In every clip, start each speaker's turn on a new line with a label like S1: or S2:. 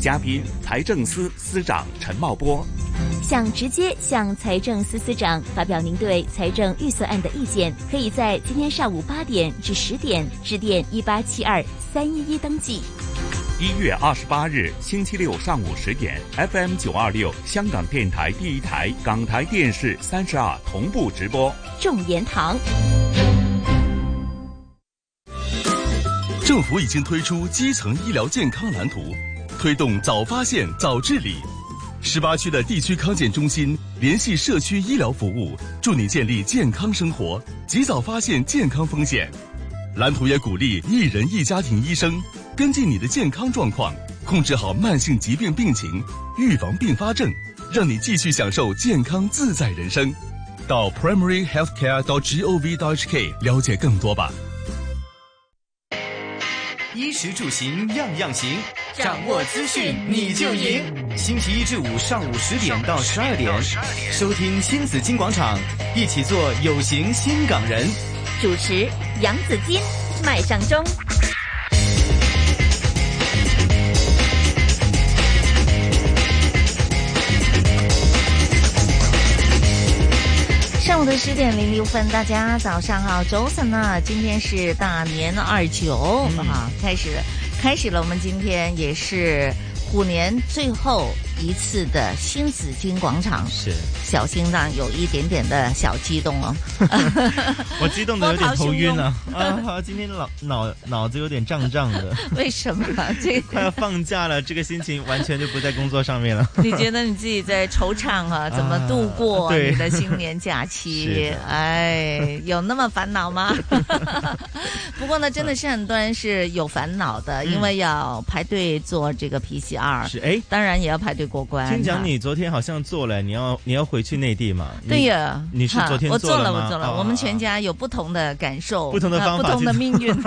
S1: 嘉賓財政司司長陳茂波。
S2: 想直接向財政司司長發表您對財政預算案的意見，可以在今天上午八點至十點致電一八七二三一一登記。
S1: 一月二十八日星期六上午十點，FM 九二六香港電台第一台、港台電視三十二同步直播。
S2: 眾言堂。
S3: 政府已經推出基層醫療健康藍圖，推動早發現、早治理。十八區的地區康健中心聯繫社區醫療服務，助你建立健康生活，及早發現健康風險。藍圖也鼓勵一人一家庭醫生跟進你的健康狀況，控制好慢性疾病病情，預防併發症，讓你繼續享受健康自在人生。到 primaryhealthcare.gov.hk 了解更多吧。
S4: 衣食住行樣樣行，
S5: 掌握資訊你就贏。
S4: 星期一至五上午十點到十二點，收聽新紫金廣場，一起做有型新港人。
S2: 主持楊子金，麥尚中。上午的十點零六分，大家早上好，早晨啊！今天是大年二九、
S6: 嗯
S2: 啊，開始開始了。我們今天也是虎年最後一次的新紫荊廣場，
S6: 是
S2: 小心臟有一點點的小激動 哦。
S6: 我激動的有點頭暈了
S2: 波
S6: 啊！今天脑脑脑子有点胀胀的，
S2: 為什么？這
S6: 快要放假了，这个心情完全就不在工作上面了。
S2: 你觉得你自己在惆悵啊？怎么度过
S6: 对
S2: 你的新年假期
S6: 啊是的？
S2: 哎，有那么烦恼 吗？不过呢，真的是很多人是有烦恼的，因为要排队做这个 PCR，
S6: 是哎，
S2: 当然也要排队过关。
S6: 听讲你昨天好像做了，你要你要回去内地嘛？你
S2: 对呀，
S6: 你是
S2: 哈
S6: 昨天
S2: 我
S6: 做
S2: 做
S6: 了
S2: 了，
S6: 吗
S2: 我做了。
S6: 哦
S2: 我们全家有不同的感受，
S6: 不同的
S2: 啊
S6: 方法
S2: 不同的
S6: 去
S2: 命 运。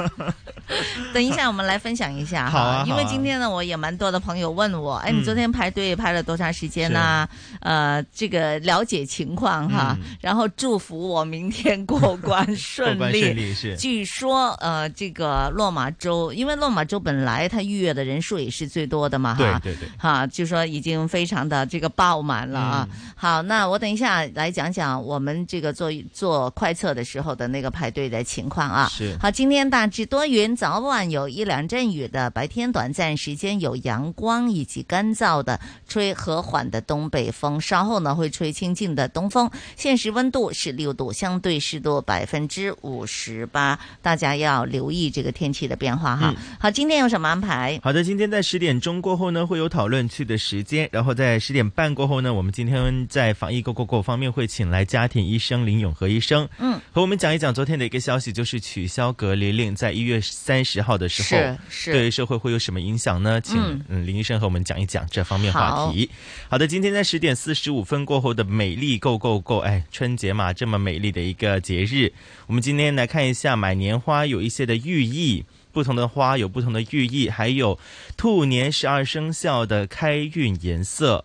S2: 等一下，我们来分享一下
S6: 好啊好
S2: 哈
S6: 啊，
S2: 因为今天呢，我也蛮多的朋友问我，哎，
S6: 嗯
S2: 你昨天排队排了多长时间呐？呃，这个了解情况哈，然后祝福我明天过关顺
S6: 嗯 过关
S2: 利。
S6: 顺利是
S2: 据说呃，这个落马洲，因为落马洲本来它预约的人数也是最多的嘛
S6: 对
S2: 哈，
S6: 对对
S2: 哈，就说已经非常的这个爆满了啊。好，那我等一下来讲讲我们这个做做快测的时候的那个排队的情况啊。
S7: 是
S2: 好，今天大致多云，早晚有一两阵雨的，白天短暂时间有阳光以及干燥的，吹和缓的东北风，稍后呢会吹清劲的东风。现时温度是六度，相对湿度百分之五十八，大家要留意这个天气的变化哈。好，今天有什么安排？
S6: 好的，今天在十点钟过后呢，会有讨论区的时间，然后在十点半过后呢，我们今天在防疫 Go Go Go 方面会请来家庭医生林永和医生，
S2: 嗯，
S6: 和我们讲一讲昨天的一个消息，就是取消隔离令在一月三十号的时候，
S8: 是是
S6: 对社会会有什么影响呢？请
S8: 嗯
S6: 嗯林医生和我们讲一讲这方面话题。好的，今天在十点四十五分过后的美丽 Go Go Go，哎，春节嘛，这么美丽的一个节日，我们今天来看一下买年花有一些的寓意。不同的花有不同的寓意，还有兔年十二生肖的开运颜色。
S8: 啊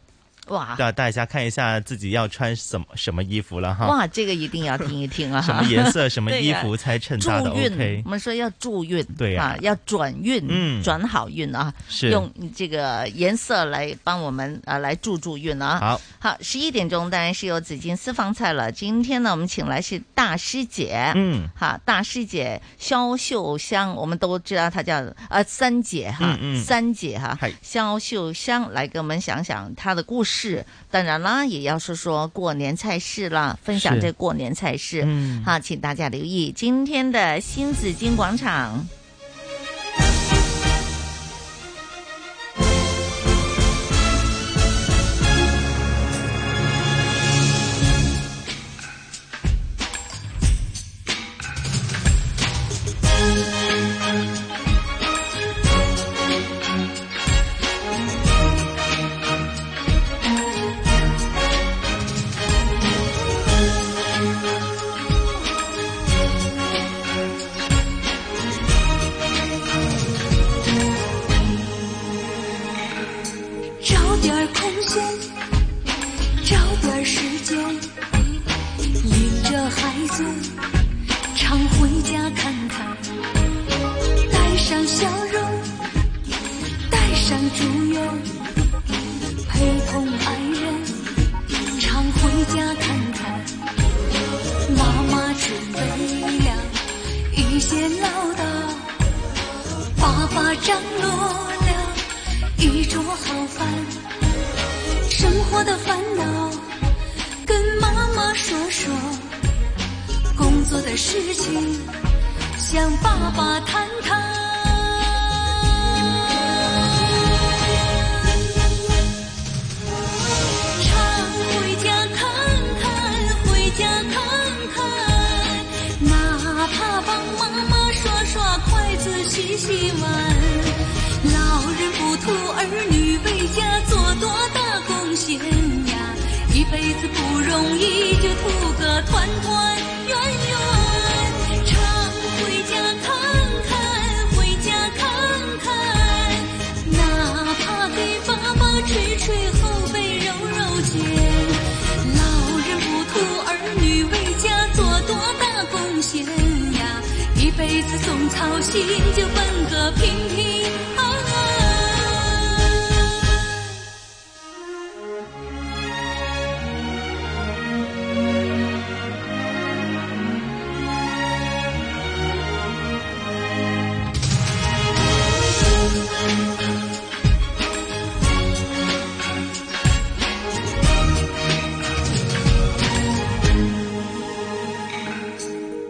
S2: 哇
S6: 那大家看一下自己要穿什么什么衣服了哈。
S2: 哇，这个一定要听一听啊！
S6: 什么颜色、 什么
S2: 对
S6: 衣
S2: 呀
S6: 服才衬搭的
S2: 助运
S6: OK？
S2: 我们说要助运，
S6: 对呀
S2: 啊，要转运，
S6: 嗯
S2: 转好运啊，
S6: 是
S2: 用这个颜色来帮我们啊、呃来助助运啊。
S6: 好，
S2: 好，十一点钟当然是有紫金私房菜了。今天呢，我们请来是大师姐，
S6: 嗯
S2: 哈，大师姐肖秀香，我们都知道她叫呃三姐哈，
S9: 嗯嗯
S2: 三姐哈，肖秀香来给我们讲讲她的故事，当然啦，也要说说过年菜事啦，分享
S9: 是
S2: 这过年菜事。
S9: 嗯
S2: 好，请大家留意今天的新紫金广场。
S10: 天猪肉，陪同爱人常回家看看。妈妈准备了一些唠叨，爸爸张罗了一桌好饭。生活的烦恼跟妈妈说说，工作的事情向爸爸谈谈。常回家看看，回家看看，哪怕帮妈妈刷刷筷子、洗洗碗。老人不图儿女为家做多大贡献呀，一辈子不容易，就图个团团圆圆。常回家看看，回家看看。哪怕给爸爸捶捶后背、揉揉肩，老人不图儿女为家做多大贡献呀，一辈子总操心，就奔个平平安安。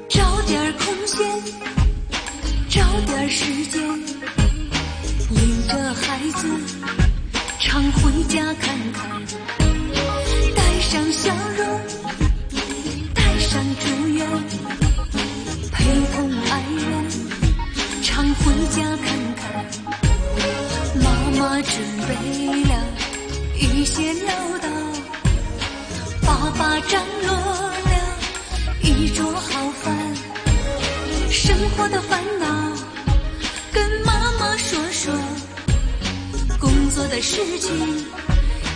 S10: 找点儿空闲，找点儿时间，领着孩子常回家看看，带上笑容，带上祝愿，陪同爱人常回家看看。妈妈准备了一些唠叨，爸爸张罗了。一桌好饭，生活的烦恼跟妈妈说说，工作的事情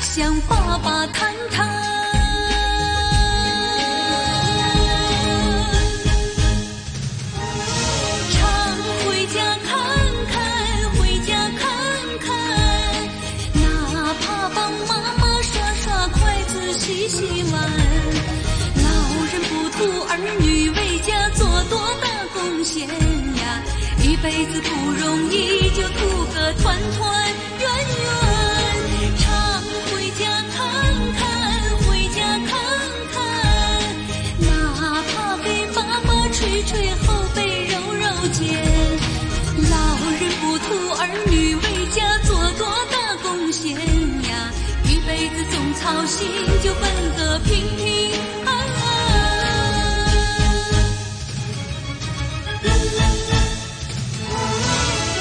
S10: 向爸爸谈谈。常回家看看，回家看看，哪怕帮妈妈刷刷筷子、洗洗碗。老人不图儿女为家做多大贡献呀，一辈子不容易，就图个团团圆圆。常回家看看，回家看看。哪怕给爸爸捶捶后背、揉揉肩，老人不图儿女为家做多大贡献呀，一辈子总操心，就奔个平平安安。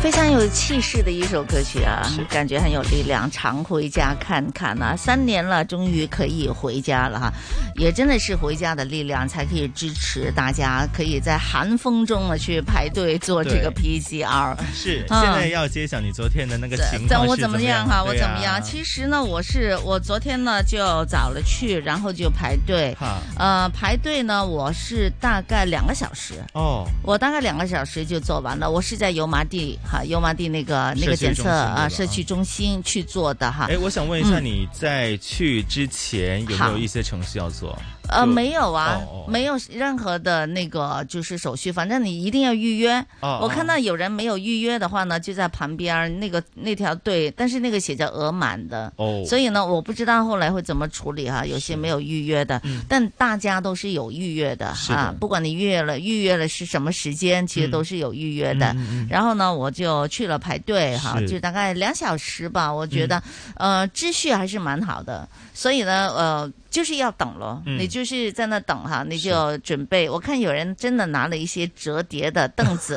S2: 非常有气势的一首歌曲啊，感觉很有力量。常回家看看啊，三年了，终于可以回家了哈，也真的是回家的力量才可以支持大家，可以在寒风中啊去排队做这个 PCR。
S6: 是，
S2: 嗯
S6: 现在要揭晓你昨天的那个情
S2: 怎
S6: 况
S2: 我
S6: 是
S2: 怎么样
S6: 样
S2: 哈？我
S6: 对
S2: 怎么
S6: 啊
S2: 样？其实呢，我是我昨天呢就早了去，然后就排队
S6: 哈。
S2: 呃，排队呢，我是大概两个小时。
S6: 哦，
S2: 我大概两个小时就做完了，我是在油麻地哈，油麻地那个那个检测啊
S6: 社
S2: 社
S6: 区
S2: 区中心去做的哈。
S6: 哎，我想问一下，
S2: 嗯
S6: 你在去之前有没有
S2: 好
S6: 一些程序要做？
S2: 呃，
S6: 就
S2: 没有啊，
S6: 哦哦
S2: 没有任何的那个就是手续，反正你一定要预约。
S6: 哦
S2: 我看到有人没有预约的话呢，就在旁边儿那个那条队，但是那个写着额满的，
S6: 哦
S2: 所以呢，我不知道后来会怎么处理哈、有些没有预约的，但大家都是有预约的
S6: 嗯是
S2: 啊
S6: 的，
S2: 不管你预约了预约了是什么时间，其实都是有预约的。
S6: 嗯嗯嗯
S2: 然后呢，我就去了排队哈，
S6: 是嗯
S2: 就大概两小时吧，我觉得、呃秩序还是蛮好的，所以呢，呃。就是要等咯，
S6: 嗯
S2: 你就是在那等哈，你就准备。我看有人真的拿了一些折叠的凳 子，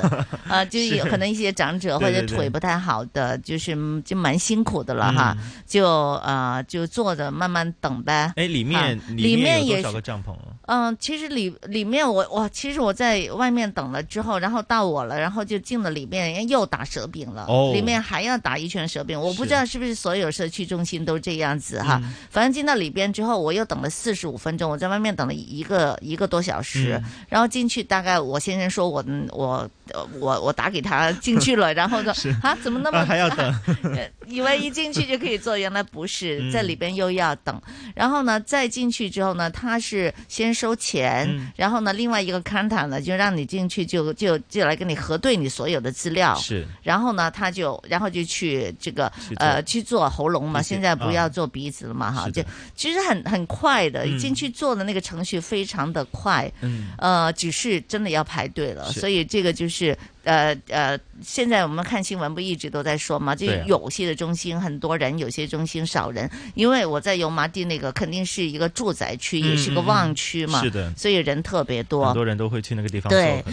S2: 啊，就是有可能一些长者或
S6: 对对
S2: 者
S6: 对
S2: 腿不太好的，就是嗯就蛮辛苦的
S6: 嗯
S2: 了哈，就呃就坐着慢慢等呗。
S6: 哎，里面、
S2: 啊里
S6: 里
S2: 面
S6: 有
S2: 也
S6: 多少
S2: 是
S6: 个帐篷啊？
S2: 嗯，其实里里面我我其实我在外面等了之后，然后到我了，然后就进了里面，又打蛇饼了。
S6: 哦
S2: 里面还要打一圈蛇饼，我不
S6: 是嗯
S2: 知道是不是所有社区中心都这样子哈。反正进到里边之后，我又等了四十五分钟，我在外面等了一个一个多小时，
S6: 嗯
S2: 然后进去大概我先生说我嗯我呃我我打给 他进去了，然后说啊怎么那么、呃
S6: 啊，还要等
S2: 以为一进去就可以做，原来不是，
S6: 嗯
S2: 在里边又要等。然后呢，再进去之后呢，他是先收钱，
S6: 嗯
S2: 然后呢，另外一个 counter 呢就让你进去就就就来跟你核对你所有的资料。
S6: 是
S2: 然后呢，他就然后就去这个
S6: 去做
S2: 呃去做喉咙嘛，
S6: 鼻子
S2: 现在不
S6: 啊
S2: 要做鼻子了嘛哈，
S6: 是
S2: 就
S6: 的
S2: 其实很很快的，
S6: 嗯
S2: 进去做的那个程序非常的快，
S6: 嗯
S2: 呃，只是真的要排队了，
S6: 是
S2: 所以这个就是呃呃，现在我们看新闻不一直都在说嘛，就
S6: 对啊
S2: 有些的中心很多人，有些中心少人，因为我在油麻地那个肯定是一个住宅区，也是个
S6: 嗯嗯嗯
S2: 旺区嘛，
S6: 是的，
S2: 所以人特别多，
S6: 很多人都会去那个地方做，
S2: 对
S6: 可能对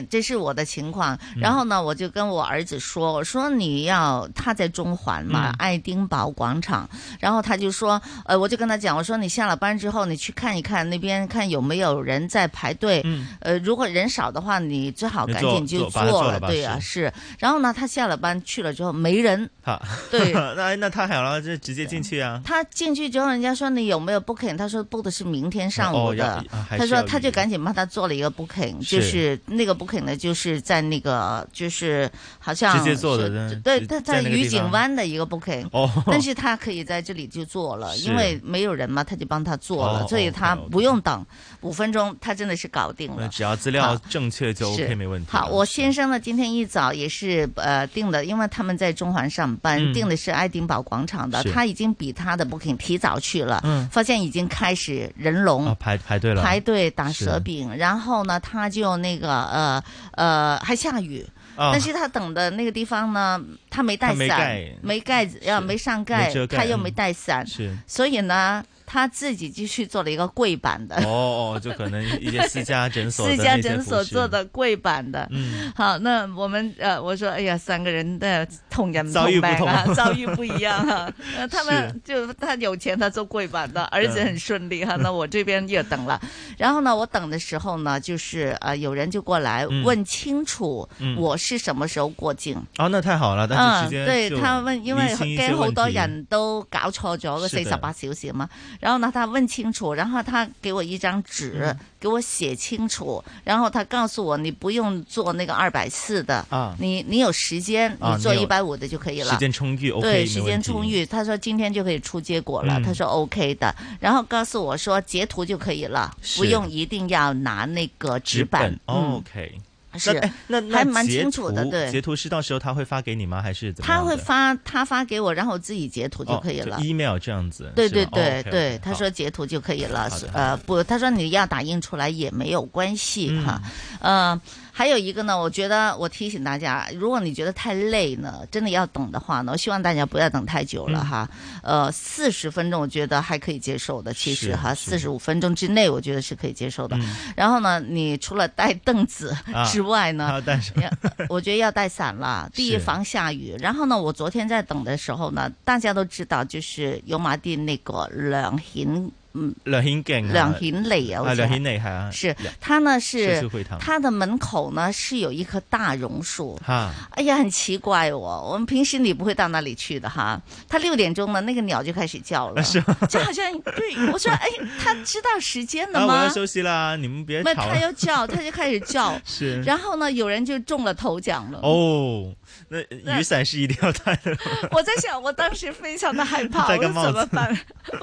S6: 嗯
S2: 对，这是我的情况。然后呢，我就跟我儿子说：“我说你要他在中环嘛
S6: 嗯，
S2: 爱丁堡广场。”然后他就说：“呃，我就跟他讲，我说你下了班之后，你去看一看那边，看有没有人在排队。
S6: 嗯
S2: 呃，如果人少的话，你最好
S6: 你
S2: 赶
S6: 做
S2: 紧就
S6: 做把它做
S2: 了。
S6: 了吧
S2: 对呀、是。然后呢，他下了班去了之后没人，
S6: 好，
S2: 对
S6: 那那太好了，就直接进去啊。
S2: 他进去之后，人家说你有没有 booking？他说 book 的是明天上午
S6: 哦
S2: 的。
S6: 要啊还
S2: 他
S6: 是
S2: 说
S6: 要
S2: 他
S6: 预
S2: 就
S6: 约
S2: 赶紧帮他做了一个 booking，
S6: 是
S2: 就是那个 booking 呢，就是在那个就是好像
S6: 直接做的
S2: 是
S6: 呢
S2: 对，
S6: 直
S2: 他
S6: 在
S2: 在
S6: 那个
S2: 愉
S6: 地
S2: 景
S6: 方
S2: 湾的一个 booking。
S6: 哦，
S2: 但是他可以在这里就做了，
S6: 是
S2: 因为没有人嘛，他就帮他做了，
S6: 哦
S2: 所以他
S6: OK，OK
S2: 不用等五分钟，他真的是搞定
S6: 那
S2: 了。
S6: 只要资料
S2: 好
S6: 正确就是 OK，没问题了。
S2: 好，我
S6: 是
S2: 先生呢，今天一早也是呃定的，因为他们在中环上班，
S6: 嗯
S2: 定的是爱丁堡广场的，
S6: 是
S2: 他已经比他的 booking 提早去了，
S6: 嗯
S2: 发现已经开始人龙。
S6: 啊排排队了，
S2: 排队打
S6: 是
S2: 蛇饼，然后呢，他就那个呃呃还下雨，
S6: 啊
S2: 但是他等的那个地方呢，他没带
S6: 他没
S2: 伞
S6: 盖，
S2: 没盖子，要没上盖
S6: 没遮，盖
S2: 他又没
S6: 嗯
S2: 带伞，
S6: 是
S2: 所以呢，他自己就去做了一个柜板的，
S6: 哦哦，就可能一些私家诊所的
S2: 私家
S6: 那些
S2: 诊
S6: 服
S2: 所
S6: 饰
S2: 做，的柜板的，
S6: 嗯，
S2: 好，那我们呃，我说，哎呀，三个人的同人
S6: 遭遇
S2: 同
S6: 不
S2: 命啊
S6: 同，
S2: 遭遇不一样 啊。呃，他们就他有钱，他做柜板的，儿
S6: 嗯
S2: 子很顺利哈、那我这边也等了，然后呢，我等的时候呢，就是呃，有人就过来
S6: 嗯
S2: 问清楚
S6: 嗯
S2: 我是什么时候过境。
S6: 哦，那太好了，但是直接
S2: 對
S6: 就
S2: 嗯他問，因
S6: 厘
S2: 為
S6: 清一
S2: 驚
S6: 些
S2: 好
S6: 问
S2: 多
S6: 题
S2: 人都搞錯咗個
S6: 是
S2: 四
S6: 的
S2: 十八小時嘛。然後呢，他問清楚，然後他給我一張紙，
S6: 嗯
S2: 給我寫清楚，然後他告訴我，你不用做那個二百四的，
S6: 啊
S2: 你你有时间，
S6: 啊
S2: 你做
S6: 你
S2: 一
S6: 有
S2: 百五的就可以了。
S6: 时间充裕，OK，
S2: 对，
S6: 没
S2: 时
S6: 问
S2: 间
S6: 题
S2: 充，裕，他说今天就可以出结果了，
S6: 嗯
S2: 他说 OK 的，然后告诉我说截图就可以了，不
S6: 是
S2: 用一定要拿那个
S6: 纸
S2: 纸板，
S6: 哦 OK。
S2: 嗯，
S6: 那
S2: 是
S6: 哎。那那
S2: 还蛮
S6: 截
S2: 清楚的
S6: 图
S2: 对
S6: 截图是到时候他会发给你吗？还是怎么
S2: 他
S6: 样的？
S2: 会发，他发给我，然后我自己截图就
S6: 哦
S2: 可以了。
S6: email 这样子。
S2: 对
S6: 是
S2: 对
S6: 吧
S2: 对、
S6: 哦，OK，OK，
S2: 对，他
S6: 好
S2: 说截图就可以了
S6: 好的，
S2: 呃不，他说你要打印出来也没有关系
S6: 嗯
S2: 哈，呃，还有一个呢，我觉得我提醒大家，如果你觉得太累呢，真的要等的话呢，我希望大家不要等太久
S6: 嗯
S2: 了哈，呃，四十分钟我觉得还可以接受的，其实
S6: 是
S2: 哈，
S6: 是
S2: 四十五分钟之内我觉得是可以接受的。
S6: 嗯
S2: 然后呢，你除了带凳子
S6: 啊
S2: 之外呢，
S6: 他要带上
S2: 要我觉得要带伞 啦，第一
S6: 是
S2: 防下雨。然后呢，我昨天在等的时候呢，大家都知道，就是油麻地那个梁显，嗯，
S6: 梁显景啊
S2: 梁显里啊，
S6: 啊，
S2: 我记
S6: 梁
S2: 得
S6: 显内系啊，
S2: 是
S6: 梁
S2: 它呢
S6: 社区
S2: 是
S6: 会堂
S2: 它的门口呢是有一棵大榕树。
S6: 哈，
S2: 哎呀，很奇怪哦，我们平时你不会到那里去的哈。它六点钟呢，那个鸟就开始叫
S6: 啊
S2: 了，就好像对我说，哎，它知道时间
S6: 啊，
S2: 了
S6: 我要
S2: 吗？
S6: 休息啦，你们别
S2: 没有，
S6: 吵
S2: 它
S6: 了。
S2: 要叫，它就开始叫。
S6: 是
S2: 然后呢，有人就中了头奖了。
S6: 哦，那
S2: 那
S6: 雨伞是一定要带的。
S2: 我在想，我当时非常的害怕，
S6: 戴
S2: 我
S6: 个
S2: 说怎么办？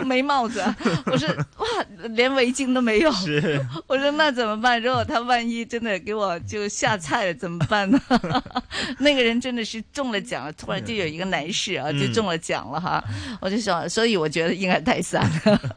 S2: 没帽子，我我说哇，连围巾都没有。我说那怎么办？如果他万一真的给我就下菜了怎么办呢？ 那个人真的是中了奖了，突然就有一个男士啊，
S6: 嗯
S2: 就中了奖了哈。我就想，所以我觉得应该带伞，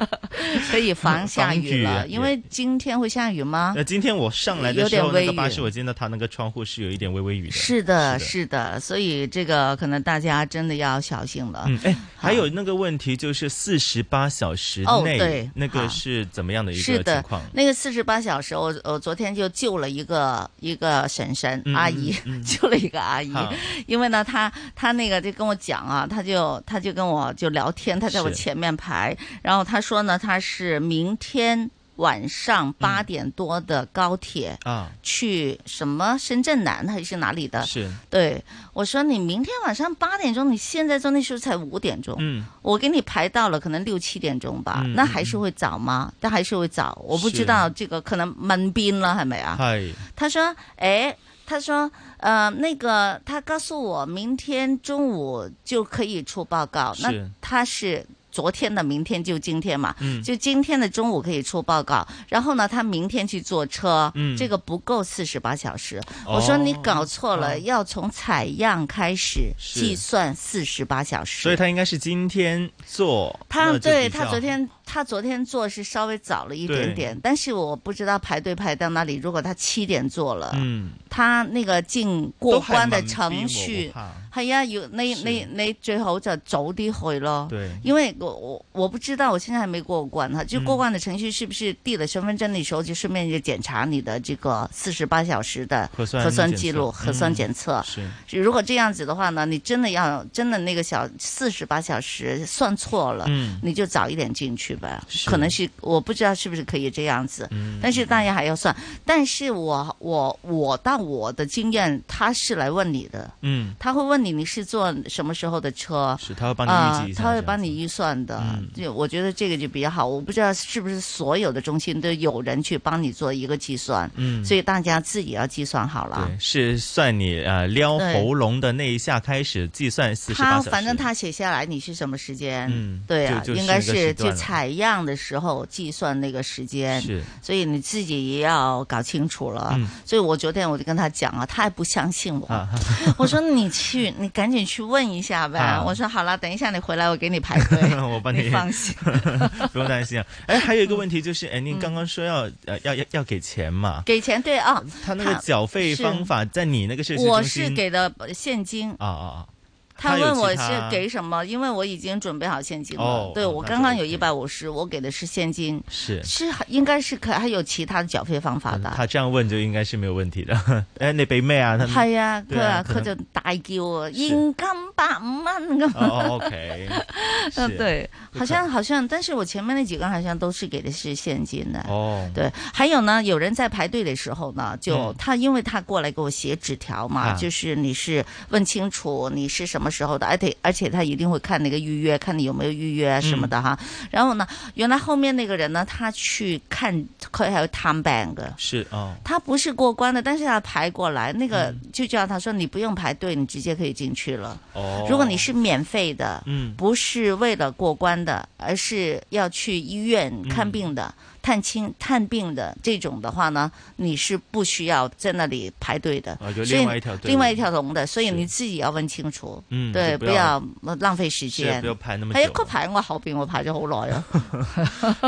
S2: 可以防下雨
S6: 防
S2: 了。
S6: 雨呃
S2: 因为今天会下雨吗？
S6: 那今天我上来的
S2: 有
S6: 时
S2: 点
S6: 候，那
S2: 微
S6: 个巴
S2: 雨
S6: 士我见到他那个窗户是有一点微微雨的。
S2: 是的，是的，所以这个可能大家真的要小心了。
S6: 嗯，哎，还有那个问题就是四十八小时
S2: 哦
S6: 内、
S2: 对
S6: 那
S2: 好
S6: 个是怎么样的一
S2: 是
S6: 个情
S2: 的
S6: 况？，
S2: 那个四十八小时，我我昨天就救了一个一个婶婶、
S6: 嗯
S2: 阿姨，
S6: 嗯 嗯
S2: 救了一个阿姨
S6: 好，
S2: 因为呢，她她那个就跟我讲啊，她就她就跟我就聊天，她在我
S9: 是
S2: 前面排，然后她说呢，她是明天晚上八点多的高铁、
S6: 嗯啊，
S2: 去什么深圳南还是哪里的？
S6: 是，
S2: 对我说你明天晚上八点钟，你现在做那时候才五点钟，
S6: 嗯，
S2: 我给你排到了可能六七点钟吧，
S6: 嗯
S2: 那还是会早吗？但还是会早，我不知道这个可能闷边了，系咪啊？
S6: 系
S2: 他说，哎，他说，呃，那个他告诉我明天中午就可以出报告，
S10: 是
S2: 那他是。昨天的明天就今天嘛，
S10: 嗯
S2: 就今天的中午可以出报告，然后呢，他明天去坐车，
S10: 嗯
S2: 这个不够四十八小时。
S10: 哦
S2: 我说你搞错了，要从采样开始
S6: 是
S2: 计算四十八小时。
S6: 所以他应该是今天做。
S2: 他
S6: 那就
S2: 对
S6: 比
S2: 他
S6: 较
S2: 昨天他昨天做是稍微早了一点
S6: 对
S2: 点，但是我不知道排队排到哪里。如果他七点做了，
S6: 嗯，
S2: 他那個進過關嘅
S6: 都係
S2: 程
S6: 文
S2: 序
S6: 字我
S2: 係啊，要你你你最好就早啲去咯。
S6: 對
S2: 因為我我我不知道我現在還沒過關哈，
S6: 嗯
S2: 就過關的程序是不是遞了身份證的時候就順便就檢查你的這個四十八小時的
S10: 核酸
S2: 核酸記
S10: 檢
S2: 錄、
S10: 測
S2: 核酸檢測
S10: 嗯。是
S2: 如果這樣子的話呢，你真的要真的那個小四十八小時算錯了，
S10: 嗯
S2: 你就早一點進去吧。可能是我不知道是不是可以這樣子，
S6: 嗯
S2: 但是大家還要算。但是我我我但我的经验，他是来问你的，
S6: 嗯，
S2: 他会问你你是坐什么时候的车，
S6: 是他会帮你
S2: 啊
S6: 预计一，下
S2: 他会帮你预算的。
S6: 嗯
S2: 就我觉得这个就比较好。我不知道是不是所有的中心都有人去帮你做一个计算，
S6: 嗯
S2: 所以大家自己要计算好了。
S6: 是算你呃撩
S2: 对
S6: 喉咙的那一下开始计算四十八
S2: 他
S6: 小时。
S2: 反正他写下来你是什么时间，
S6: 嗯
S2: 对啊，
S6: 就就是
S2: 应该
S6: 那个
S2: 是
S6: 时
S2: 就
S6: 段了
S2: 采样的时候计算那个时间，
S6: 是
S2: 所以你自己也要搞清楚了。
S6: 嗯啊
S2: 所以我昨天我就跟他讲啊，他还不相信我， 我说你去，你赶紧去问一下呗。
S6: 啊，
S2: 我说好了，等一下你回来我给你排队
S6: 我帮
S2: 你
S6: 你
S2: 放心。 嗯
S6: 不用担心啊。哎，还有一个问题就是，哎，您刚刚说要呃要要要给钱嘛？
S2: 给钱对啊，
S6: 他那个缴费方法在你那个社区
S2: 我
S6: 中
S2: 是
S6: 心
S2: 给的现金。
S6: 啊啊啊！
S2: 他
S6: 有
S2: 问
S6: 其
S2: 我是
S6: 他
S2: 给什么，因为我已经准备好现金了。
S6: 哦
S2: 对，
S6: 哦
S2: 我
S6: 那
S2: 刚
S6: 就
S2: 刚有一百五十，我给的是现金，
S6: 是
S2: 是应该是可还有其他的缴费方法的。
S6: 他这样问就应该是没有问题的。 哎，你俾咩啊？他
S2: 系啊，
S6: 對
S2: 佢話
S6: 可
S2: 佢
S6: 能
S2: 就大叫啊，現金百五蚊咁。
S6: 哦哦，OK，是
S2: 嗯，对，好
S6: 就可
S2: 像好像，但是我前面那几个好像都是给的是现金的。
S6: 哦，
S2: 呃对，还有呢，有人在排队的时候呢，就
S10: 嗯
S2: 他因为他过来给我写纸条嘛，
S10: 啊
S2: 就是你是问清楚你是什么时候的，而且而且他一定会看那个预约，看你有没有预约什么
S6: 嗯
S2: 的哈。然后呢，原来后面那个人呢，他去看佢还有探病的。
S6: 是 哦，
S2: 他不是过关的，但是他排过来，那个
S6: 嗯
S2: 就叫他说你不用排队，你直接可以进去了。
S6: 哦
S2: 如果你是免费的，
S6: 嗯
S2: 不是为了过关的，而是要去医院
S10: 嗯
S2: 看病的、探亲探病的这种的话呢，你是不需要在那里排队的。
S6: 啊有
S2: 所以
S6: 另外一条队伍
S2: 另外一条龙的，所以你自己要问清楚。
S6: 嗯
S2: 对，
S6: 就不
S2: 不要
S6: 要
S2: 浪费时间，
S6: 是不要排那么
S2: 哎呀
S6: 久
S2: 佢排我后边，我排咗好耐啊。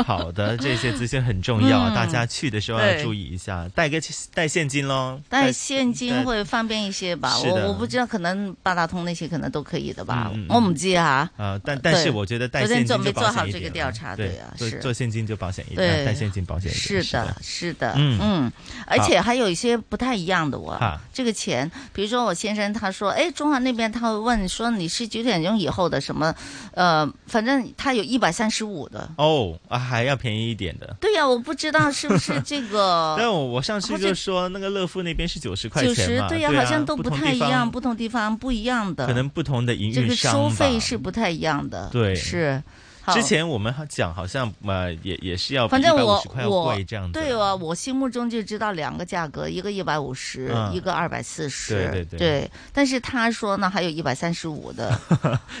S6: 好的，这些资讯很重要，啊
S2: 嗯
S6: 大家去的时候
S2: 对
S6: 要注意一下，带个带现金喽，
S2: 但是现金
S6: 带
S2: 会方便一些吧？
S6: 是
S2: 我
S6: 的
S2: 我不知道，可能八达通那些可能都可以的吧？
S6: 嗯嗯嗯
S2: 我唔知啊。
S6: 啊，但但是
S2: 对
S6: 我觉得带
S2: 昨
S6: 现
S2: 天
S6: 金就
S2: 准备做
S6: 保
S2: 好
S6: 险一
S2: 这个
S6: 点
S2: 调
S6: 了
S2: 查，
S6: 对
S2: 对啊，
S6: 做
S2: 是
S6: 做现金就保险一
S2: 对
S6: 点，带现金保险一点，
S2: 是的，是的，
S6: 嗯
S2: 嗯，而且还有一些不太一样的我
S6: 啊。
S2: 这个钱，比如说我先生他说，哎，中华那边他会问说你是九点钟以后的什么，呃，反正他有一百三十五的。
S6: 哦啊，还要便宜一点的。
S2: 对呀、我不知道是不是这 个。
S6: 但我我上次
S2: 哦好像
S6: 就说那个乐富那边是九十块
S2: 九
S6: 钱
S2: 十
S6: 嘛，，啊
S2: 对
S6: 呀、
S2: 好像都
S6: 不
S2: 不
S6: 同
S2: 太
S6: 地
S2: 一
S6: 方
S2: 样，不同地方不一样的。
S6: 可能不同的营
S2: 这
S6: 运
S2: 个收
S6: 商吧。
S2: 费是不太一样的，
S6: 对
S2: 是。好
S6: 之前我们讲好像呃也也是要比
S2: 反正
S6: 150
S2: 我
S6: 块要
S2: 我
S6: 贵这样子，
S2: 对啊，我心目中就知道两个价格，一个一百五十，
S6: 嗯
S2: 一个二百四十。
S6: 对对对
S2: 但是他说呢，还有一百三十五 的，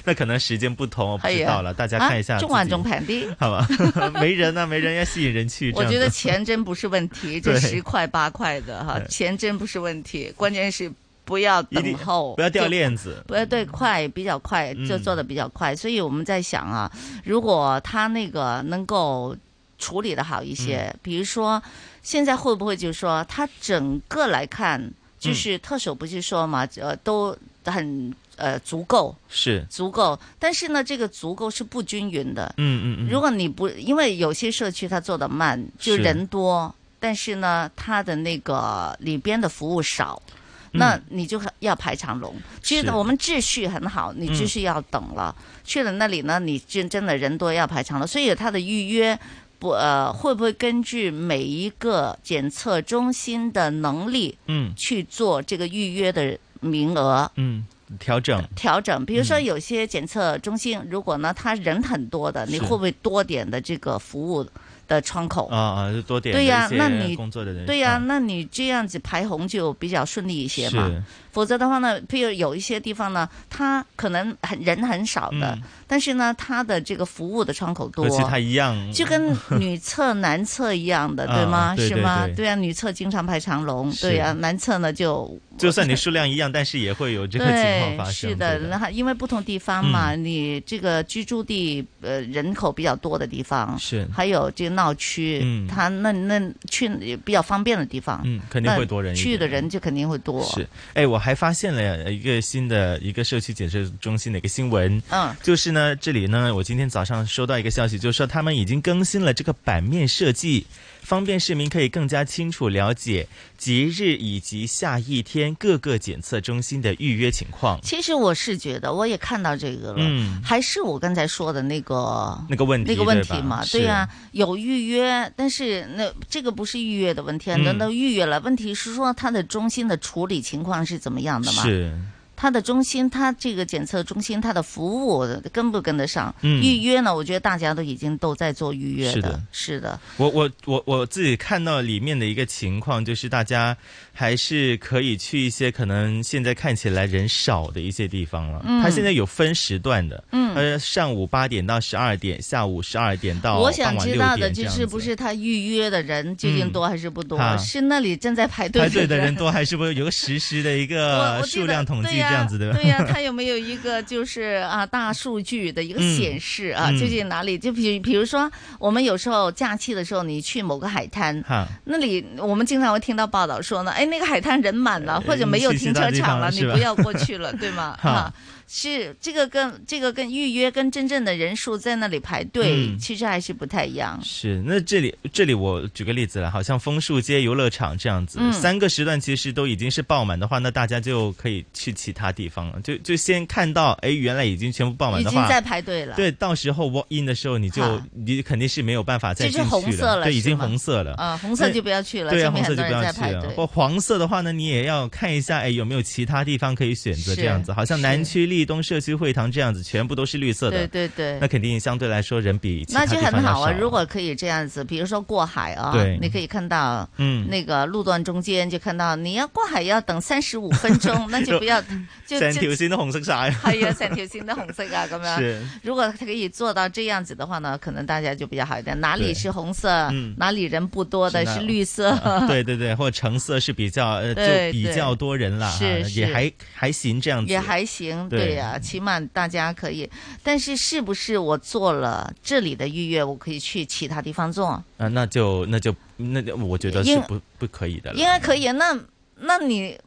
S6: 那可能时间不同，我不
S2: 哎
S6: 知
S2: 呀
S6: 道了，大家看一下
S2: 啊
S6: 自己，
S2: 中晚 中盘的。
S6: 好吧？ 没人啊，没人要吸引人去，
S2: 我
S6: 这样
S2: 觉
S6: 子
S2: 得钱真不是问 题，这
S6: 对
S2: 十块八块的哈
S6: 对，
S2: 钱真不是问题，关键是不要
S6: 一定
S2: 等候，
S6: 不要掉
S2: 就
S6: 链子，
S2: 不要呃对快，比较快就做的比较快，所以我们在想啊，如果他那个能够处理的好一些，比如说现在会不会就是说他整个来看，就是特首不是说嘛，呃，都很呃足够
S6: 是，
S2: 足够，但是呢，这个足够是不均匀的，
S6: 嗯嗯嗯，
S2: 如果你不，因为有些社区它做的慢，就是人多，但是呢，它的那个里边的服务少。
S6: 嗯
S2: 那你就很要排长龙。其
S6: 是
S2: 实我们秩序很好，你
S6: 嗯
S2: 秩序要等了。去了那里呢，你真真的人多要排长龙，所以它的预约不呃会不会根据每一个检测中心的能力
S6: 嗯
S2: 去做这个预约的名额？
S6: 嗯，调整，
S2: 调整，比如
S6: 嗯
S2: 说有些检测中心，如果呢他人很多的，你
S6: 是
S2: 会不会多点的这个服务的窗口？
S6: 啊啊，就多点
S2: 对呀
S6: 一些
S2: 那你
S6: 工作的人，
S2: 对呀、
S6: 嗯
S2: 那你这样子排红就比较顺利一些嘛。
S6: 是
S2: 否则的话呢，譬如有一些地方呢，它可能很人很少的，
S6: 嗯
S2: 但是呢，它的这个服务的窗口多
S6: 和，其他一样，
S2: 就跟女厕男厕一样的，对吗？
S6: 啊对对
S2: 是吗？
S6: 对
S2: 对啊，女厕经常排长龙，
S6: 是
S2: 对啊，男厕呢就
S6: 就算你数量一样，但是也会有这个情况
S2: 对，
S6: 发生。
S2: 是
S6: 对嗯
S2: 的，那因为不同地方嘛，你这个居住地呃人口比较多的地方，
S6: 是
S2: 还有这个闹区，
S6: 嗯
S2: 它那那去呃比较方便的地方，
S6: 嗯，肯
S2: 那
S6: 定会多人一
S2: 去
S6: 点
S2: 的人就肯定会多。
S6: 是，哎，我还发现了一个新的一个社区检测中心的一个新闻，
S2: 嗯，
S6: 就是呢，这里呢，我今天早上收到一个消息，就是说他们已经更新了这个版面设计，方便市民可以更加清楚了解节日以及下一天各个检测中心的预约情况。
S2: 其实我是觉得，我也看到这个了，
S6: 嗯
S2: 还是我刚才说的那个
S6: 那个问题，
S2: 那个问
S6: 对
S2: 题
S6: 吧
S2: 嘛，
S6: 是
S2: 对呀、有预约，但是那这个不是预约的问题，啊，那
S6: 嗯
S2: 都预约了，问题是说它的中心的处理情况是怎么样的嘛？
S6: 是，
S2: 它的中心，它这个检测中心，它的服务跟不跟得上？
S6: 嗯
S2: 预约呢？我觉得大家都已经都在做预约
S6: 是的
S2: 的，是的，
S6: 我我我我自己看到里面的一个情况，就是大家还是可以去一些可能现在看起来人少的一些地方了。
S2: 嗯
S6: 它现在有分时段的，
S2: 嗯
S6: 呃，上午八点到十二点，下午十二点到
S2: 我想
S6: 傍晚
S2: 知
S6: 6
S2: 道的
S6: 点这
S2: 就
S6: 样
S2: 是
S6: 子
S2: 不是他预约的人究竟多还是不多？
S6: 嗯啊
S2: 是那里正在排队
S6: 排队的
S2: 人
S6: 人多，还是不是有个实时的一
S2: 我
S6: 个
S2: 我记
S6: 数
S2: 得
S6: 量统计
S2: 对
S6: 这
S2: 呀
S6: 样子的？
S2: 对呀、他有没有一个就是啊大数据的一个
S6: 嗯
S2: 显示啊？
S6: 嗯
S2: 究竟哪里？就比比如说，我们有时候假期的时候，你去某个海滩，
S6: 哈，
S2: 那里我们经常会听到报道说呢，哎，那个海滩人满
S6: 呃
S2: 了，或者没有
S6: 信息
S2: 停
S6: 大
S2: 车
S6: 地
S2: 场
S6: 方
S2: 了，
S6: 是
S2: 你
S6: 吧
S2: 不要过去了，对 吗？
S6: 哈
S2: 啊，是这个跟这个跟预约跟真正的人数在那里排队，
S6: 嗯
S2: 其实还是不太一样。
S6: 是，那这里这里我举个例子了，好像枫树街游乐场这样子，
S2: 嗯
S6: 三个时段其实都已经是爆满的话，那大家就可以去其他地方了。就就先看到，哎，原来已经全部爆满
S2: 已
S6: 的
S2: 经
S6: 话，
S2: 在排队了，
S6: 对，到时候 walk in 的时候，你就
S2: 哈
S6: 你肯定是没有办法再
S2: 就
S6: 进
S2: 是
S6: 去了，
S2: 红色了
S6: 对，已
S2: 是
S6: 经
S2: 吗
S6: 红色了。
S2: 啊，红色
S6: 那
S2: 就不要去了，
S6: 对啊，
S2: 说
S6: 红
S2: 明
S6: 色
S2: 很
S6: 就
S2: 多
S6: 不
S2: 人
S6: 要
S2: 在
S6: 去
S2: 排
S6: 了
S2: 队。
S6: 或黄色的话呢，你也要看一下，哎，有没有其他地方可以选择
S2: 是
S6: 这样子。好像
S2: 是
S6: 南区、立东社区会堂这样子，全部都是绿色的。
S2: 对对对
S6: 那。肯定相对来说人比其他
S2: 那
S6: 地
S2: 就
S6: 方
S2: 很好
S6: 要
S2: 啊！
S6: 少
S2: 如果可以这样子，比如说过海啊
S6: 对，
S2: 你可以看到
S6: 嗯
S2: 那个路段中间就看到，你要过海要等三十五分 钟，那就不要就
S6: 成
S2: 就
S6: 條線都紅色 晒。
S2: 系啊，成条线都红色啊，咁样。
S6: 是
S2: 如果可以做到这样子的话呢，可能大家就比较好一点。哪
S6: 对
S2: 里是红色，
S6: 嗯
S2: 哪里人不多的
S6: 是那啊
S2: 是绿色。
S6: 对对对，或者橙色是比较呃，就
S2: 对
S6: 比
S2: 对
S6: 较多人啦，
S2: 是
S6: 啊也
S2: 是
S6: 还还行这样子，
S2: 也还行，
S6: 对
S2: 对呀、起码大家可以。但是是不是我做了这里的预约，我可以去其他地方做？
S6: 啊，那就那就那就我觉得是
S2: 应
S6: 不不可以的
S2: 应
S6: 了，
S2: 该可以。啊那那你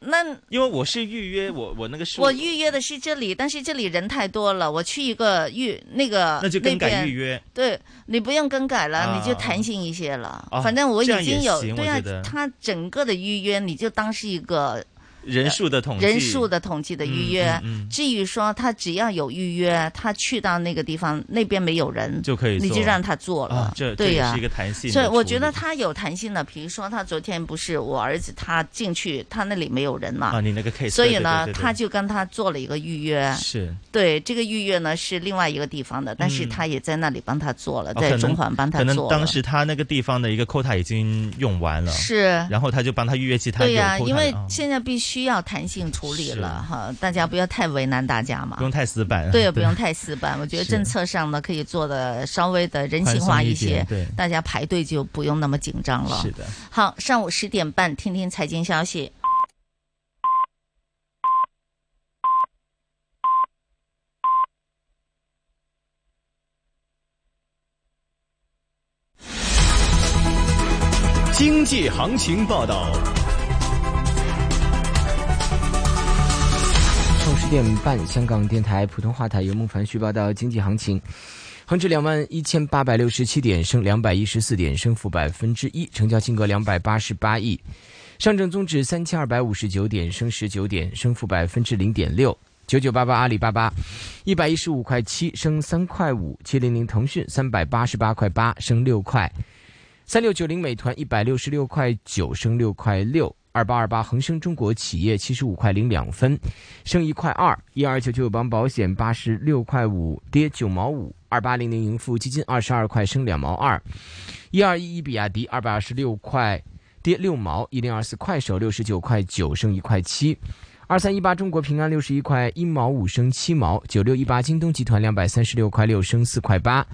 S2: 那
S6: 因为我是预约我我那个数，
S2: 我预约的是这里，但是这里人太多了，我去一个预那个
S6: 那就更改
S2: 边
S6: 预约，
S2: 对你不用更改了，
S6: 啊
S2: 你就弹性一些了。
S6: 哦
S2: 反正我已
S6: 这样也
S2: 经有
S6: 行
S2: 对
S6: 我
S2: 啊
S6: 觉得，
S2: 它整个的预约你就当是一个
S6: 人数的统计，
S2: 人数的统计的预约。
S6: 嗯嗯嗯
S2: 至于说他只要有预约，他去到那个地方那边没有人
S6: 就可以做
S2: 你就让他做了。
S6: 啊，这这
S2: 对
S6: 也
S2: 呀、
S6: 是一个弹性的处
S2: 所
S6: 理。
S2: 以我觉得他有弹性的，比如说他昨天不是我儿子他进去，他那里没有人嘛，
S6: 啊，你那个 case，
S2: 所以
S6: 对
S2: 呢
S6: 对对对
S2: 他就跟他做了一个预约。
S6: 是
S2: 对，这个预约呢是另外一个地方的，但是
S6: 嗯
S2: 他也在那里帮他做了，
S6: 哦可
S2: 在
S6: 能
S2: 中环帮他
S6: 可
S2: 做了。
S6: 能当时他那个地方的一个 quota 已经用完了，
S2: 是
S6: 然后他就帮他预约其他
S2: 对
S6: 有
S2: 呀、
S6: quota
S2: 因为
S6: 的啊
S2: 现在必须要弹性处理
S6: 是
S2: 了哈，大家不要太为难大家嘛
S6: 不。用太死板，
S2: 对，不用太死板。我觉得
S6: 是
S2: 政策上呢，可以做的稍微的人性化
S6: 宽松一
S2: 些
S6: 点对，
S2: 大家排队就不用那么紧张了。
S6: 是的。
S2: 好，上午十点半，听听财经消息。
S4: 经济行情报道。
S9: 上午十点半，香港电台普通话台由孟凡旭报道经济行情。恒指两万一千八百六十七点，升两百一十四点，升幅百分之一，成交金额两百八十八亿。上证综指三千二百五十九点，升十九点，升幅百分之零点六。九九八八阿里巴巴，一百一十五块七，升三块五；七零零腾讯三百八十八块八，升六块。三六九零美团一百六十六块九升六块六，二八二八恒生中国企业七十五块零两分，升一块二，一二九九友邦保险八十六块五跌九毛五，二八零零盈富基金二十二块升两毛二，一二一一比亚迪二百二十六块跌六毛，一零二四快手六十九块九升一块七。二三一八中国平安六十一块一毛五升七毛，九六一八京东集团两百三十六块六升四块八，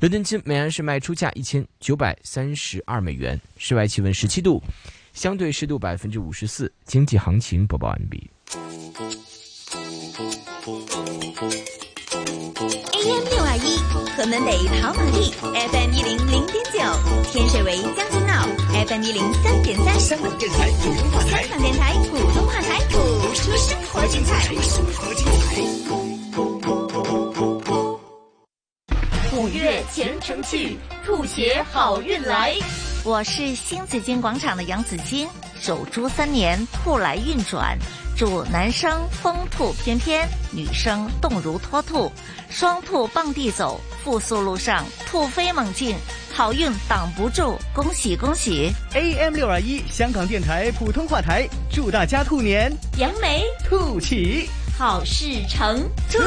S9: 伦敦金每安士卖出价一千九百三十二美元，室外气温十七度，相对湿度百分之五十四。经济行情播报完毕。
S8: AM 六二一，河门北跑马地；FM 一零零点九，天水围将军澳；FM 一零三点三。香港电台普通话台，香港电台普通话台，谱出生活精彩。生活精彩。
S2: 五月前程去，吐血好运来。我是新紫金广场的杨紫金，守株三年，兔来运转。祝男生风兔翩翩，女生动如脱兔，双兔傍地走，复苏路上突飞猛进，好运挡不住，恭喜恭喜！
S4: AM 六二一香港电台普通话台，哎祝大家兔年
S8: 扬眉
S4: 兔起！
S8: 好事成兔。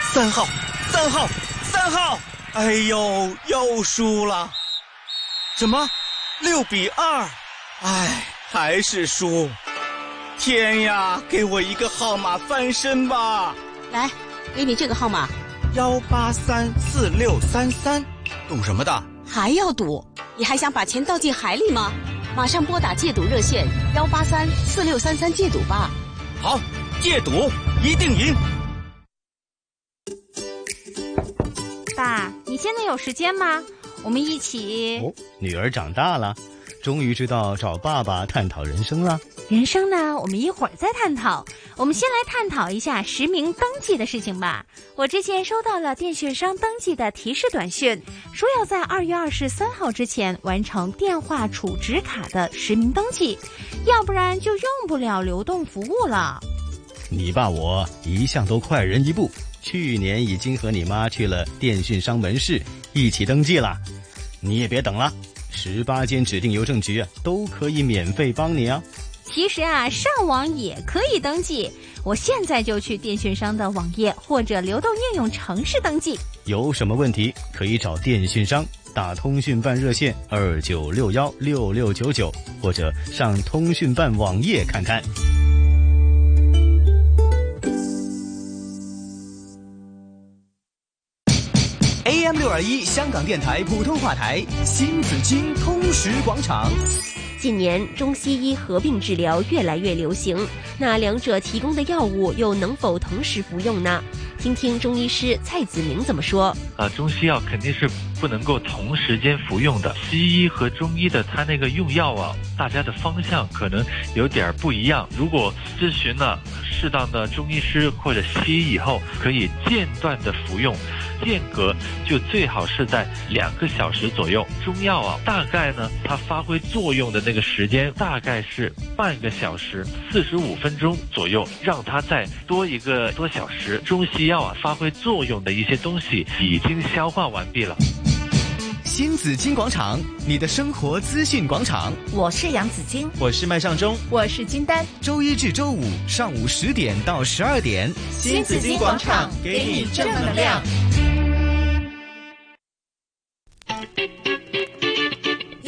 S10: 三号，三号，三号！哎呦，又输了！怎么，六比二？哎，还是输！天呀，给我一个号码翻身吧！
S11: 来，给你这个号码，
S10: 幺八三四六三三，懂什么的？
S11: 还要赌？你还想把钱倒进海里吗？马上拨打戒赌热线幺八三四六三三戒赌吧。
S10: 好，戒赌一定赢！
S12: 爸，你现在有时间吗？我们一起。
S13: 女儿长大了，终于知道找爸爸探讨人生了。
S12: 人生呢，我们一会儿再探讨。我们先来探讨一下实名登记的事情吧。我之前收到了电讯商登记的提示短讯，说要在二月二十三号之前完成电话储值卡的实名登记，要不然就用不了流动服务了。
S13: 你爸我一向都快人一步，去年已经和你妈去了电讯商门市一起登记了。你也别等了，十八间指定邮政局啊都可以免费帮你啊。
S12: 其实啊，上网也可以登记。我现在就去电讯商的网页或者流动应用程式登记。
S13: 有什么问题可以找电讯商，打通讯办热线二九六幺六六九九，或者上通讯办网页看看。
S4: AM 六二一香港电台普通话台，新紫金通识广场。
S14: 近年中西医合并治疗越来越流行，那两者提供的药物又能否同时服用呢？听听中医师蔡子明怎么说。
S15: 呃，中西药肯定是不能够同时间服用的。西医和中医的它那个用药啊，大家的方向可能有点儿不一样。如果咨询了适当的中医师或者西医以后，可以间断的服用，间隔就最好是在两个小时左右。中药啊，大概呢，它发挥作用的那个时间大概是半个小时，四十五分钟左右，让它再多一个多小时。中西药啊，发挥作用的一些东西已经消化完毕了。
S4: 新紫金广场，你的生活资讯广场。
S2: 我是杨子金，
S6: 我是麦尚中，
S16: 我是金丹。
S4: 周一至周五上午十点到十二点，
S16: 新紫金广场给你正能量。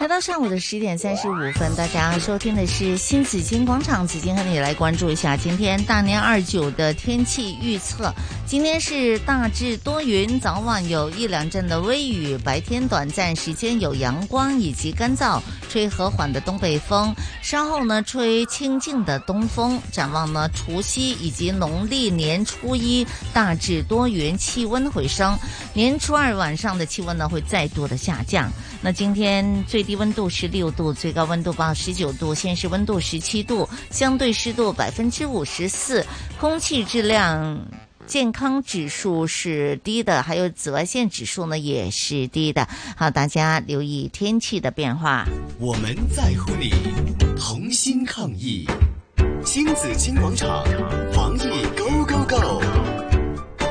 S2: 来到上午的十点三十五分，大家收听的是新紫金广场，紫金和你来关注一下今天大年二九的天气预测。今天是大致多云，早晚有一两阵的微雨，白天短暂时间有阳光以及干燥，吹和缓的东北风，稍后呢吹清劲的东风。展望呢除夕以及农历年初一大致多云，气温回升。年初二晚上的气温呢会再度的下降。那今天最最低温度十六度，最高温度报十九度，现实温度十七度，相对湿度百分之五十四，空气质量。健康指数是低的，还有紫外线指数呢也是低的。好，大家留意天气的变化。
S4: 我们在乎你，同心抗疫。新紫金广场，防疫 Go Go Go。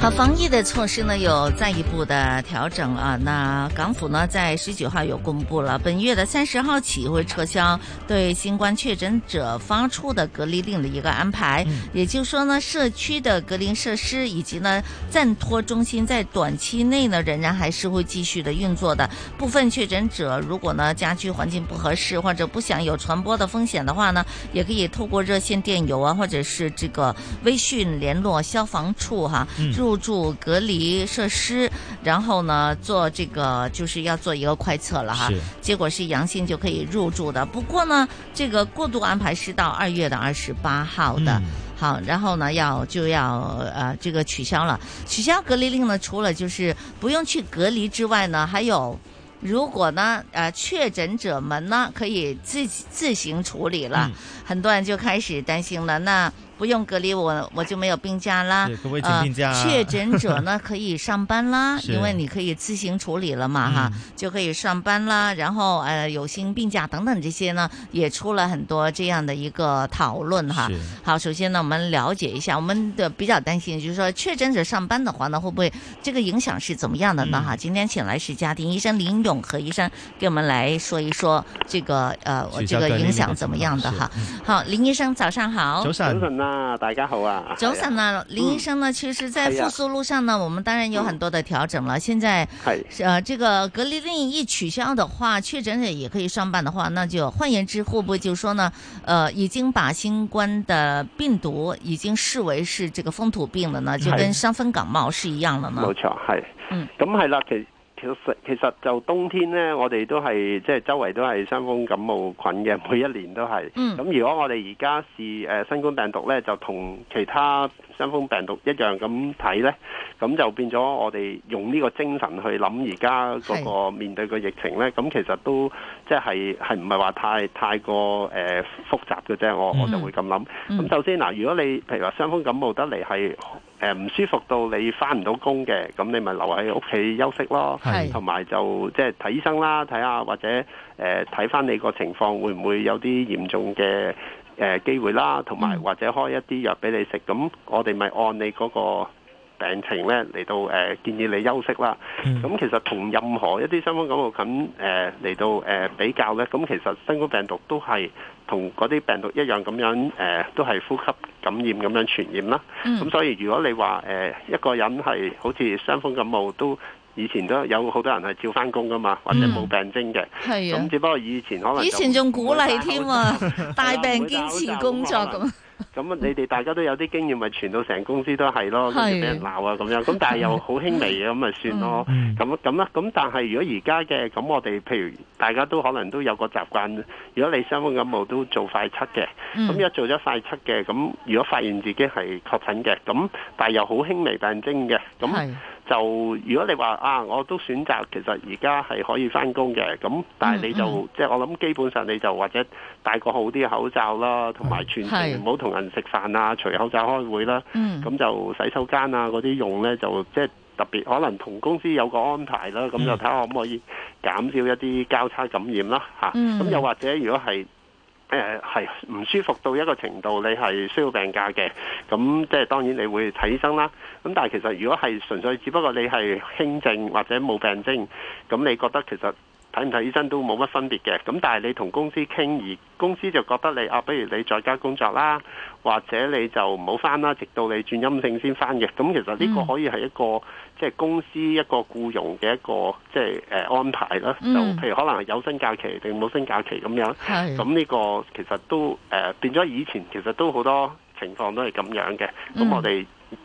S2: 好，防疫的措施呢有再一步的调整啊。那港府呢在十九号有公布了，本月的三十号起会撤销对新冠确诊者发出的隔离令的一个安排。也就是说呢，社区的隔离设施以及呢暂托中心在短期内呢仍然还是会继续的运作的。部分确诊者如果呢家居环境不合适或者不想有传播的风险的话呢，也可以透过热线电邮啊，或者是这个微信联络消防处哈、啊
S17: 嗯
S2: 入住隔离设施，然后呢做这个就是要做一个快测了哈
S17: 是，
S2: 结果是阳性就可以入住的。不过呢，这个过渡安排是到二月的二十八号的。
S17: 嗯
S2: 好，然后呢，要就要呃，这个取消了。取消隔离令呢，除了就是不用去隔离之外呢，还有如果呢，呃，确诊者们呢可以自己自行处理了，
S17: 嗯
S2: 很多人就开始担心了，那不用隔离我我就没有病假啦
S17: 是，可不可以请
S2: 呃
S17: 病假啊
S2: 确诊者呢可以上班啦，
S17: 是嗯
S2: 因为你可以自行处理了嘛哈，就可以上班啦，然后呃有薪病假等等这些呢，也出了很多这样的一个讨论哈
S17: 是。
S2: 好，首先呢我们了解一下，我们的比较担心就是说确诊者上班的话呢，会不会这个影响是怎么样的呢
S17: 嗯
S2: 哈？今天请来是家庭医生林永和医生给我们来说一说这个呃
S18: 取
S2: 这
S18: 消
S2: 个
S18: 隔离
S2: 影
S18: 令
S2: 响
S18: 的
S2: 怎么
S18: 情
S2: 样
S18: 况
S2: 的
S18: 是
S2: 哈。
S17: 嗯
S2: 好，林医生早上好，
S18: 早晨啊，大家好啊！
S2: 早晨啊，林医生呢，其实，在
S18: 係啊
S2: 复苏路上呢，我们当然有很多的调整了。现在
S18: 係
S2: 呃，这个隔离令一取消的话，确诊者也可以上班的话，那就换言之，会不会就说呢，呃，已经把新冠的病毒已经视为是这个风土病了呢？就跟
S18: 係
S2: 伤风感冒是一样的呢？
S18: 冇錯，係。
S2: 嗯，
S18: 咁係啦，其其實其實就冬天呢，我哋都係即係周圍都係傷風感冒菌嘅，每一年都係。
S19: 嗯
S18: 咁如果我哋而家試誒新冠病毒呢，就同其他傷風病毒一樣咁睇呢，咁就變咗我哋用呢個精神去諗而家嗰個面對個疫情呢，咁其實都即係係唔係話太太過誒、呃複雜嘅啫，我我就會咁諗。咁、
S19: 嗯
S18: 首先嗱，如果你譬如話傷風感冒得嚟係誒呃唔舒服到你翻唔到工嘅，咁你咪留喺屋企休息咯
S19: 係，
S18: 同埋就即係睇醫生啦，睇下或者誒睇翻你個情況會唔會有啲嚴重嘅。誒、機會啦，同埋或者開一啲藥俾你食，咁我哋咪按你嗰、個病情咧嚟到誒、呃建議你休息啦。
S2: 嗯
S18: 咁、其實同任何一啲傷風感冒菌誒嚟到誒、呃比較咧，咁其實新冠病毒都係同嗰啲病毒一樣咁樣誒、呃都係呼吸感染咁樣傳染啦。咁、
S19: 嗯
S18: 所以如果你話誒、呃一個人係好似傷風感冒都以前都有好多人係照翻工噶嘛，或者冇病徵嘅。
S2: 嗯係啊
S18: 咁只不過以前可能就
S2: 以前仲鼓勵添啊，大病堅持工作咁。
S18: 咁你哋大家都有啲經驗，咪傳到成公司都係咯，跟住
S2: 係
S18: 俾人鬧啊咁樣。咁但係又好輕微嘅，咁咪算咯。咁啊咁啦，咁但係如果而家嘅，咁我哋譬如大家都可能都有個習慣，如果你傷風感冒都做快測嘅。
S17: 嗯
S18: 咁一做咗快測嘅，咁如果發現自己係確診嘅，咁但係又好輕微病徵嘅，咁。就如果你話啊，我都選擇其實而家係可以翻工嘅，咁但係你就、
S19: 嗯嗯
S18: 即係我諗基本上你就或者戴個好啲嘅口罩啦，同埋全
S19: 係
S18: 程唔好同人食飯啊，除口罩開會啦，咁、
S19: 嗯
S18: 就洗手間啊嗰啲用呢，就即係特別可能同公司有個安排啦，咁
S19: 嗯
S18: 就睇下可唔可以減少一啲交叉感染啦嚇。咁、
S19: 嗯
S18: 又或者如果係誒係唔舒服到一個程度，你係需要病假嘅，咁即係當然你會睇醫生啦。咁但係其實如果係純粹只不過你係輕症或者冇病徵，咁你覺得其實睇唔睇醫生都冇乜分別嘅。咁但係你同公司傾，而公司就覺得你啊，不如你在家工作啦，或者你就唔好翻啦，直到你轉陰性先翻嘅。咁其實
S19: 嗯
S18: 呢個可以係一個即係公司一個僱傭嘅一個即係誒安排啦。就
S19: 嗯
S18: 譬如可能係有薪假期定冇薪假期咁樣。
S19: 係
S18: 咁呢個其實都誒、呃、變咗以前其實都好多情況都係咁樣嘅。
S19: 嗯
S18: 咁我哋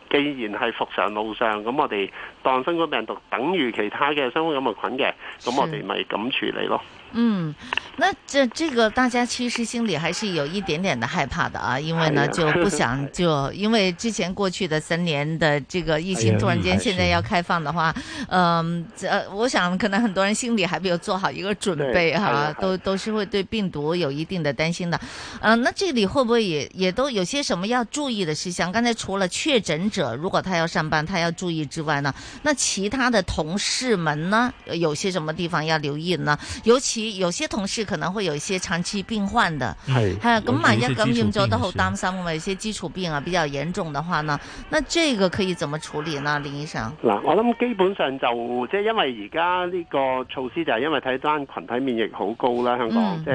S18: 既然係復常路上，咁我哋當新冠病毒等於其他嘅新冠感冒菌嘅，咁我哋咪咁處理咯。
S2: 嗯，那这这个大家其实心里还是有一点点的害怕的啊，因为呢
S19: 哎呀
S2: 就 不想就因为之前过去的三年的这个疫
S19: 哎
S2: 情，
S19: 呀
S2: 突然间
S19: 嗯
S2: 现在要开放的话，嗯，呃，我想可能很多人心里还没有做好一个准备
S19: 对哎
S2: 哈
S19: 呀，
S2: 都都是会对病毒有一定的担心的。嗯、那这里会不会也也都有些什么要注意的事项？刚才除了确诊者如果他要上班，他要注意之外呢，那其他的同事们呢，呃有些什么地方要留意呢？尤其有些同事可能会有一些长期病患的，
S20: 係
S2: 係啊咁萬一
S20: 尤其有
S2: 感
S20: 基
S2: 染
S20: 礎
S2: 咗
S20: 病
S2: 都好
S20: 是
S2: 擔心㗎嘛，有些基礎病啊比較嚴重的話呢，那這個可以怎麼處理呢？林醫生？
S18: 嗱，我諗基本上就即係因為而家呢個措施就係因為睇單群體免疫好高啦，香港
S19: 嗯
S18: 即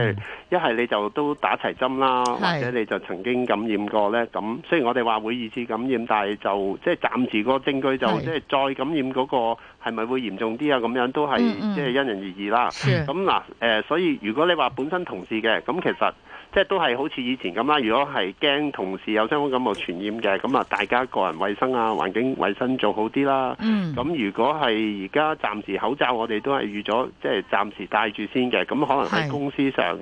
S18: 係一係你就都打齊針啦，
S19: 係
S18: 或者你就曾經感染過呢。咁雖然我哋話會二次感染，但係就即係暫時個證據就
S19: 係
S18: 即係再感染嗰個係咪會嚴重啲啊？咁樣都係
S19: 嗯嗯
S18: 即係因人而異啦。
S19: 是
S18: 咁嗱誒，所以如果你話本身同事嘅，咁其實即係都係好似以前咁啦。如果係驚同事有傷風感冒傳染嘅，咁啊大家個人衞生啊、環境衞生做好啲啦。
S19: 嗯
S18: 咁如果係而家暫時口罩，我哋都係預咗，即係暫時戴住先嘅。咁可能
S19: 係
S18: 喺公司上，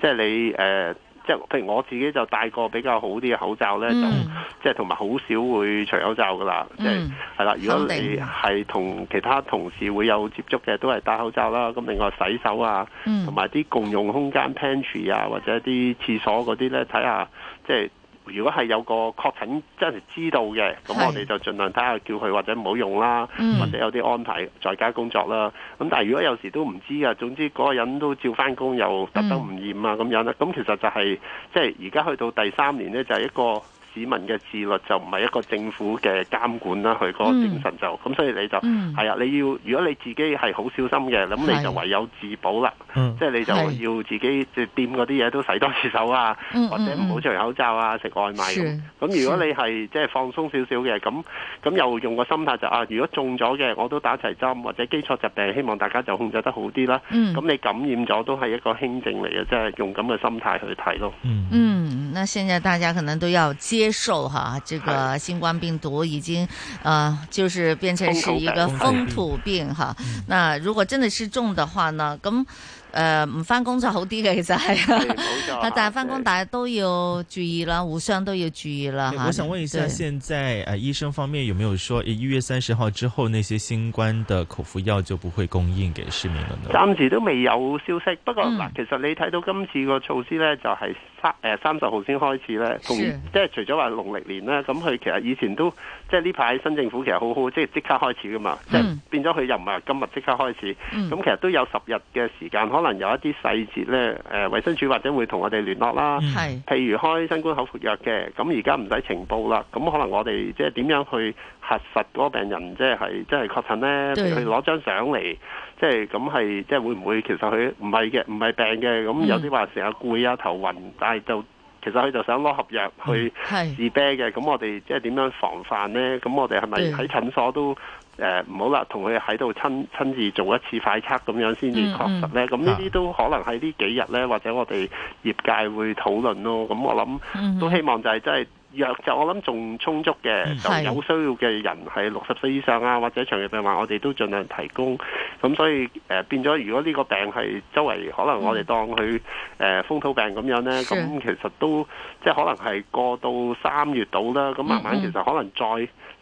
S18: 即係你誒。呃即係譬如我自己就戴個比較好啲嘅口罩咧，
S19: 嗯
S18: 就即係同埋好少會除口罩噶啦，即係
S19: 嗯
S18: 係啦。如果
S19: 肯
S18: 你
S19: 定
S18: 係同其他同事會有接觸嘅，都係戴口罩啦。咁另外洗手啊，
S19: 嗯
S18: 同埋啲共用空間 pantry 啊，或者啲廁所嗰啲咧，睇下即係如果係有個確診真係知道嘅，咁
S19: 係
S18: 我哋就盡量睇下叫佢或者唔好用啦，
S19: 嗯
S18: 或者有啲安排在家工作啦。咁但係如果有時都唔知啊，總之嗰個人都照翻工又特登唔驗
S19: 嗯
S18: 啊咁樣啦。咁其實就係即係而家去到第三年呢，就係、一個。市民嘅自律就唔係一個政府嘅監管啦，佢嗰個
S19: 嗯
S18: 精神就咁，所以你就係、
S19: 嗯
S18: 啊，你要如果你自己係好小心嘅，咁你就
S19: 係
S18: 唯有自保啦。
S19: 嗯
S18: 即係你就
S19: 係
S18: 要自己即係掂嗰啲嘢都洗多次手啊，
S19: 嗯
S18: 或者唔好除口罩啊，食外賣咁
S19: 是。
S18: 咁如果你係即係放鬆少少嘅，咁咁又用個心態就啊，如果中咗嘅我都打齊針，或者基礎疾病，希望大家就控制得好啲啦。咁、
S2: 嗯
S18: 你感染咗都係一個輕症嚟嘅，即係用咁嘅心態去睇咯。
S2: 嗯，那现在大家可能都要接受哈，这个新冠病毒已经呃，就是变成是一个风
S19: 风
S2: 土
S19: 土
S2: 病哈。
S6: 嗯
S2: 那如果真的是中的话呢，咁诶唔翻工就好啲嘅，其實係 啊，但係翻工大家都要注意啦，互相都要注意啦
S6: 哎
S2: 哈。
S6: 我想问一下，
S2: 對
S6: 现在呃医生方面有没有说呃一月三十号之后那些新冠的口服药就不会供应给市民了呢？
S18: 暫時都未有消息，不過嗱、其實你睇到今次個措施咧，就係三誒三十號先開始咧，同
S19: 是
S18: 即係除咗話農曆年咧，咁佢其實以前都即係呢排新政府其實好好，即係即刻開始噶嘛，即
S2: 嗯
S18: 係變咗佢又唔係今日即刻開始，咁、
S19: 嗯
S18: 其實都有十日嘅時間，可能有一啲細節咧，誒、衞生署或者會同我哋聯絡啦，
S19: 嗯
S18: 譬如開新冠口服藥嘅，咁而家唔使情報啦，咁可能我哋即係點樣去核實嗰個病人即係係即係確診咧？
S19: 對
S18: 譬如攞張相嚟。即係咁係，即係會唔會其實佢唔係嘅，唔係病嘅，咁有啲話成日攰啊、頭暈，但係就其實佢就想攞合藥
S19: 嗯
S18: 去
S2: 係
S18: 治啤嘅。咁我哋即係點樣防範呢？咁我哋係咪
S2: 嗯
S18: 喺診所都誒呃唔好啦，同佢喺度親親自做一次快測咁樣先至
S2: 嗯
S18: 確實呢？
S2: 嗯
S18: 咁呢啲都可能喺呢幾日呢，或者我哋業界會討論咯。咁我
S2: 嗯
S18: 諗都希望就係真係。藥就我諗仲充足嘅，就
S2: 嗯係
S18: 有需要嘅人係六十歲以上啊，或者長期病患，我哋都盡量提供。咁所以誒、呃、變咗，如果呢個病係周圍可能
S2: 嗯
S18: 我哋當佢誒、呃、風土病咁樣呢，
S2: 是
S18: 咁其實都即係可能係過到三月度啦，咁慢慢
S2: 嗯
S18: 其
S2: 嗯
S18: 實可能再。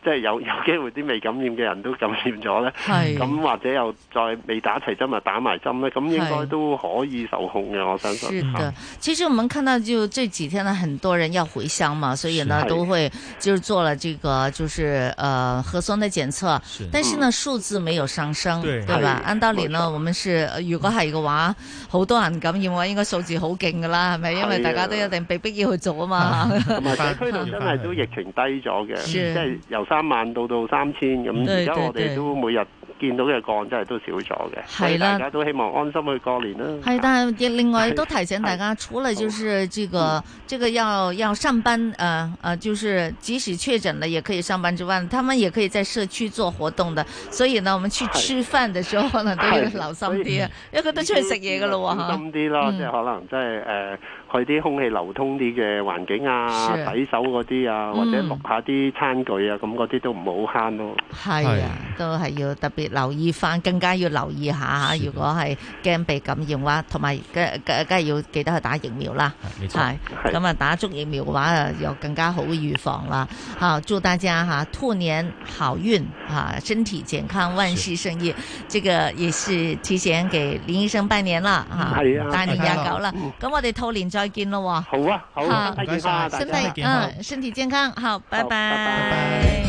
S18: 即係有有 機會啲未感染嘅人都感染咗呢，
S2: 係
S18: 咁或者又再未打齊針咪打埋針呢，咁應該
S2: 係
S18: 都可以受控嘅，我相信。
S2: 是
S6: 嗯
S2: 的，其实我们看到就这几天呢，很多人要回乡嘛，所以呢
S18: 是
S2: 都会就是做了这个就是呃核酸的检测，但是呢数字没有上升，
S17: 对
S2: 吧？
S17: 是
S2: 按道理呢，我们是呃如果係嘅話，好多人感染嘅話，應該數字好勁噶啦，係咪？因為
S18: 係啊
S2: 大家都一定被逼要去做啊 嘛。
S18: 同埋社區度真係都疫情低咗嘅，即
S2: 是嗯
S18: 係由三萬到到三千咁。
S2: 對
S18: 而家我
S2: 對對
S18: 哋都每日見到嘅個案真係都少咗嘅，所以
S2: 係啦
S18: 大家都希望安心去過年啦。
S2: 係，但係另外都提醒大家，除了就是这个这个要要上班，呃呃，就是即使确诊了也可以上班之外，他们也可以在社区做活動的。所以呢，我們去吃飯的時候可能都要
S18: 係
S2: 留心啲啊，因為佢都出去食嘢噶咯
S18: 小
S2: 喎
S18: 心啲啦，
S2: 嗯
S18: 即係可能即係誒去啲空氣流通啲嘅環境啊，
S2: 是
S18: 洗手嗰啲啊，或者
S2: 嗯
S18: 淥下啲餐具啊，咁嗰啲都唔好慳咯。
S2: 吓係啊，都係要特別留意翻，更加要留意下。如果係驚被感染嘅話，同埋嘅嘅梗係要記得去打疫苗啦。
S6: 沒錯
S2: 係咁啊，打足疫苗嘅話，又更加好預防啦。好，祝大家哈兔年好運啊，身體健康，萬事勝意。這個也是提前給林醫生拜年啦吓，
S18: 係啊
S2: 大年廿九啦
S18: 嗯。
S2: 咁我哋兔年再見咯喎。
S18: 好啊，好啊，
S2: 嚇
S18: 大健康啊，大
S2: 身
S18: 家
S2: 體嗯身體健康，好，拜拜。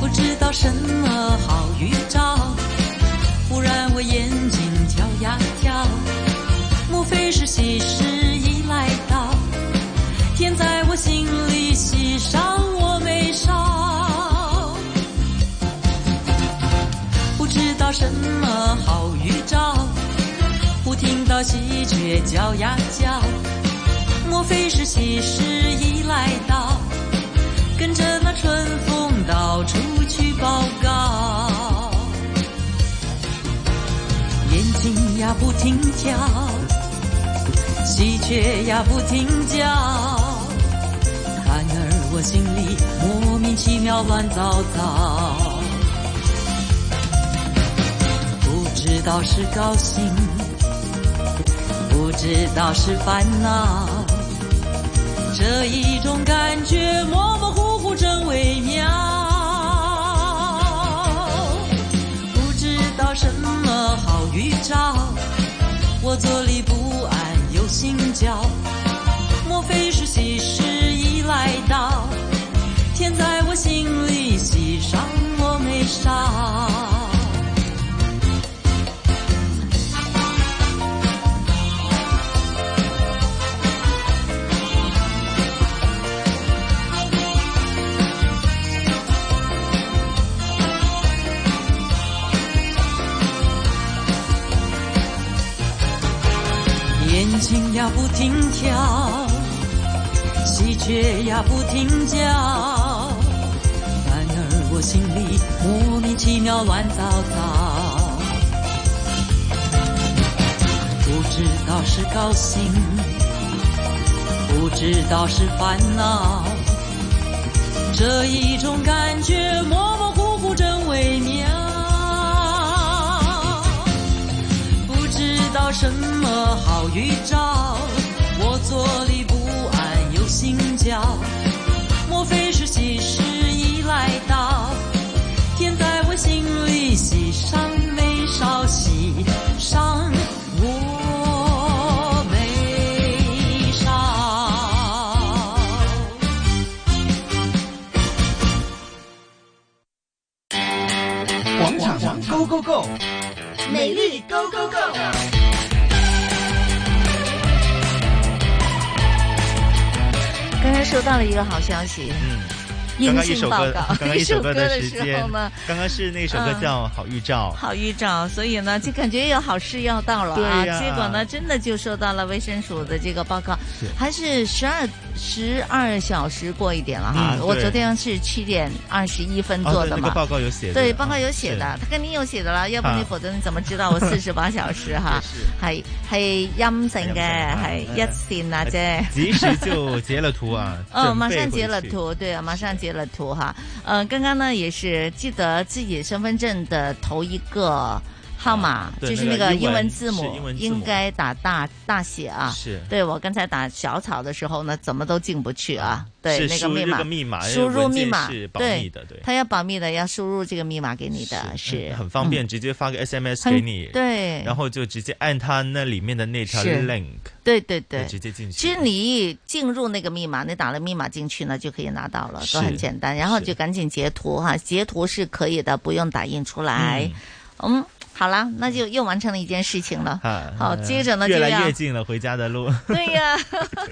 S19: 不知道什么好预兆。忽然我眼睛跳呀跳，莫非是喜事已来到？甜在我心里，喜上我眉梢。不知道什么好预兆，忽听到喜鹊叫呀叫，莫非是喜事已来到？跟着那春风到处去报告。眼睛呀不停跳，喜鹊呀不停叫，看儿我心里莫名其妙乱糟糟。不知道是高兴，不知道是烦恼。这一种感觉模模糊糊真微妙，不知道什么好预兆，我坐立不安又心焦，莫非是喜事已来到，甜在我心里，喜上我眉梢。眼睛呀不停跳，喜鹊呀不停叫，反而我心里莫名其妙乱糟糟。不知道是高兴，不知道是烦恼，这一种感觉模模糊糊真微妙。不知道什么好预兆，我坐立不安又心焦。莫非是喜事已来到？甜在我心里，喜上眉梢，喜上我眉梢。
S4: 广场 Go Go Go，
S16: 美丽 Go Go Go。
S2: 刚才收到了一个好消息，嗯，
S6: 刚刚一
S2: 阴性
S6: 首
S2: 报
S6: 歌，
S2: 告
S6: 刚刚一首歌的
S2: 一
S6: 时
S2: 首歌的时候
S6: 间
S2: 呢，
S6: 刚刚是那首歌
S2: 嗯
S6: 叫《好预兆》。
S2: 好预兆，所以 呢，就感觉有好事要到了啊。
S6: 对呀
S2: 结果呢，真的就收到了卫生署的这个报告
S6: 是，
S2: 还是十二十二小时过一点了哈。
S6: 嗯
S2: 我
S6: 对
S2: 昨天是七点二十一分
S6: 哦
S2: 嗯做
S6: 对
S2: 的
S6: 那
S2: 嘛。
S6: 个报告有写的，
S2: 对，
S6: 啊
S2: 报告有写的，
S6: 是
S2: 他肯定有写的啦，要不
S6: 啊
S2: 你否则你怎么知 道我四十八小时哈？系系阴性嘅，系一線啊啫。，
S6: 呃哎及时就截了图啊
S2: 哦，
S6: 准备
S2: 马上
S6: 回
S2: 截了
S6: 去。
S2: 图，对啊，马上截了图哈。呃，刚刚呢也是记得自己身份证的头一个号码，
S6: 啊对
S2: 就是
S6: 那个
S2: 个
S6: 英
S2: 英
S6: 文
S2: 字
S6: 是
S2: 母，
S6: 英文字
S2: 应
S6: 母
S2: 该打大大写啊。
S6: 是
S2: 对我刚才打小草的时候呢，怎么都进不去啊。对，
S6: 是
S2: 那
S6: 输入
S2: 密
S6: 这
S2: 码，
S6: 个密码因为
S2: 输入
S6: 文
S2: 密
S6: 件
S2: 码
S6: 是保密的对
S2: 他要保密的，要输入这个密码给你的，是嗯
S6: 很方便，直接发个 SMS
S2: 很
S6: 给你，
S2: 对
S6: 然后就直接按它那里面的那条
S2: 是
S6: link，
S2: 对对对，
S6: 就直接进去。
S2: 其实你一进入那个密码，你打了密码进去呢，就可以拿到了，
S6: 是
S2: 都很简单。然后就赶紧截图哈，截图是可以的，不用打印出来。嗯好啦，那就又完成了一件事情了。
S6: 啊
S2: 好
S6: 嗯
S2: 接着呢
S6: 越
S2: 就
S6: 来
S2: 要
S6: 越近了，回家的路。
S2: 对呀、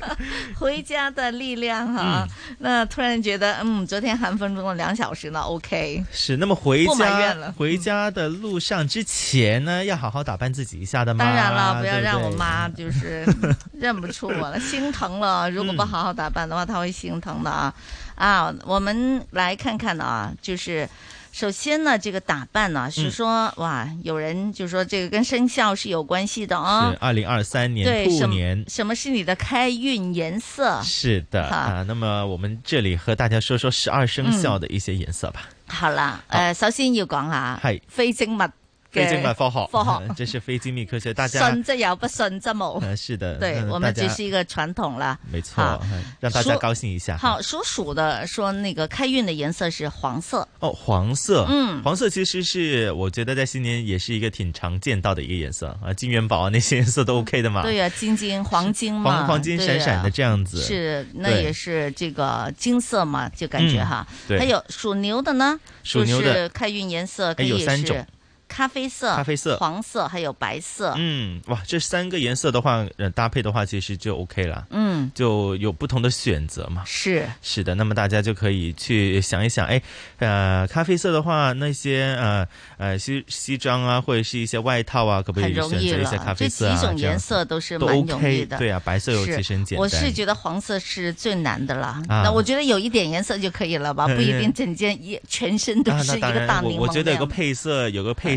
S2: 回家的力量哈。
S6: 嗯
S2: 那突然觉得，嗯，昨天寒风中了两小时呢，OK。
S6: 是，那么回
S2: 不埋
S6: 家
S2: 怨了嗯
S6: 回家的路上之前呢，要好好打扮自己一下的嘛。
S2: 当然了，不要
S6: 对
S2: 让我
S6: 对
S2: 妈就是 认不出我了，心疼了。如果
S6: 嗯
S2: 不好好打扮的话，她会心疼的啊。啊，我们来看看啊，就是首先呢，这个打扮呢是
S6: 嗯
S2: 说、哇，有人就说这个跟生肖是有关系的啊
S6: 是。二零二三年
S2: 对，
S6: 兔
S2: 什么
S6: 年。
S2: 什么是你的开运颜色？
S6: 是的
S2: 哈
S6: 啊，那么我们这里和大家说说十二生肖的一些颜色吧。
S2: 好啦，诶、首先要講下
S6: 係
S2: 非精密
S6: 非精密科學，
S2: 科學
S6: 这是非精密科学，大 家
S2: 信則有，不信則無。
S6: 呃是的，
S2: 对
S6: 嗯
S2: 我们
S6: 大家
S2: 只是一个传统啦。
S6: 没错
S2: 好，
S6: 嗯让大家
S2: 说
S6: 高兴一下。
S2: 好，属鼠的说那个开运的颜色是黄色。
S6: 哦，黄色，
S2: 嗯
S6: 黄色其实是我觉得在新年也是一个挺常见到的一个颜色啊，金元宝啊那些颜色都 OK 的嘛。
S2: 对呀、金金黄金嘛，
S6: 黄黄金闪闪的这样子
S2: 对呀是那
S6: 对
S2: 也是这个金色嘛，就感觉哈。
S6: 嗯对
S2: 还有属牛的呢，
S6: 属牛的
S2: 就是开运颜色可
S6: 哎
S2: 以
S6: 有三
S2: 是
S6: 种
S2: 咖啡色、
S6: 咖啡色
S2: 黄色还有白色。
S6: 嗯，哇，这三个颜色的话，呃，搭配的话，其实就 OK 了。
S2: 嗯
S6: 就有不同的选择嘛。
S2: 是
S6: 是的，那么大家就可以去想一想，哎，呃，咖啡色的话，那些呃呃西西装啊，或者是一些外套啊，可不可
S2: 很
S6: 以选
S2: 容
S6: 择
S2: 易
S6: 一
S2: 了
S6: 些咖，啡色啊？
S2: 这几种
S6: 样
S2: 颜色都是
S6: 都
S2: 蛮容
S6: OK
S2: 易的。
S6: 对啊，白色尤其是很简单。
S2: 我是觉得黄色是最难的啦，
S6: 啊
S2: 那我觉得有一点颜色就可以了吧，
S6: 嗯
S2: 不一定整件一全身都
S6: 啊，
S2: 是
S6: 那
S2: 一
S6: 当
S2: 个
S6: 然，
S2: 大
S6: 我
S2: 柠
S6: 我
S2: 檬
S6: 觉
S2: 那
S6: 得有
S2: 样哎
S6: 个。配色，有个配饰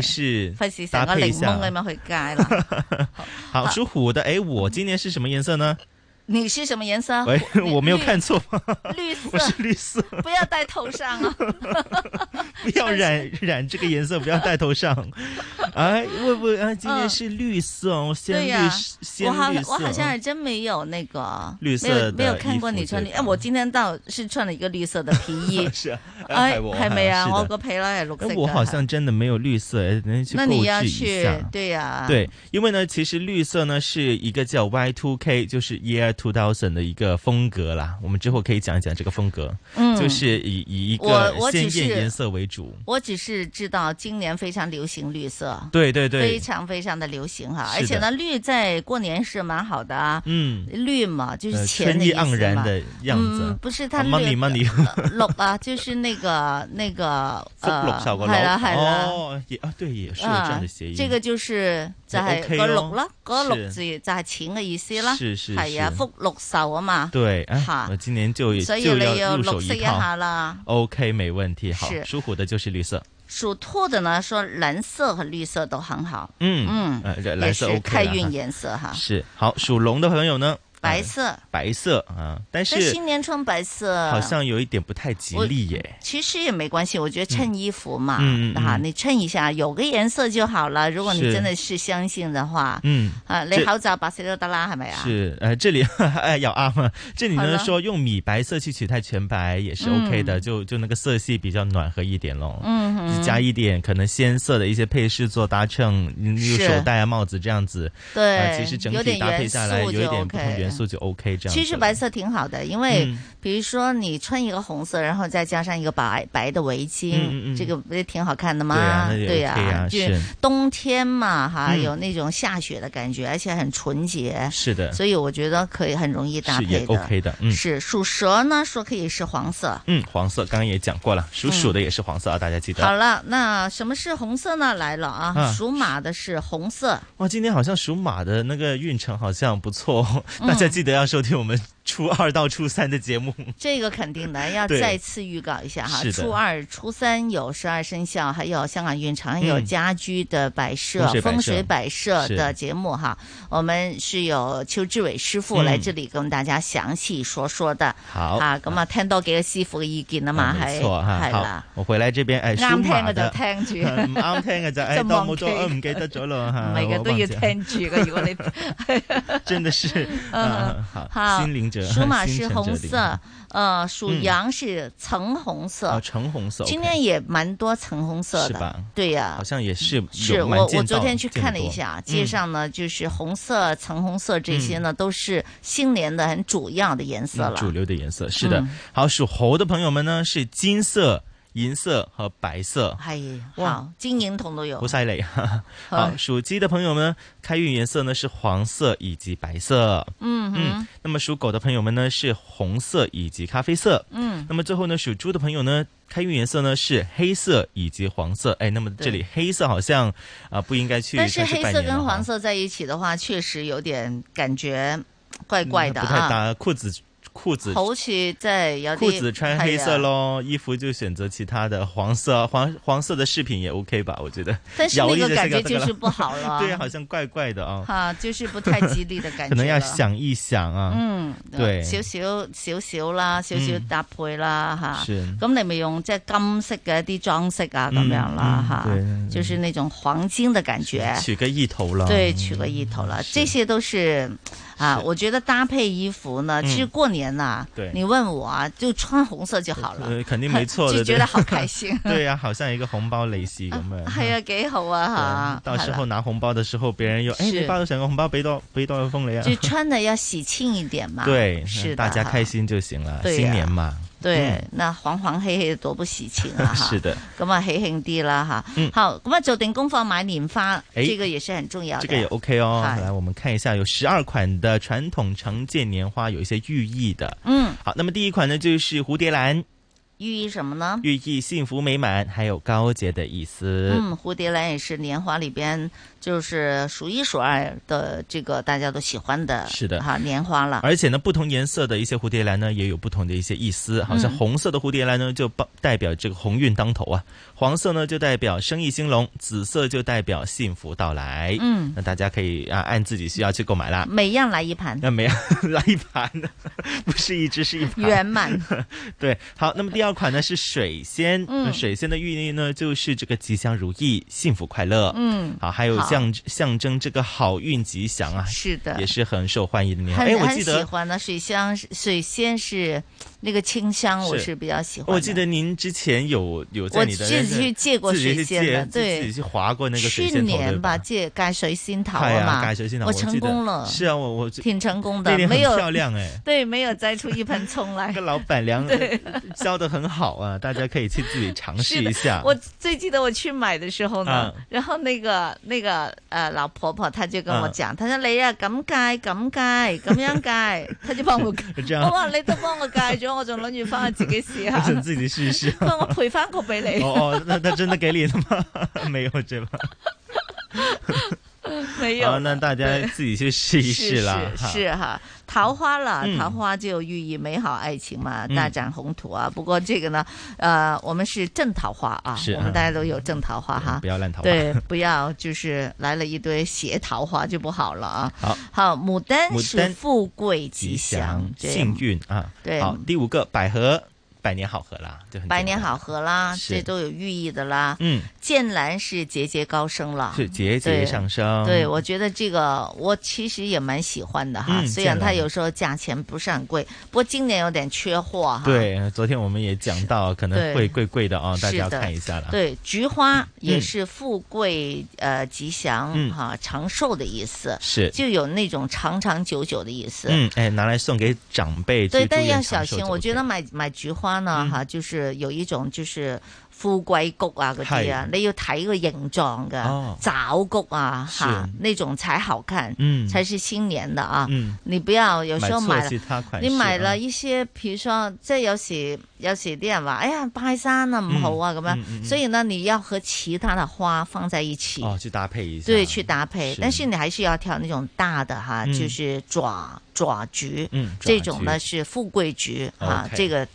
S2: 费事成
S6: 搭
S2: 個
S6: 配一
S2: 檸檬咁
S6: 下。啊
S2: 樣去街啦。
S6: 好，属虎的，哎，我
S2: 嗯
S6: 今年是什么颜色呢？
S2: 你是什麼顏色？
S6: 喂，
S2: 綠
S6: 我没有看错吗？
S2: 綠色，
S6: 我是绿色，
S2: 不要戴頭上 啊！
S6: 不要染染这个颜色，不要戴头 上。哎，会不会啊？今年是绿色哦，
S2: 嗯
S6: 鲜
S2: 对
S6: 绿
S2: 呀、
S6: 鲜
S2: 我好
S6: 绿色。哦哎
S2: 我好像还真沒有那個
S6: 綠色
S2: 沒有沒有
S6: 的
S2: 看
S6: 衣
S2: 過
S6: 服
S2: 你穿
S6: 最
S2: 哎、我今天到是穿了一個綠色的皮衣，
S6: 是
S2: 哎
S6: 係喎
S2: 係咪啊？
S6: 係啊
S2: 我
S6: 是的
S2: 個皮褸係綠色
S6: 哎，
S2: 嘅。
S6: 我好像真的没有绿色，哎，能去
S2: 那
S6: 购
S2: 你要
S6: 置一
S2: 去
S6: 下。
S2: 對呀、
S6: 对，因为呢，其实绿色呢是一个叫 Y Two K，就是 Year Two Thousand 的一个风格啦。我们之后可以讲一讲这个风格，
S2: 嗯
S6: 就是以以一个
S2: 我我
S6: 鲜
S2: 只
S6: 艳
S2: 是
S6: 颜色为主。
S2: 我只是知道今年非常流行绿色，
S6: 对对对
S2: 非常非常的流行哈，
S6: 是的
S2: 而且呢，绿在过年是蛮好的啊，
S6: 嗯
S2: 绿嘛就是
S6: 呃
S2: 钱
S6: 春
S2: 的
S6: 意
S2: 思嘛
S6: 盎然的样子
S2: 嗯，不是它
S6: 啊
S2: 绿
S6: ，money money，
S2: 绿啊，就是那个那个
S6: 福
S2: 呃，
S6: 禄 壽個
S2: 系啦
S6: 禄
S2: 系啦，
S6: 哦，也啊对，也是有这
S2: 啊
S6: 样的谐音。
S2: 这个就是就
S6: 也
S2: 係
S6: OK
S2: 個
S6: 咯
S2: 綠啦，嗰個綠
S6: 是
S2: 字就係錢嘅意思啦，
S6: 是是
S2: 係啊，
S6: 是
S2: 福祿壽啊嘛，
S6: 对，哎
S2: 哈，
S6: 我今年就
S2: 所以
S6: 就
S2: 你要
S6: 入手
S2: 綠色一
S6: 套
S2: 下啦
S6: OK，没问题。好，
S2: 是
S6: 属虎的就是绿色。
S2: 属兔的呢，说蓝色和绿色都很好，
S6: 嗯
S2: 嗯，
S6: 呃，蓝色
S2: 也
S6: OK
S2: 是开
S6: 了哈
S2: 运颜色哈，
S6: 是好，属龙的朋友呢，呃
S2: 白色。
S6: 白色啊，但
S2: 但
S6: 是
S2: 新年穿白色
S6: 好像有一点不太吉
S2: 我
S6: 利耶。
S2: 其实也没关系，我觉得衬衣服嘛，
S6: 嗯嗯嗯
S2: 哈，你衬一下，有个颜色就好了。如果你
S6: 是
S2: 真的是相信的话，
S6: 嗯
S2: 啊，
S6: 这
S2: 你口罩白色都得啦，系咪啊？
S6: 是，呃，这里 哎要啊嘛，这里
S2: 好
S6: 呢
S2: 了
S6: 说用米白色去取代全白也是 OK 的，
S2: 嗯
S6: 就就那个色系比较暖和一点咯，
S2: 嗯哼
S6: 加一点可能鲜色的一些配饰做搭衬，嗯用
S2: 是
S6: 手带啊、帽子这样子，
S2: 对
S6: 呃其实整
S2: 有
S6: 体
S2: 点
S6: 搭配
S2: 元
S6: 下来
S2: 素
S6: 有一
S2: 就
S6: 点不同
S2: OK
S6: 元元素就 OK 这样子。
S2: 其实白色挺好的，因为
S6: 嗯
S2: 比如说你穿一个红色，然后再加上一个白白的围巾，
S6: 嗯嗯嗯
S2: 这个不是挺好看的吗？
S6: 对啊那也
S2: 对呀、
S6: OK 啊
S2: 就是冬天嘛，哈，
S6: 嗯
S2: 有那种下雪的感觉，而且很纯洁。
S6: 是的
S2: 所以我觉得可以很容易搭
S6: 是也
S2: 配的。
S6: OK 的，嗯，
S2: 是属蛇呢，说可以是黄色。
S6: 嗯，黄色刚刚也讲过了，属鼠的也是黄色啊，大家记
S2: 嗯
S6: 得。
S2: 好，了，那什么是红色呢？来了啊，
S6: 啊
S2: 属马的是红色。
S6: 哇，今天好像属马的那个运程好像不错哦，
S2: 嗯
S6: 大家记得要收听我们初二到初三的节目。
S2: 这个肯定的，要
S6: 对
S2: 再次预告一下哈。
S6: 是的
S2: 初二、初三有十二生肖，还有香港运程，还有
S6: 嗯
S2: 家居的摆设、
S6: 风水摆设
S2: 风水摆设
S6: 是
S2: 的节目哈。我们是有邱志伟师傅
S6: 嗯
S2: 来这里跟大家详细说说的。
S6: 好
S2: 啊，咁啊，聽多幾個師傅嘅意見啊嘛，係
S6: 没错哈，
S2: 係
S6: 好
S2: 啦。，
S6: 我回来这边哎，
S2: 啱
S6: 属
S2: 聽
S6: 马
S2: 嘅
S6: 的
S2: 就聽住，
S6: 唔啱聽嘅就哎，
S2: 就忘
S6: 當冇
S2: 記
S6: 咗，啊唔記得咗 咯
S2: 唔
S6: 吓，
S2: 係嘅
S6: 我
S2: 都要
S6: 忘記了
S2: 聽住嘅。如果你
S6: 真 的是，嗯，好，
S2: 好
S6: 心灵者，
S2: 属 马
S6: 心
S2: 是
S6: 诚者
S2: 红
S6: 灵
S2: 色，呃，属
S6: 嗯
S2: 羊是橙红
S6: 啊，
S2: 色。
S6: 橙红色，
S2: 今
S6: OK
S2: 天也蛮多橙红色
S6: 是吧
S2: 的，对呀、
S6: 好像也是
S2: 是
S6: 有蛮
S2: 我
S6: 见
S2: 我昨
S6: 到
S2: 天去
S6: 见
S2: 看了
S6: 多
S2: 一下，
S6: 嗯
S2: 街上呢就是红色、橙红色这些呢，都是新年的很主要的颜色
S6: 嗯
S2: 了。
S6: 主流的颜色是的
S2: 嗯。
S6: 好，属猴的朋友们呢是金色、银色和白色，
S2: 哎，好，金银铜都有
S6: 好。犀 利。好，属鸡的朋友们开运颜色呢是黄色以及白色。
S2: 嗯哼，
S6: 那么属狗的朋友们呢是红色以及咖啡色。
S2: 嗯
S6: 那么最后呢，属猪的朋友呢，开运颜色呢是黑色以及黄色。哎，那么这里
S2: 对
S6: 黑色好像啊、不应该去
S2: 但是
S6: 上去
S2: 黑
S6: 拜
S2: 色
S6: 年了
S2: 跟
S6: 哈
S2: 黄色在一起的话，确实有点感觉怪怪的
S6: 嗯不太
S2: 啊。
S6: 搭，裤子裤子
S2: 好似即係有啲
S6: 裤子穿黑
S2: 係
S6: 色
S2: 啊
S6: 咯，衣服就选择其他的黄色，黄黄色的饰品也 OK 吧？我觉得。
S2: 但是那
S6: 摇一下
S2: 个
S6: 这
S2: 感觉
S6: 这个
S2: 就是不好了，
S6: 对啊，好像怪怪的啊。
S2: 哈，就是不太吉利的感觉。
S6: 可能要想一想啊。
S2: 嗯，
S6: 对。
S2: 少少少少啦，少少
S6: 嗯
S2: 搭配啦吓
S6: 是。
S2: 咁你咪用即係金色嘅一啲裝飾啊咁
S6: 嗯
S2: 樣啦
S6: 嗯
S2: 哈，
S6: 对
S2: 就是那種黃金的感覺。
S6: 取个意头了。
S2: 对，取个意头了，这些都是啊，我觉得搭配衣服呢，
S6: 嗯
S2: 其实过年呐，
S6: 对
S2: 你问我啊，就穿红色就好 了，
S6: 呃，肯定没错的，
S2: 就觉
S6: 对。
S2: 得好开心
S6: 对呀、好像一个红包利是咁样。
S2: 系啊，幾好啊吓，
S6: 到时候
S2: 係啦
S6: 拿红包的时候，别人又哎，
S2: 是
S6: 你包到成个红包，俾多俾多封你啊。
S2: 就穿的要喜庆一点 嘛，
S6: 对，
S2: 是的
S6: 大家
S2: 哈
S6: 开心嗯就行了，
S2: 对呀
S6: 新年嘛。
S2: 对，那黃黃黑黑多不喜慶 啊哈，
S6: 是的，
S2: 咁啊喜慶啲啦
S6: 嗯
S2: 吓，好，咁啊做定功課買年花，
S6: 哎
S2: 这個也是很重要的，
S6: 这个也 OK 哦。
S2: 嗨
S6: 来，我们看一下，有十二款的传统常见年花，有一些寓意的。
S2: 嗯，
S6: 好，那么第一款呢就是蝴蝶兰，
S2: 寓意什么呢？
S6: 寓意幸福美满，还有高洁的意思。
S2: 嗯，蝴蝶兰也是年花里边就是数一数二的，这个大家都喜欢的，
S6: 是的哎
S2: 哈，年花了。
S6: 而且呢，不同颜色的一些蝴蝶兰呢，也有不同的一些意思。好像
S2: 嗯
S6: 红色的蝴蝶兰呢，就代代表这个鸿运当头啊；黄色呢，就代表生意兴隆；紫色就代表幸福到来。
S2: 嗯
S6: 那大家可以啊，按自己需要去购买啦。
S2: 每样来一 盘，
S6: 那没有来一盘，不是一只，是一盘。
S2: 圆满。
S6: 对，好，那么第二款呢是水仙，
S2: 嗯
S6: 那水仙的寓意呢就是这个吉祥如意、幸福快乐，
S2: 嗯
S6: 好，还有
S2: 好
S6: 象象征这个好运吉祥啊，
S2: 是的
S6: 也是很受欢迎的年花。哎，
S2: 很
S6: 我
S2: 很
S6: 记
S2: 喜
S6: 得。
S2: 欢的水香水仙是那个清香，我
S6: 是
S2: 是比较喜欢的。
S6: 我记得您之前有有在
S2: 我
S6: 你的
S2: 自己
S6: 那个
S2: 去借过
S6: 自己
S2: 水
S6: 去
S2: 仙
S6: 借
S2: 的对
S6: 自己去划过那个水
S2: 去
S6: 仙头，对
S2: 年吧，
S6: 吧？
S2: 借改水仙头
S6: 哎呀
S2: 嘛，
S6: 改水仙头
S2: 我
S6: 我记
S2: 成
S6: 得
S2: 功了，
S6: 是啊，我我
S2: 挺 成功
S6: 那
S2: 的，
S6: 天很
S2: 没有
S6: 漂亮哎
S2: 对，没有摘出一盆葱来。
S6: 跟老板娘
S2: 对
S6: 教的很好啊，大家可以去自己尝 试
S2: 是
S6: 一
S2: 的
S6: 下。
S2: 我最记得我去买的时候呢，
S6: 嗯
S2: 然后那个那个呃老婆婆她就跟我
S6: 嗯
S2: 讲，她说你啊咁戒咁戒咁样戒， 她就幫我戒。
S6: 这
S2: 我
S6: 样，
S2: 話你都幫我戒咗，我仲諗住翻去自己試下。
S6: 想自己试一试。
S2: 佢話 我賠翻個俾你。
S6: 哦哦，那他真的给你了吗？ 没有 对吧？
S2: 没有
S6: 哦好，
S2: 了。
S6: 那大家
S2: 对
S6: 自己去试一试
S2: 是
S6: 啦。哈
S2: 是啊是哈，桃花了，
S6: 嗯
S2: 桃花就寓意美好爱情嘛，
S6: 嗯
S2: 大展宏图啊。不过这个呢，呃，我们是正桃花啊，
S6: 是
S2: 我们
S6: 嗯
S2: 大家都有正桃花哈，
S6: 不要烂桃花
S2: 对，不要就是来了一堆邪桃花就不好了啊。
S6: 好，
S2: 好，牡丹
S6: 牡
S2: 是
S6: 丹
S2: 富贵
S6: 吉
S2: 祥，对
S6: 幸运啊。
S2: 对
S6: 好，第五个百合。百年好合啦，就很
S2: 百年好合啦，这都有寓意的啦。
S6: 嗯，
S2: 剑兰是节节高升了，
S6: 是节节上升。
S2: 啊对，我觉得这个我其实也蛮喜欢的哈，
S6: 嗯
S2: 虽然它
S6: 剑兰
S2: 有时候价钱不是很贵，不过今年有点缺货哈。
S6: 对，昨天我们也讲到，可能
S2: 对
S6: 会贵贵的啊、大
S2: 是
S6: 家要
S2: 的
S6: 看一下了。，
S2: 对，菊花也
S6: 嗯
S2: 是富贵、呃吉祥
S6: 嗯
S2: 哈、长寿的意思，
S6: 是
S2: 就有那种长长久久的意思。
S6: 嗯，哎，拿来送给长辈去
S2: 对，但
S6: 祝愿
S2: 要
S6: 长
S2: 小
S6: 寿
S2: 心。
S6: 就
S2: 我
S6: OK
S2: 觉得买买菊花呢，
S6: 嗯
S2: 吓、就是有一種就是富貴菊啊嗰啲啊，
S6: 係
S2: 你要睇個形狀嘅，
S6: 哦
S2: 爪菊啊
S6: 是
S2: 吓，那種才好看，
S6: 嗯
S2: 才是新年的啊。
S6: 嗯
S2: 你不要有時候
S6: 買
S2: 買
S6: 錯其他款
S2: 你
S6: 式
S2: 買
S6: 啊
S2: 了一些，譬如說，即係有時有時啲人話，哎呀拜山啊唔好啊咁樣，
S6: 嗯嗯嗯
S2: 所以呢你要和其他的花放在一起。
S6: 哦，去搭配一下。
S2: 对，去搭配，
S6: 是
S2: 但是你还是要挑那种大的哈，
S6: 嗯
S2: 就是爪爪菊，
S6: 嗯爪
S2: 这种呢
S6: 菊
S2: 是富贵菊啊
S6: OK，
S2: 这个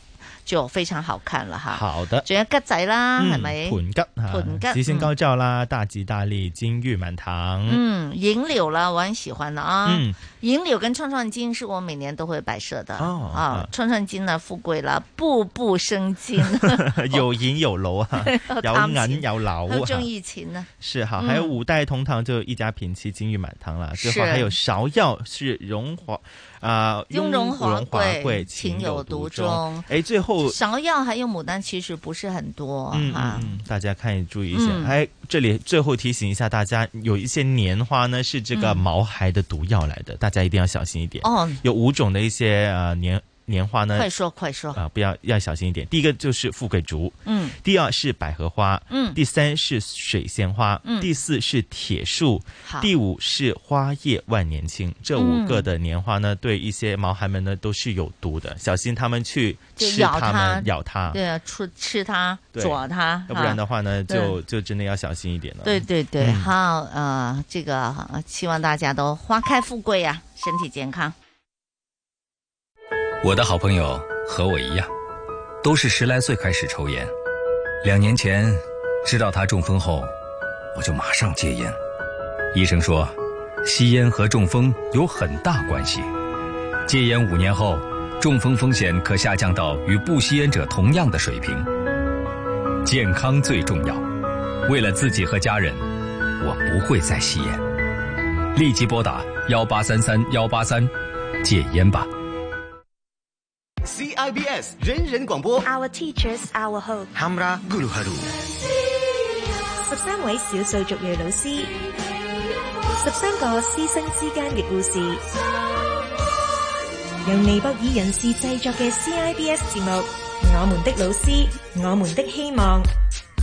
S2: 就非常好看了哈。
S6: 好的。
S2: 仲有桔仔啦，
S6: 嗯
S2: 系咪？
S6: 盆吉啊
S2: 盆吉
S6: 吉星
S2: 嗯
S6: 高照啦，大吉大利，金玉满堂。
S2: 嗯，银柳啦，我很喜欢的啊。
S6: 嗯，
S2: 银柳跟串串金是我每年都会摆设的
S6: 哦
S2: 啊
S6: 啊。
S2: 串串金呢，富贵啦，步步升 金，
S6: 有银有楼啊
S2: 好，贪
S6: 有银有 楼
S2: 好
S6: 啊。
S2: 中意钱呢。
S6: 是哈，
S2: 嗯
S6: 还有五代同堂就一家品齐，金玉满堂啦。
S2: 是
S6: 最后还有芍药是荣华啊，
S2: 雍
S6: 容
S2: 容华
S6: 华
S2: 贵
S6: 情
S2: 情有独
S6: 独
S2: 钟
S6: 哎，最后
S2: 芍药还有牡丹其实不是很多
S6: 嗯
S2: 哈
S6: 嗯。嗯，大家看注意一下。
S2: 嗯
S6: 哎，这里最后提醒一下大家，有一些年花呢是这个
S2: 嗯
S6: 毛孩的毒药来的，大家一定要小心一点。
S2: 哦
S6: 有五种的一些呃年年花呢，
S2: 快说快说
S6: 啊、不要要小心一点。第一个就是富贵竹，
S2: 嗯
S6: 第二是百合花，
S2: 嗯
S6: 第三是水仙花，
S2: 嗯
S6: 第四是铁树
S2: 好，
S6: 第五是花叶万年青。这五个
S2: 嗯
S6: 的年花呢，对一些毛孩们呢都是有毒的，小心他们去
S2: 就
S6: 吃
S2: 咬
S6: 它们，咬它，
S2: 对啊，吃吃它，
S6: 对
S2: 啄它，
S6: 要不然的
S2: 啊
S6: 话呢，
S2: 对
S6: 就就真的要小心一点了。
S2: 对对对，
S6: 嗯
S2: 好，呃，这个呃希望大家都花开富贵呀、身体健康。
S17: 我的好朋友和我一样，都是十来岁开始抽烟。两年前知道他中风后，我就马上戒烟。医生说，吸烟和中风有很大关系。戒烟五年后，中风风险可下降到与不吸烟者同样的水平。健康最重要，为了自己和家人，我不会再吸烟。立即拨打幺八三三幺八三，戒烟吧。
S4: CIBS 人人广播
S20: ，Our teachers, our hope。
S4: Hamra Guru Haru。
S20: 十三位少數族裔老師，十三個師生之間嘅故事，由尼泊爾人士製作嘅 CIBS 節目《我們的老師，我們的希望》。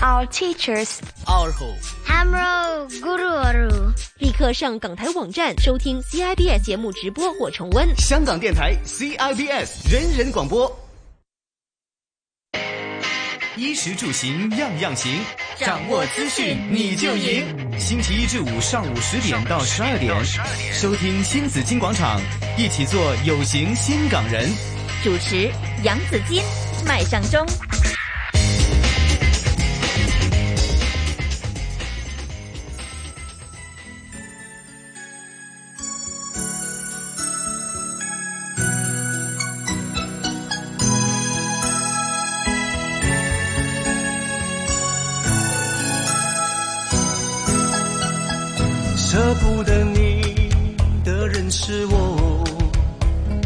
S20: Our teachers, our hope.
S14: Hamro Guru，立刻上港台网站收听 CIBS 节目直播或重温。
S4: 香港电台 CIBS 人人广播，衣食住行样样行，掌握资讯你就赢。星期一至五上午十点到十二点，收听新紫金广场，一起做有型新港人。
S14: 主持杨子金，麦上中。
S16: 舍不得你的人是我，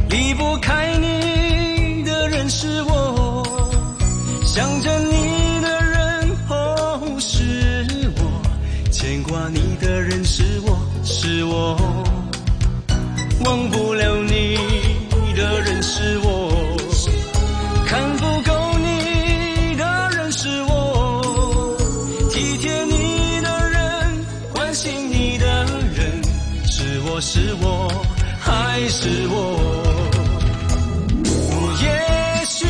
S16: 离不开你的人是我，想着你的人哦是我，牵挂你的人是我是我，忘不了你的人是我，看不够你的人是我，体贴你的人。关心你的人是我是我还是我？我也许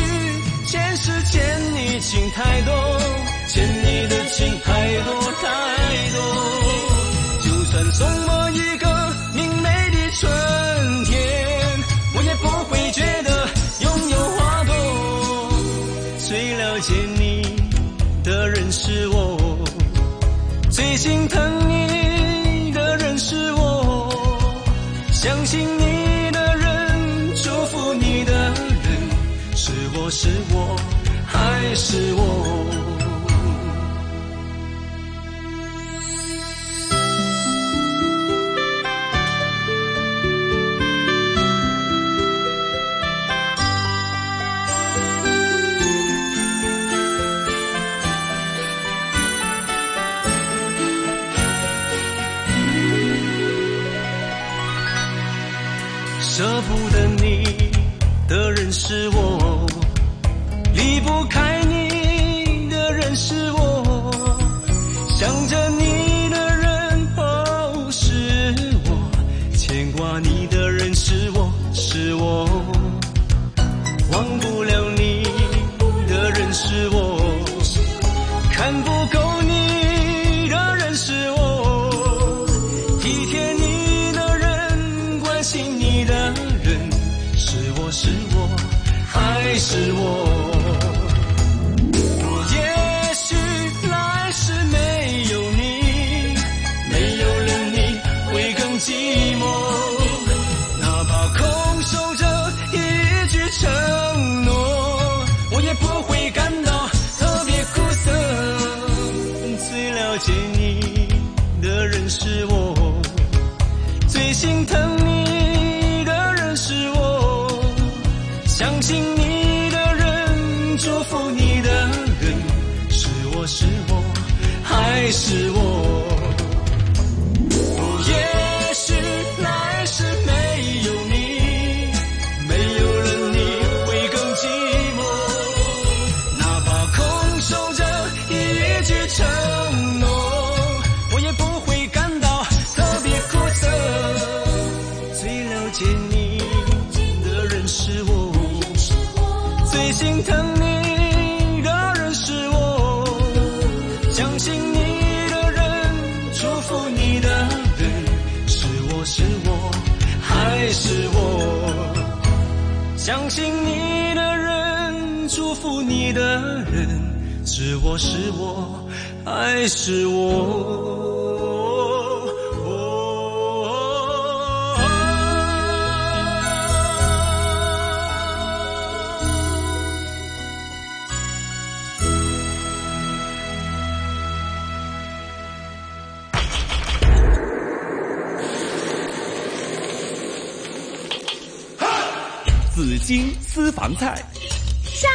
S16: 前世欠你情太多，欠你的情太多太多。就算送我一个明媚的春天，我也不会觉得拥有花朵。最了解你的人是我。最心疼你的人是我，相信你的人舍不得你的人是我，离不开你的人是我，想着你的人哦是我，牵挂你的人是我是我，忘不了你的人是我，看不够你的人是我，体贴你的人，关心你的人，是我是我，还是我？也许来世没有你，没有了你会更寂寞。哪怕空守着一句承诺，我也不会感到特别苦涩。最了解你的人是我，最心疼你的人是我，相信你的人，祝福你的人，是我是我，还是我？也许来世没有你，没有了你会更寂寞。哪怕空守着一句承诺，我也不会感到特别苦涩。最了解你的人是我，最心疼你的人是我，相信你的人，祝福你的人。是我是我还是我？相信你的人，祝福你的人，是我是我还是我？
S1: 紫金私房菜。
S10: 上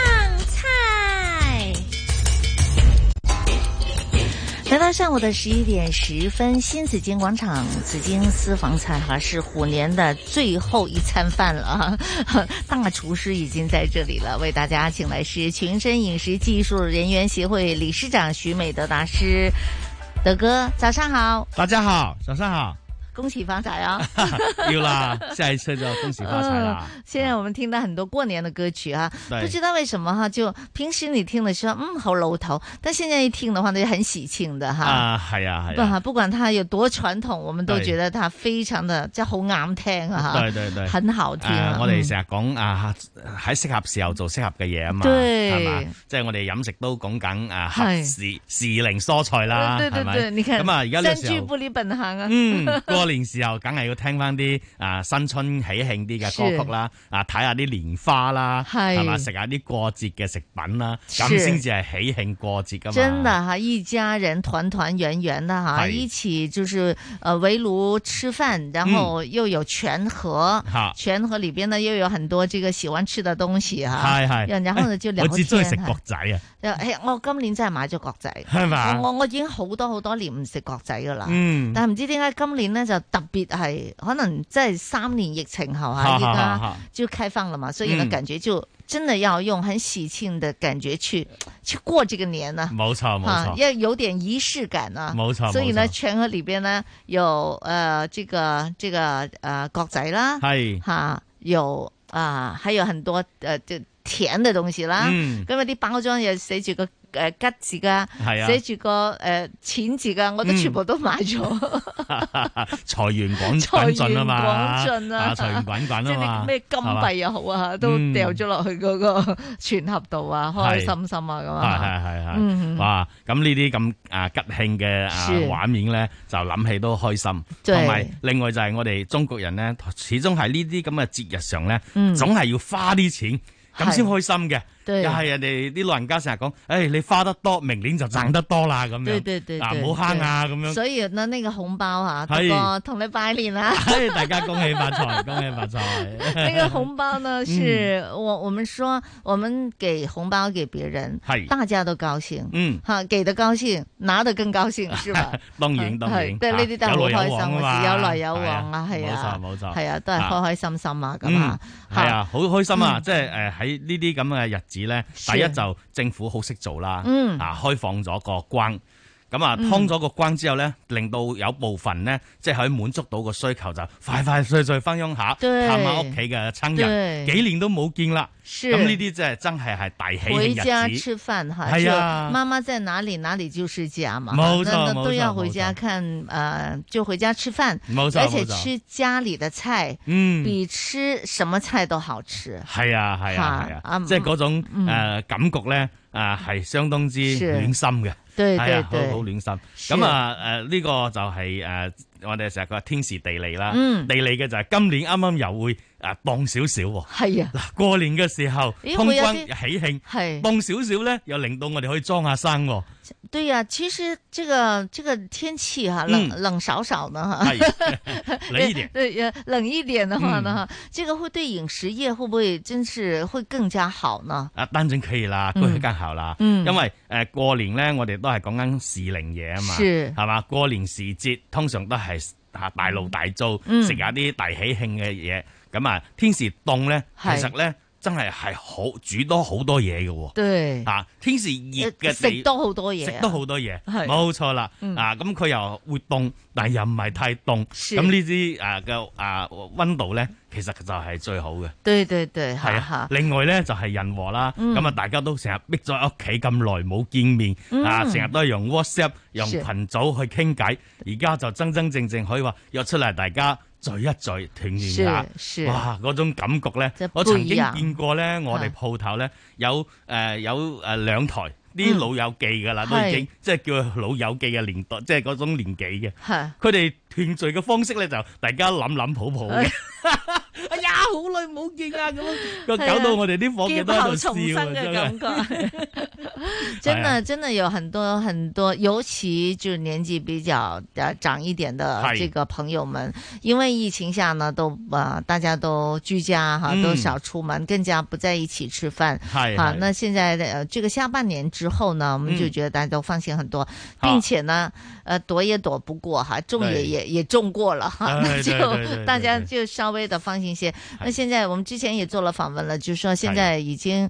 S10: 菜。
S2: 来到上午的十一点十分，新紫金广场紫金私房菜哈是虎年的最后一餐饭了啊！ 大厨师已经在这里了，为大家请来是全身饮食技术人员协会理事长徐美德大师，德哥早上好，
S3: 大家好，早上 好。
S2: 恭喜发财啊！
S3: 又啦，下一次就要恭喜发财啦！
S2: 嗯现在我们听到很多过年的歌曲哈、
S3: 对
S2: 不知道为什么哈，就平时你听的时候，嗯，好老头，但现在一听的话，那就很喜庆的哈。
S3: 啊，系啊，系
S2: 不哈，
S3: 啊，
S2: 不管它有多传统，我们都
S3: 对
S2: 觉得它非常的即係好啱聽啊！哈
S3: 對對對，
S2: 很好聽啊
S3: 啊！我哋成日講啊，喺適合時候做適合嘅嘢啊嘛，
S2: 對
S3: 係嘛？即係我哋飲食都講緊啊，合
S2: 係
S3: 時時令蔬菜啦，
S2: 對對
S3: 係咪
S2: 對，你看，
S3: 咁啊，而家呢個
S2: 三
S3: 時
S2: 句
S3: 候。
S2: 不離本行啊。
S3: 嗯，過年時候梗係要聽翻啲啊新春喜慶啲嘅歌曲啦，啊睇下啲蓮花啦，
S2: 係
S3: 係嘛食下啲過節嘅食品啦，咁
S2: 是
S3: 先至係喜慶過節噶嘛。
S2: 真的哈，一家人团团圆圆的哈，
S3: 是
S2: 一起就是呃围炉吃饭，然
S3: 嗯
S2: 后又有全盒，
S3: 好
S2: 全盒里边呢又有很多这个喜欢吃的东西哈，
S3: 係係，
S2: 然後呢就聊
S3: 我只中意食
S2: 天
S3: 角仔啊。
S2: 誒誒我今年真係買咗角仔，
S3: 係嘛
S2: 我我我已經好多好多年唔食角仔噶啦，
S3: 嗯
S2: 但係唔知點解今年咧就特別係，可能即係三年疫情後
S3: 哈
S2: 啊，依
S3: 哈哈哈
S2: 家就開放了嘛，所以呢
S3: 嗯
S2: 感覺就真的要用很喜慶的感覺去去過這個年呢、
S3: 冇錯冇
S2: 啊
S3: 錯，
S2: 要有點儀式感啊！
S3: 冇錯
S2: 所以
S3: 冇
S2: 呢，
S3: 錯
S2: 全盒裏邊呢有呃這個這個呃角仔啦，
S3: 係
S2: 嚇、有啊、還有很多呃就甜嘅東西啦，
S3: 嗯
S2: 咁啊啲包裝又寫住個誒吉字噶，
S3: 係啊
S2: 寫住個誒錢字噶，我都
S3: 嗯
S2: 全部都買咗，
S3: 財源滾滾
S2: 財
S3: 進啊
S2: 源
S3: 嘛，
S2: 廣 進啊
S3: 啊財源滾滾
S2: 即係
S3: 啊嘛，
S2: 啲咩金幣又好啊，都
S3: 嗯
S2: 掉咗落去嗰個 全盒度啊，開心心啊咁
S3: 係
S2: 啊，
S3: 係係
S2: 嗯
S3: 係，哇！咁呢啲咁啊吉慶嘅啊
S2: 是
S3: 畫面咧，就諗起都開心。
S2: 對
S3: 同埋另外就係我哋中國人咧，始終喺呢啲咁嘅節日上咧，
S2: 嗯
S3: 總係要花啲錢，咁先開心嘅。
S2: 對
S3: 又係人哋啲老人家成日講，誒、你花得多，明年就賺得多啦咁樣。
S2: 對對對，
S3: 啊
S2: 對
S3: 唔好慳啊
S2: 對
S3: 咁樣。
S2: 所以呢，那個紅包啊，
S3: 係
S2: 哥哥同你拜 年啦。
S3: 哎，大家恭喜發 財，恭喜發財。
S2: 那個紅包
S3: 嗯
S2: 呢，是我我們說，我們給紅包給別人
S3: 係，
S2: 大家都高興，
S3: 嗯
S2: 哈，給的高興，拿得更 高興，是吧？
S3: 當然當然，
S2: 啊係對呢啲都係好開心嘅事，有來
S3: 來
S2: 有往啊，係啊，
S3: 哎冇錯冇錯，
S2: 係啊，都係
S3: 啊
S2: 開開心心啊咁
S3: 嗯
S2: 啊，，
S3: 系啊，好開心啊！
S2: 嗯
S3: 即係诶喺呢啲咁嘅日子咧，
S2: 是
S3: 第一就政府好識做啦，
S2: 嗯
S3: 啊開放咗個關，咁啊
S2: 嗯
S3: 通咗個關之後咧，令到有部分咧即係可以滿足到個需求，就快快脆脆翻鄉下
S2: 對
S3: 探下屋企嘅親人，
S2: 對
S3: 幾年都冇見啦，
S2: 是
S3: 咁呢啲即係真係係大喜
S2: 回家
S3: 慶日
S2: 吃
S3: 子。
S2: 飯哈，
S3: 哎
S2: 就
S3: 呀
S2: 媽媽在哪裡，哪裡就是家嘛。
S3: 冇錯
S2: 那那
S3: 冇
S2: 都
S3: 錯
S2: 要
S3: 冇
S2: 回家看，呃，就回家吃飯，
S3: 冇錯
S2: 而且
S3: 冇錯
S2: 吃家裡的菜，
S3: 嗯
S2: 比吃什麼菜都好吃。
S3: 係啊係啊係
S2: 嚇
S3: 啊
S2: 啊，
S3: 即係嗰種
S2: 嗯
S3: 誒感覺咧，誒係相當之
S2: 是
S3: 暖心嘅，
S2: 對
S3: 係啊，好
S2: 對對
S3: 好暖心。
S2: 是
S3: 咁啊誒呢個就係誒我哋成日講天時地利啦，
S2: 嗯
S3: 地利嘅就係今年啱啱又會誒凍少少喎。
S2: 係啊，
S3: 嗱過年嘅時候
S2: 咦
S3: 通
S2: 會有
S3: 關
S2: 啲
S3: 喜慶，
S2: 係
S3: 凍少少咧，又令到我哋可以裝下生 喎。
S2: 對呀、其實這個這個天氣哈、冷、
S3: 嗯哎
S2: 冷少少呢哈，
S3: 冷一點嗯
S2: 对，呃冷一點的話呢哈，這個會對飲食業會不會真是會更加好呢？
S3: 啊，單整可以啦，居
S2: 嗯
S3: 去間校啦，
S2: 嗯
S3: 因為誒、呃、過年咧，我哋都係講緊時令嘢啊嘛，
S2: 是
S3: 係嘛？過年時節通常都係嚇大路大租，
S2: 嗯
S3: 食下啲大喜慶嘅嘢，咁啊天時凍咧，其
S2: 係
S3: 實咧真係係好煮多好多嘢嘅喎，
S2: 對，呃
S3: 啊天時熱嘅地
S2: 食多好多嘢啊，
S3: 食多好多嘢，
S2: 係
S3: 冇錯啦。
S2: 嗯
S3: 啊，咁佢又會凍，但係又唔係太凍，
S2: 是
S3: 咁呢啲誒嘅啊温度咧，其實就係最好嘅。
S2: 對對對，
S3: 係
S2: 哈
S3: 啊
S2: 哈，，
S3: 另外咧就係人和啦，
S2: 嗯
S3: 咁啊大家都成日逼咗喺屋企咁耐冇見面，
S2: 嗯
S3: 啊成日都係用 WhatsApp 用
S2: 是
S3: 群組去傾偈，而家就真真正正可以話約出嚟大家。聚一聚，團圓下，
S2: 是是
S3: 哇！嗰種感覺咧
S2: 就，
S3: 我曾
S2: 不一
S3: 經
S2: 樣
S3: 見過咧，我哋
S2: 啊
S3: 鋪頭咧有誒、呃有誒、呃、兩台啲
S2: 嗯
S3: 老友記㗎啦，都已經
S2: 係
S3: 即係叫佢老友記嘅年代，即係嗰種年紀嘅。
S2: 哈。
S3: 佢哋團聚嘅方式咧就大家諗諗抱抱 嘅。哎呀，好耐冇見啊！咁樣個搞到我哋啲伙計都喺度笑啊！真係啊
S2: 覺，啊真的真的有很多很多，尤其就是年纪比较呃长一点的
S8: 嗨
S2: 这个朋友们，因为疫情下呢，都呃大家都居家哈，
S8: 嗯
S2: 都少出门，更加不在一起吃饭。
S8: 嗨
S2: 啊
S8: 嗨，
S2: 那现在呃这个下半年之后呢，我们就
S8: 嗯
S2: 觉得大家都放心很多，
S8: 好
S2: 并且呢，呃躲也躲不过哈，中
S8: 对
S2: 也也也中过了哈，
S8: 哎
S2: 那
S8: 对对对
S2: 就
S8: 对
S2: 大家就稍微的放心些。那现在我们之前也做了访问了，就说现
S8: 是
S2: 在已经。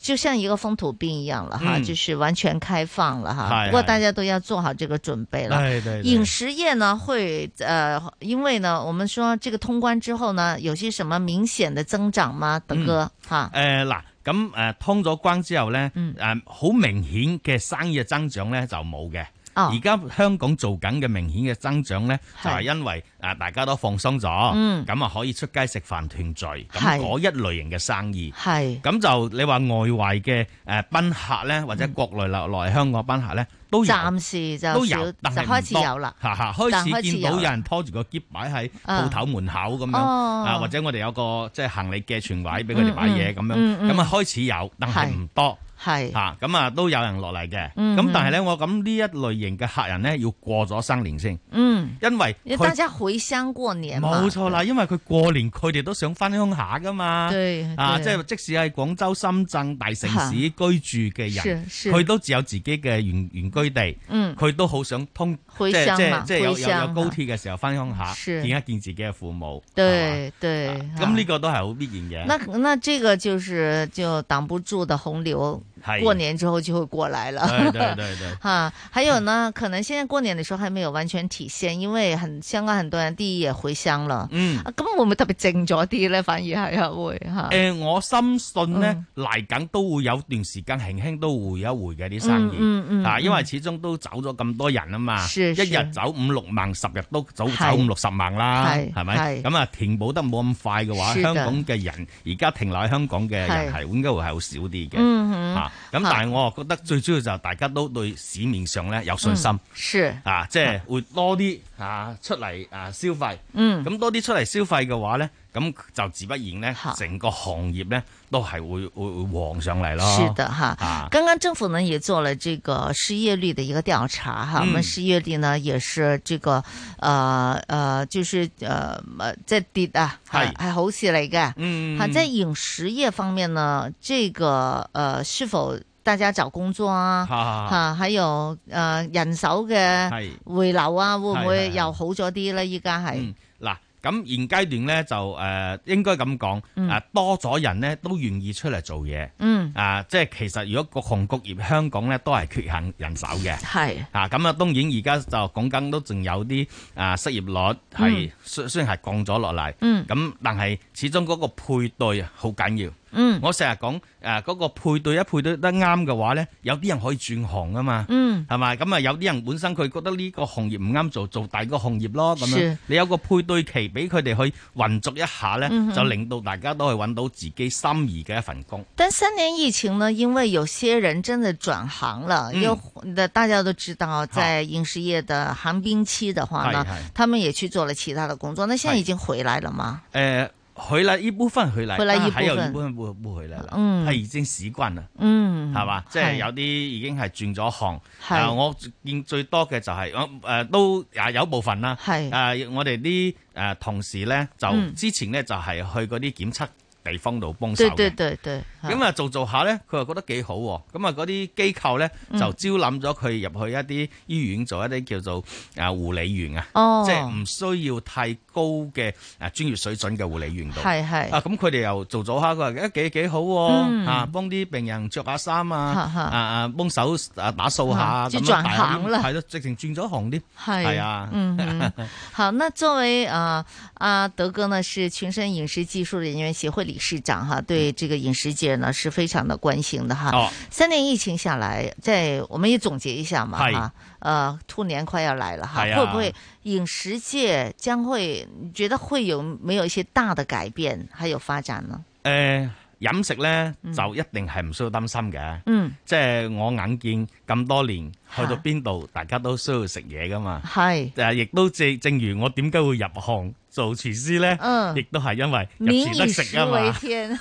S2: 就像一个风土病一样了哈，
S8: 嗯
S2: 就是完全开放了哈。
S8: 是
S2: 不过
S8: 是
S2: 大家都要做好这个准备了。
S8: 对对对
S2: 饮食业呢会呃，因为呢，我们说这个通关之后呢，有些什么明显的增长吗？德哥、哈，
S3: 誒呃
S2: 嗯
S3: 嗱，咁誒通咗關之後咧，誒好明顯嘅生意嘅增長咧就冇嘅。
S2: 哦
S3: 而家香港做緊嘅明顯嘅增長咧，就係因為誒大家都放鬆咗，
S2: 嗯
S3: 咁啊可以出街食飯團聚，咁
S2: 係
S3: 嗰一類型嘅生意。
S2: 系
S3: 咁就你話外圍嘅誒賓客咧，或者
S2: 嗯
S3: 國內流來香港賓客咧，都有
S2: 暫時就
S3: 都
S2: 少
S3: 有，但
S2: 就
S3: 係
S2: 開始有啦。
S3: 嚇嚇
S2: 但開
S3: 開
S2: 始
S3: 始見到
S2: 有
S3: 有
S2: 啦
S3: 人拖住個篋擺喺
S2: 啊
S3: 鋪頭門口咁樣，
S2: 哦
S3: 啊或者我哋有個即係行李嘅存位俾佢哋擺嘢咁樣，
S2: 嗯嗯嗯
S3: 咁啊開始有，但係唔多。
S2: 係
S3: 嚇咁啊，都有人落嚟嘅。
S2: 嗯
S3: 咁
S2: 嗯
S3: 但係咧，我諗呢一類型嘅客人咧，要過咗新年先，
S2: 嗯，
S3: 因為
S2: 因為
S3: 佢
S2: 大家回鄉過年啊嘛。
S3: 冇錯啦，因為佢過年佢哋都想翻鄉下噶嘛。
S2: 對
S3: 啊，
S2: 對
S3: 即係即使喺廣州、深圳大城市居住嘅人，
S2: 是是
S3: 佢都只有自己嘅原原居地。
S2: 嗯
S3: 佢都好想通，即
S2: 回鄉
S3: 係即
S2: 嘛
S3: 係即係有
S2: 回
S3: 有
S2: 鄉
S3: 有高鐵嘅時候翻鄉下，
S2: 是
S3: 見一見自己嘅父母。
S2: 對對。啊
S3: 咁呢個都係好必然
S2: 那
S3: 嘅。
S2: 那这个就是就挡不住的洪流
S3: 嗨，
S2: 过年之后就会过来了。
S3: 对对 对对
S2: 啊，还有呢，可能现在过年的时候还没有完全体现，因为很香港很多人第一也回乡了。
S3: 嗯
S2: 啊咁、会唔会特别静咗啲咧？反而係啊會
S3: 誒、
S2: 吓。
S3: 呃我深信咧
S2: 嗯
S3: 嚟緊都會有段時間輕輕都會一回嘅啲生意，
S2: 嗯嗯嗯
S3: 啊，
S2: 嗯
S3: 因為始終都走咗咁多人啊嘛，
S2: 是是
S3: 一日走五六萬，十日都走
S2: 係
S3: 走五六十萬啦，
S2: 係
S3: 係咪？
S2: 係
S3: 咁啊，填補得冇咁快嘅話，
S2: 是
S3: 香
S2: 的
S3: 港嘅人而家停留喺香港嘅人
S2: 係
S3: 係應該會係好少啲嘅，
S2: 嗯哼
S3: 啊咁、但係我覺得最主要就係大家都對市面上咧有信心。
S2: 嗯是
S3: 啊，即係會多啲啊出嚟啊消費。
S2: 嗯
S3: 咁多啲出嚟消費嘅話咧，咁就自不然咧，成個行業咧都係會會會旺上嚟咯。
S2: 是的哈，
S3: 啊，
S2: 刚刚政府呢也做了这个失业率的一个调查哈，我
S3: 嗯
S2: 们失业率呢也是这个呃呃就是呃呃即係跌啊，係係好事嚟嘅。
S3: 嗯
S2: 好，在饮食业方面呢，这个呃是否大家找工作啊？
S3: 啊
S2: 吓，还有呃人手
S3: 係
S2: 嘅回流啊，會唔會
S3: 係係
S2: 又好咗啲咧？依家係
S3: 嗱，咁現階段咧就誒、呃、應該咁講，
S2: 嗯
S3: 啊多咗人咧都願意出嚟做嘢，
S2: 嗯
S3: 啊即係其實如果各行各業香港咧都係缺限人手嘅，
S2: 係
S3: 啊咁啊當然而家就講緊都仲有啲啊失業率係
S2: 嗯
S3: 雖雖然係降咗落嚟，
S2: 嗯
S3: 咁但係始終嗰個配對啊好緊要。
S2: 嗯
S3: 我成日講誒嗰個配對一配對得啱嘅話咧，有啲人可以轉行啊嘛，
S2: 嗯
S3: 係咪？咁啊有啲人本身佢覺得呢個行業唔啱做，做第二個行業咯咁樣
S2: 是。
S3: 你有個配對期俾佢哋去混逐一下咧，
S2: 嗯哼
S3: 就令到大家都去揾到自己心儀嘅一份工。
S2: 但三年疫情呢，因为有些人真的转行了，
S3: 嗯
S2: 又那大家都知道，在饮食业的寒冰期的话呢
S3: 是是，
S2: 他们也去做了其他的工作。那现在已经回来了吗？
S3: 誒，佢啦，呃一部分佢啦，
S2: 回來一部分
S3: 但係有一部分不不回來啦，
S2: 嗯
S3: 係已經使慣啦。
S2: 嗯，
S3: 係嘛？即係有
S2: 係
S3: 啲已經係轉咗行。
S2: 係
S3: 啊我見最多嘅就係我誒都啊有部分啦。
S2: 係
S3: 誒，我哋啲誒同事咧就
S2: 嗯
S3: 之前咧就係去嗰啲檢測地方度幫手
S2: 对
S3: 嘅。
S2: 对對對，
S3: 咁啊做做下咧，佢又覺得幾好喎。咁啊嗰啲機構咧就
S2: 嗯
S3: 招攬咗佢入去一啲醫院做一啲叫做誒護理員啊，
S2: 哦
S3: 即係唔需要太高嘅誒專業水準嘅護理員度。
S2: 係係
S3: 啊，咁佢哋又做咗下，佢話誒幾幾好喎
S2: 嗯
S3: 啊，幫啲病人着下衫啊
S2: 哈，哈
S3: 啊啊幫手啊打掃下
S2: 啊
S3: 咁
S2: 即係
S3: 樣
S2: 轉行啦
S3: 係咯，直情轉咗行添。
S2: 係
S3: 係啊，
S2: 嗯嗯好，那作为啊啊、德哥呢是群生饮食技术人员协会理事长哈，
S3: 嗯
S2: 对这个饮食界呢是非常的关心的哈。
S7: 哦
S2: 三年疫情下来，在我们也总结一下嘛
S7: 是
S2: 哈，呃，兔年快要来了哈，
S7: 是啊
S2: 会不会饮食界将会你觉得会有没有一些大的改变还有发展呢？
S3: 誒飲食咧
S2: 嗯
S3: 就一定係唔需要擔心嘅。
S2: 嗯，
S3: 即係我眼見咁多年去到
S2: 嚇
S3: 邊度，大家都需要食嘢噶嘛。
S2: 係
S3: 誒，亦都正正如我點解會入行做廚師咧，
S2: 嗯
S3: 亦都係因為入
S2: 民
S3: 廚得
S2: 以食
S3: 食啊
S2: 为
S3: 嘛，
S2: 天，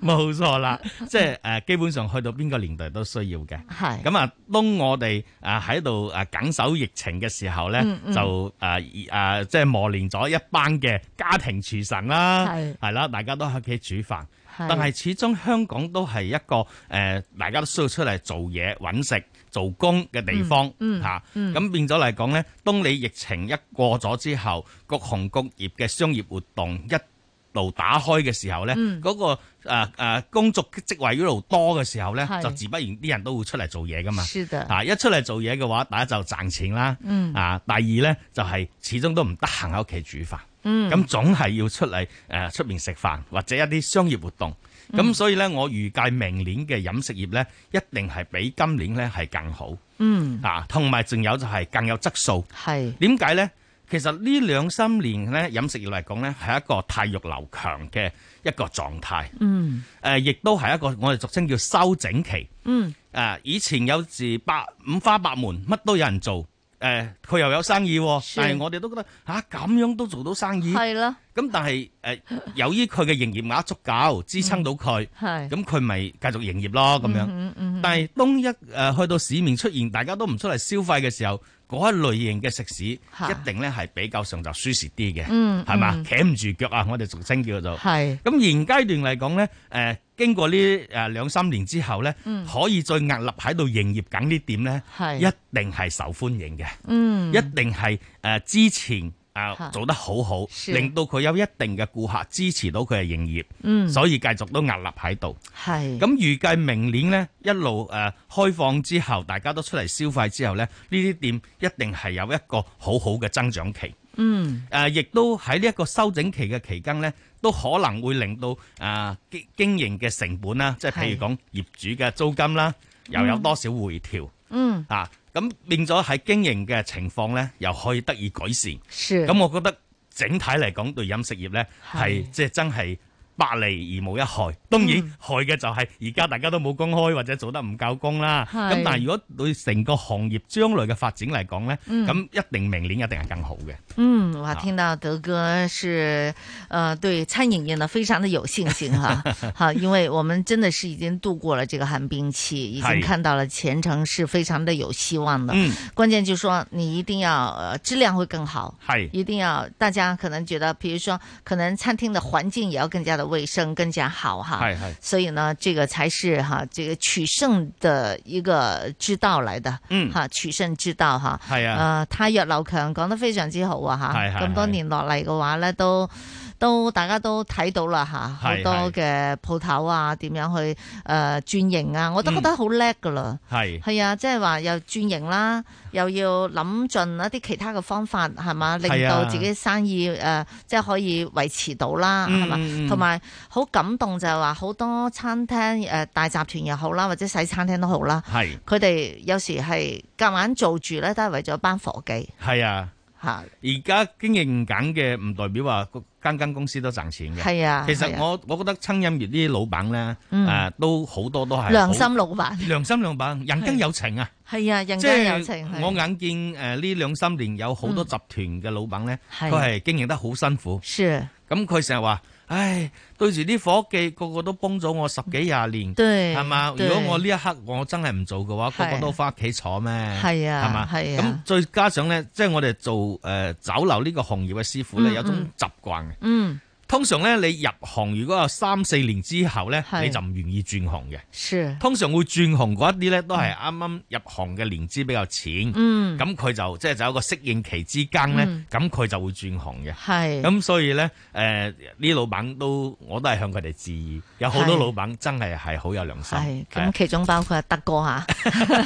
S3: 冇錯啦。即係誒，基本上去到邊個年代都需要嘅。
S2: 係
S3: 咁啊，當我哋啊喺度啊緊守疫情嘅時候咧，
S2: 嗯嗯
S3: 就啊啊即係磨練咗一班嘅家庭廚神啦，
S7: 係
S3: 係啦，大家都喺屋企煮飯。
S7: 係
S3: 但係始終香港都係一個誒、呃大家都需要出嚟做嘢、揾食、做工嘅地方嚇。
S7: 嗯嗯
S3: 啊咁、
S7: 嗯
S3: 變咗嚟講咧，當你疫情一過咗之後，各行各業嘅商業活動一路打開嘅時候咧，嗰、
S7: 嗯
S3: 個誒、呃呃工作職位一路多嘅時候咧，
S7: 係
S3: 就自不然啲人都會出嚟做嘢噶嘛。
S7: 是的
S3: 啊，一出嚟做嘢嘅話，大家就賺錢啦。
S7: 嗯
S3: 啊，第二咧就係、始終都唔得閒喺屋企煮飯。
S7: 嗯
S3: 咁總係要出嚟誒出面食飯或者一啲商業活動。咁、
S7: 嗯
S3: 所以咧，我預計明年嘅飲食業咧，一定係比今年咧係更好。
S7: 嗯
S3: 啊，同埋仲有就係更有質素。
S2: 係
S3: 點解咧？其實呢兩三年咧，飲食業嚟講咧，係一個太弱流強嘅一個狀態。
S2: 嗯
S3: 誒、亦都係一個我哋俗稱叫修整期。
S2: 嗯
S3: 誒、以前有時百五花八門，乜都有人做。誒、佢又有生意喎，但係我哋都覺得嚇咁、樣都做到生意。
S2: 係啦。
S3: 咁但係誒、呃由於佢嘅營業額足夠支撐到佢，
S2: 嗯係
S3: 咁佢咪繼續營業咯咁樣。
S2: 嗯嗯
S3: 但係當一誒、呃去到市面出現，大家都唔出嚟消費嘅時候，嗰一類型嘅食肆
S2: 嚇
S3: 一定咧係比較上就舒適啲嘅，
S2: 嗯
S3: 係嘛？
S2: 嗯
S3: 企唔住腳啊！我哋俗稱叫做
S2: 係
S3: 咁現階段嚟講咧，誒、呃經過呢誒兩三年之後咧，
S2: 嗯
S3: 可以再屹立喺度營業緊呢點咧，
S2: 係
S3: 一定係受歡迎嘅，
S2: 嗯
S3: 一定係誒、呃之前。啊
S2: 嚇，
S3: 做得好好，
S2: 是
S3: 令到佢有一定嘅顧客支持到佢嘅營業，
S2: 嗯
S3: 所以繼續都屹立喺度。
S2: 係
S3: 咁預計明年呢，一路誒、呃、開放之後，大家都出嚟消費之後呢，呢啲店一定係有一個好好嘅增長期。
S2: 嗯
S3: 誒、亦都喺呢一個修整期嘅期間呢，都可能會令到誒、呃、經經營嘅成本啦，即係譬如講業主嘅租金啦，又有多少回調。
S2: 嗯
S3: 啊，咁變咗喺經營嘅情況咧，又可以得以改善。
S2: 是
S3: 咁我覺得整體嚟講對飲食業咧係
S2: 係
S3: 即係真係百利而無一害。當然害嘅就係而家大家都冇公開或者做得唔夠工啦。
S2: 係
S3: 咁但係如果對成個行業將來嘅發展嚟講呢，
S2: 嗯
S3: 咁一定明年一定係更好嘅。，
S2: 嗯，哇，听到德哥是呃对餐饮业呢非常的有信心哈好，因为我们真的是已经度过了这个寒冰期，已经
S5: 是
S2: 看到了前程是非常的有希望的。
S5: 嗯
S2: 关键就是说你一定要呃质量会更好，
S5: 是
S2: 一定要大家可能觉得，比如说可能餐厅的环境也要更加的卫生，更加好哈。
S5: 是是
S2: 所以呢，这个才是哈这个取胜的一个之道来的。
S5: 嗯
S2: 哈，取胜之道哈。
S5: 是啊
S2: 呃啊，太弱劉強講得非常之好啊
S5: 係
S2: 吓，
S5: 係
S2: 咁多年落嚟嘅話咧，都都大家都睇到啦吓，好
S5: 係
S2: 多嘅鋪頭啊，點樣去诶轉型啊，我
S5: 嗯
S2: 都覺得好叻噶啦。
S3: 係
S2: 係啊，即係話又轉型啦，又要諗盡一啲其他嘅方法，係嘛，令
S5: 係啊
S2: 到自己生意诶、呃即係可以維持到啦，
S5: 嗯
S2: 係嘛
S5: 嗯嗯，
S2: 同埋好感動就係話好多餐廳诶、呃大集團又好啦，或者細餐廳都好啦，
S3: 係
S2: 佢哋有時係夾硬做住咧，都係為咗班伙計。
S3: 係啊，
S2: 嚇
S3: 而家經營緊嘅唔代表話間間公司都賺錢嘅。
S2: 係啊
S3: 其實
S2: 係啊
S3: 我我覺得餐飲業呢啲老闆呢，
S2: 嗯
S3: 誒都好多哦都係好
S2: 良心老 闆
S3: 良心老闆，人間有情啊！
S2: 係啊，人
S3: 即
S2: 間有
S3: 係
S2: 情。
S3: 我眼見誒呢兩三年有好多集團嘅老闆咧，
S2: 嗯
S3: 佢係經營得好辛苦。
S2: 是。
S3: 咁佢成日話：，唉，對住啲伙計個個都幫咗我十幾廿年，
S2: 嗯對
S3: 係嘛？如
S2: 對
S3: 果我呢一刻我真係唔做嘅話，個個都翻屋企坐咩？
S2: 係啊
S3: 係嘛？
S2: 係啊
S3: 咁再加上咧，即係我哋做誒酒樓呢個行業嘅師傅
S2: 嗯
S3: 咧，有種
S2: 嗯
S3: 習慣嘅。
S2: 嗯，
S3: 通常咧，你入行如果有三四年之後咧，
S2: 係
S3: 你就唔願意轉行嘅。
S2: 是。
S3: 通常會轉紅嗰一啲咧，都係啱啱入行嘅年資比較淺，
S2: 嗯
S3: 咁佢就即係就有一個適應期之間咧
S2: 嗯，
S3: 咁佢就會轉行嘅。
S2: 係
S3: 咁所以咧，誒呢老闆都我都係向佢哋致意，有好多
S2: 係
S3: 老闆真係係好有良心。
S2: 係
S3: 係啊
S2: 哎咁，其中包括德哥啊吓，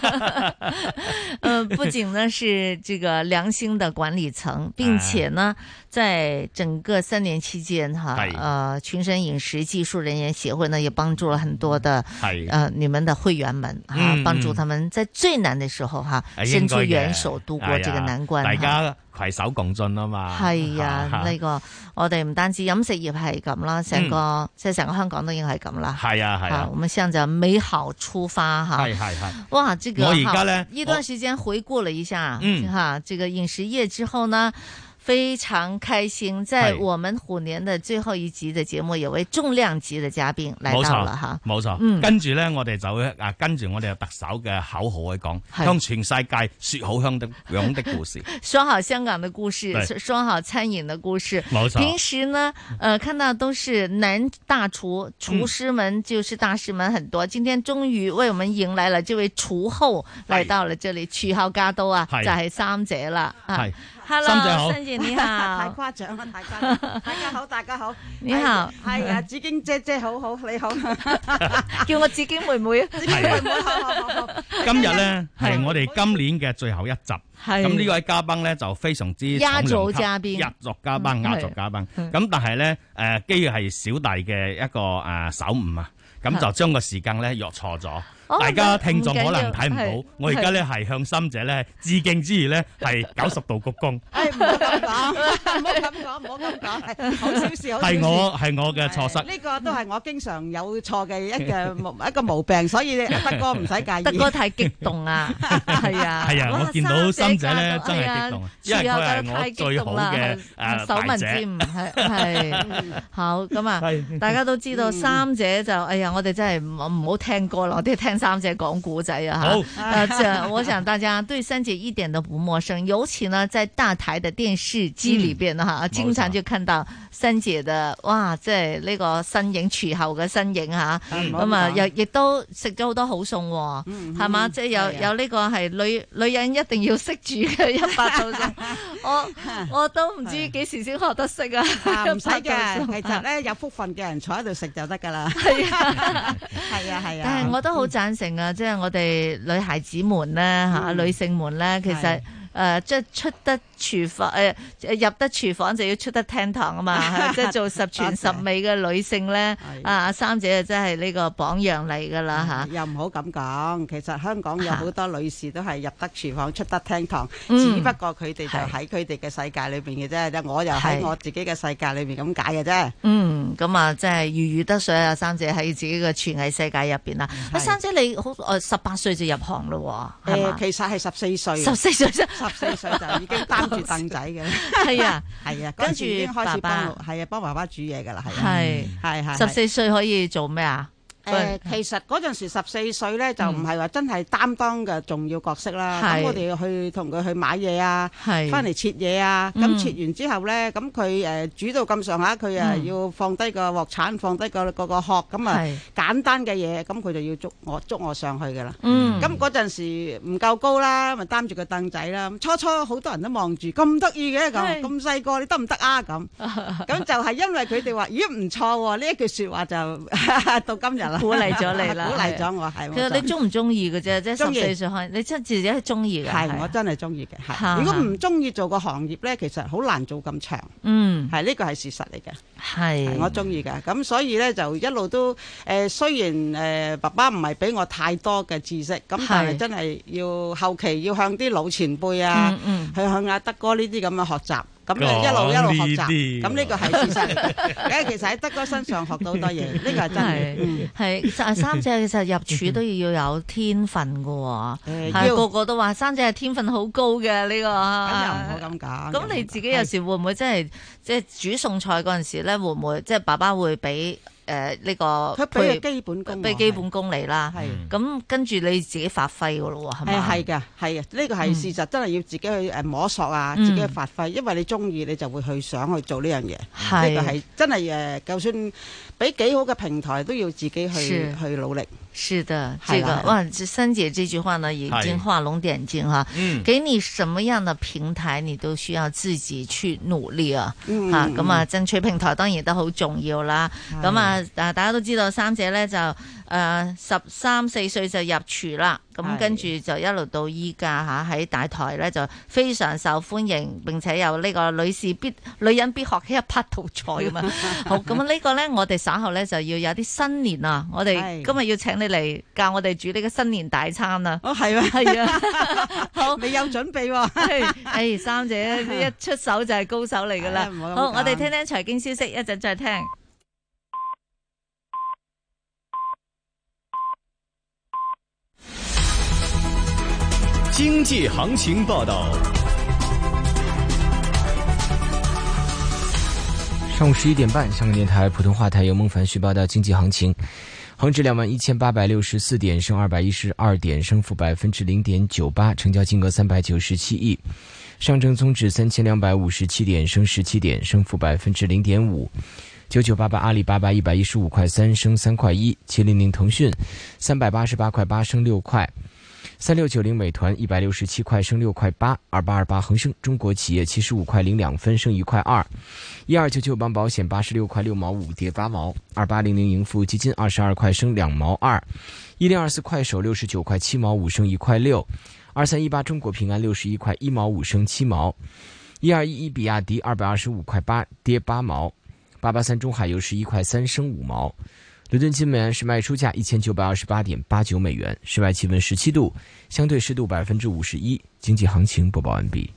S2: 呃，不仅呢是这个良心的管理层，
S3: 哎
S2: 并且呢，在整个三年期间哈，
S3: 哎
S5: 係
S2: 呃，群身饮食技术人员协会呢也帮助了很多的
S3: 嗯哎
S5: 係
S2: 呃你们的会员们哈
S5: 嗯，
S2: 帮助
S5: 嗯
S2: 他们在最难的时候哈
S3: 啊
S2: 伸
S3: 應該
S2: 出
S3: 嘅
S2: 援手度過這個
S3: 係啊
S2: 難關
S3: 大
S2: 哈。
S3: 家攜手共進啊嘛。
S2: 係啊，呢個我哋唔單止飲食業係咁啦，成個即係成個香港都應該係咁啦。
S3: 係嗯啊係
S2: 啊
S3: 啊
S2: 我，們向着美好出發哈。
S3: 係係係。
S2: 哇，這個
S3: 我而家呢
S2: 哈一段時間回顧了一下，
S3: 嗯
S2: 哈，這個飲食業之後呢。非常開心，在我們虎年的最後一集的節目，有位重量級的嘉賓來
S3: 冇
S2: 到
S3: 錯
S2: 了哈。
S3: 冇錯。
S2: 嗯
S3: 跟住咧，我哋就會啊，跟住我哋有特首嘅口號去講，
S2: 係
S3: 向全世界說好香的樣的故 事。
S2: 说好香港的故事，
S3: 对
S2: 说好餐饮的故事。
S3: 冇错
S2: 平时呢，呃，看到都是男大厨，厨师们就是大师们很多。今天终于为我们迎来了这位厨后，来到了这里，取好加都啊，
S5: 是
S2: 就系三姐啦。啊
S5: 是
S2: Hello，
S5: 三姐好
S2: 三姐 你
S7: 太
S2: 好。
S7: 誇張啦！太誇 張，大家好，大家好，
S2: 你好
S7: 係係啊，紫荊姐姐好好，你好，
S2: 叫我紫荊妹妹，
S7: 紫荊妹妹好好好好，
S3: 今日呢，係我哋今年嘅最後一集，
S2: 係
S3: 咁呢位嘉賓呢，就非常之
S2: 壓軸
S3: 重量級
S2: 嘉賓
S3: 壓軸嘉賓，壓軸嘉賓。
S2: 嗯係
S3: 咁但係呢，誒基於係小弟嘅一個誒手誤啊，咁就將個時間呢約錯咗。
S5: 哦
S3: 大家聽眾可能睇
S5: 唔緊要係
S3: 唔到，我而家呢係向心者呢致敬之餘呢，係九十度鞠 躬，
S7: 誒唔好咁講，唔好咁講，唔好咁講，係好小事，好小事
S3: 係我係我嘅錯失。
S7: 呢個都係我經常有錯嘅一 個毛一個毛病，所以德哥唔使介意。
S2: 德哥太激動 啊，係啊，
S3: 係啊，
S2: 哇
S3: 我見到
S2: 三
S3: 心姐咧
S2: 哎
S3: 真係激動啊，因為佢係我最好嘅誒
S2: 嗯手
S3: 大
S2: 民
S3: 姐
S2: 之。唔係係好咁啊！大家都知道
S5: 嗯
S2: 三姐就哎呀，我哋真係唔唔好聽歌啦，我哋聽三姐講古仔啊
S5: 好
S2: 嚇。誒這我想大家對三姐一點都不陌生，尤其呢在大台的電視機裏邊
S3: 嗯
S2: 哈，經常就看到三姐的哇，即係呢個身影廚後嘅身影嚇。
S5: 嗯
S2: 咁啊，
S5: 冇錯嗯
S2: 又亦都食咗好多好餸喎，係嘛？即係
S5: 啊
S2: 有有呢個係女女人一定要識煮嘅一百道 餸。我我都唔知幾時先學得識啊！
S7: 啊唔使 嘅，
S2: 白
S7: 其
S2: 頭
S7: 實咧有福分嘅人坐喺度食就得㗎啦。
S2: 係啊，
S7: 係啊，係啊。嗯
S2: 但係我都好贊成啊！即係我哋女孩子們咧嚇，女性們咧，其實誒，即係出得廚房誒入得廚房就要出得廳堂 啊嘛，即係做十全十美嘅女性咧，啊三姐就真係呢個榜樣嚟㗎啦嚇。
S7: 嗯又唔好咁講，其實香港
S2: 啊
S7: 有好多女士都係入得廚房出得廳堂，
S2: 嗯
S7: 只不過佢哋就喺佢哋嘅世界裏邊嘅啫，我又喺我自己嘅世界裏面咁解嘅啫。
S2: 嗯，咁啊，即係如魚得水啊，三姐喺自己嘅廚藝世界入邊啦。阿三姐你好呃誒，十八歲就入行咯喎，係嘛
S7: 嗯誒，其實係十四歲，啊
S2: 十四歲啫，
S7: 十四歲就已經擔住凳仔嘅啦。
S2: 係啊，
S7: 係啊，
S2: 跟
S7: 跟住
S2: 住
S7: 已經開始
S2: 爸
S7: 幫
S2: 爸
S7: 係啊，幫爸爸煮嘢㗎啦，係啊
S2: 係
S7: 係係
S2: 十四歲可以做咩啊？
S7: 誒、呃其實嗰陣時十四歲咧，就唔係話真係擔當嘅重要角色啦。
S2: 嗯
S7: 咁
S2: 係
S7: 我哋去同佢去買嘢啊，
S2: 係
S7: 翻嚟切嘢啊。咁、
S2: 嗯
S7: 切完之後咧，咁佢誒呃煮到咁上下，佢啊
S2: 嗯
S7: 要放低個鑊鏟，放低個個個殼，咁啊
S2: 係
S7: 簡單嘅嘢，咁佢就要捉我捉我上去㗎啦。
S2: 嗯
S7: 咁嗰陣時唔夠高啦，咪擔住個凳仔啦。咁初初好多人都望住，咁得意嘅
S2: 係
S7: 咁，咁細個你得唔得啊？咁 咁就係因為佢哋話，咦唔錯喎，呢一句説話就 到今日啦，
S2: 鼓勵咗你啦
S7: 鼓勵咗我係。
S2: 其實你中唔中意嘅啫，即係
S7: 中意
S2: 十四歲開，你真係自己係中意嘅。
S7: 係我真係中意嘅，係。
S2: 嚇
S7: 如果唔中意做個行業咧，其實好難做咁長。
S2: 嗯，
S7: 係呢個係事實嚟嘅。
S2: 係
S7: 我中意嘅，咁所以咧就一路都誒、呃，雖然誒、呃爸爸唔係俾我太多嘅知識，咁但
S2: 係
S7: 係真係要後期要向啲老前輩啊，
S2: 嗯
S7: 去向阿德哥呢啲咁嘅學習，咁
S2: 講
S7: 啊一路一路學
S2: 呢啲
S7: 習，咁呢個係事實嚟嘅。 因為其實喺德哥身上學到好多嘢， 呢個係真嘅。嗯
S2: 係 係三三姐其實入廚都要有天分嘅喎，係
S7: 要
S2: 個個都話三姐係天分好高嘅呢個。
S7: 咁講，
S2: 咁你自己有時會唔會真係即係煮餸菜嗰陣時咧，會唔會即係爸爸會俾誒呢個
S7: 佢俾
S2: 配
S7: 個基本功我，
S2: 俾基本功你啦？咁跟住你自己發揮嘅咯喎，係咪？
S7: 誒係嘅，係嘅，啊
S2: 嗯
S7: 呢個係事實，真係要自己去誒摸索啊，自己去發揮，因為你中意你就會去想去做呢樣嘢。
S2: 係
S7: 呢個係真係誒，呃就算俾幾好嘅平台，都要自己去
S2: 是
S7: 去努力。
S2: 是的，
S7: 係啦
S2: 这个
S7: 係啦
S2: 哇，这三姐这句话呢，已经
S7: 係
S2: 画龙点睛哈。
S7: 嗯
S2: 给你什么样的平台，你都需要自己去努力啊。
S5: 嗯
S2: 啊，咁啊，爭取平台當然都好重要啦。咁啊，啊，大家都知道三姐呢，就誒十三四歲就入廚啦。咁
S5: 係
S2: 跟住就一路到依家嚇喺大台呢，就非常受歡迎，並且有呢個女士必女人必學嘅一 part 套 菜咁啊。好，咁啊呢個呢，我哋稍後呢，就要有啲新年啊，我哋
S5: 係
S2: 今日要請你嚟教我哋煮呢個新年大餐啊。
S7: 哦，係咩？
S2: 係啊。 好，
S7: 你有準 備喎。
S2: 哎係，三姐一出手就係高手嚟噶啦
S7: 哎唔好。咁
S2: 好，
S7: 講
S2: 我哋聽聽財經消息，一陣再聽。
S4: 经济行情报道。
S9: 上午十一点半，香港电台普通话台由孟凡旭报道经济行情。恒指两万一千八百六十四点，升二百一十二点，升幅百分之零点九八，成交金额三百九十七亿。上证综指三千两百五十七点，升十七点，升幅百分之零点五。九九八八阿里巴巴一百一十五块三，升三块一。七零零腾讯三百八十八块八，升六块。三六九零美团一百六十七块升六块八，二八二八恒生中国企业七十五块零两分升一块二，一二九九邦保险八十六块六毛五跌八毛，二八零零盈富基金二十二块升两毛二，一零二四快手六十九块七毛五升一块六，二三一八中国平安六十一块一毛五升七毛，一二一一比亚迪二百二十五块八跌八毛，八八三中海油十一块三升五毛。伦敦金美元是卖出价一千九百二十八点八九美元，室外气温十七度，相对湿度百分之五十一。经济行情播报完毕。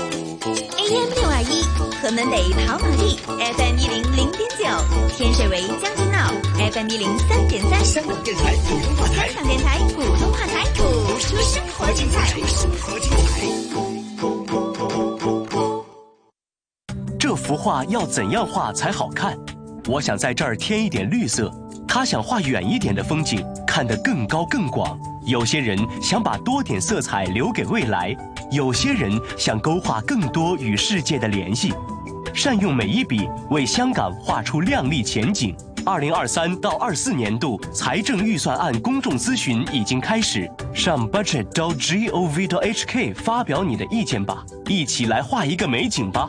S8: AM 六二一，河门北跑马地；FM 一零零点九，天水围将军澳；FM 一零三点三，香港电台普通话台。香港电台普通话台，谱出生活精彩。生活精彩。
S21: 这幅画要怎样画才好看？我想在这儿添一点绿色，他想画远一点的风景，看得更高更广。有些人想把多点色彩留给未来，有些人想勾画更多与世界的联系。善用每一笔，为香港画出亮丽前景。二零二三到二四年度财政预算案公众咨询已经开始，上 budget.gov.hk 发表你的意见吧，一起来画一个美景吧。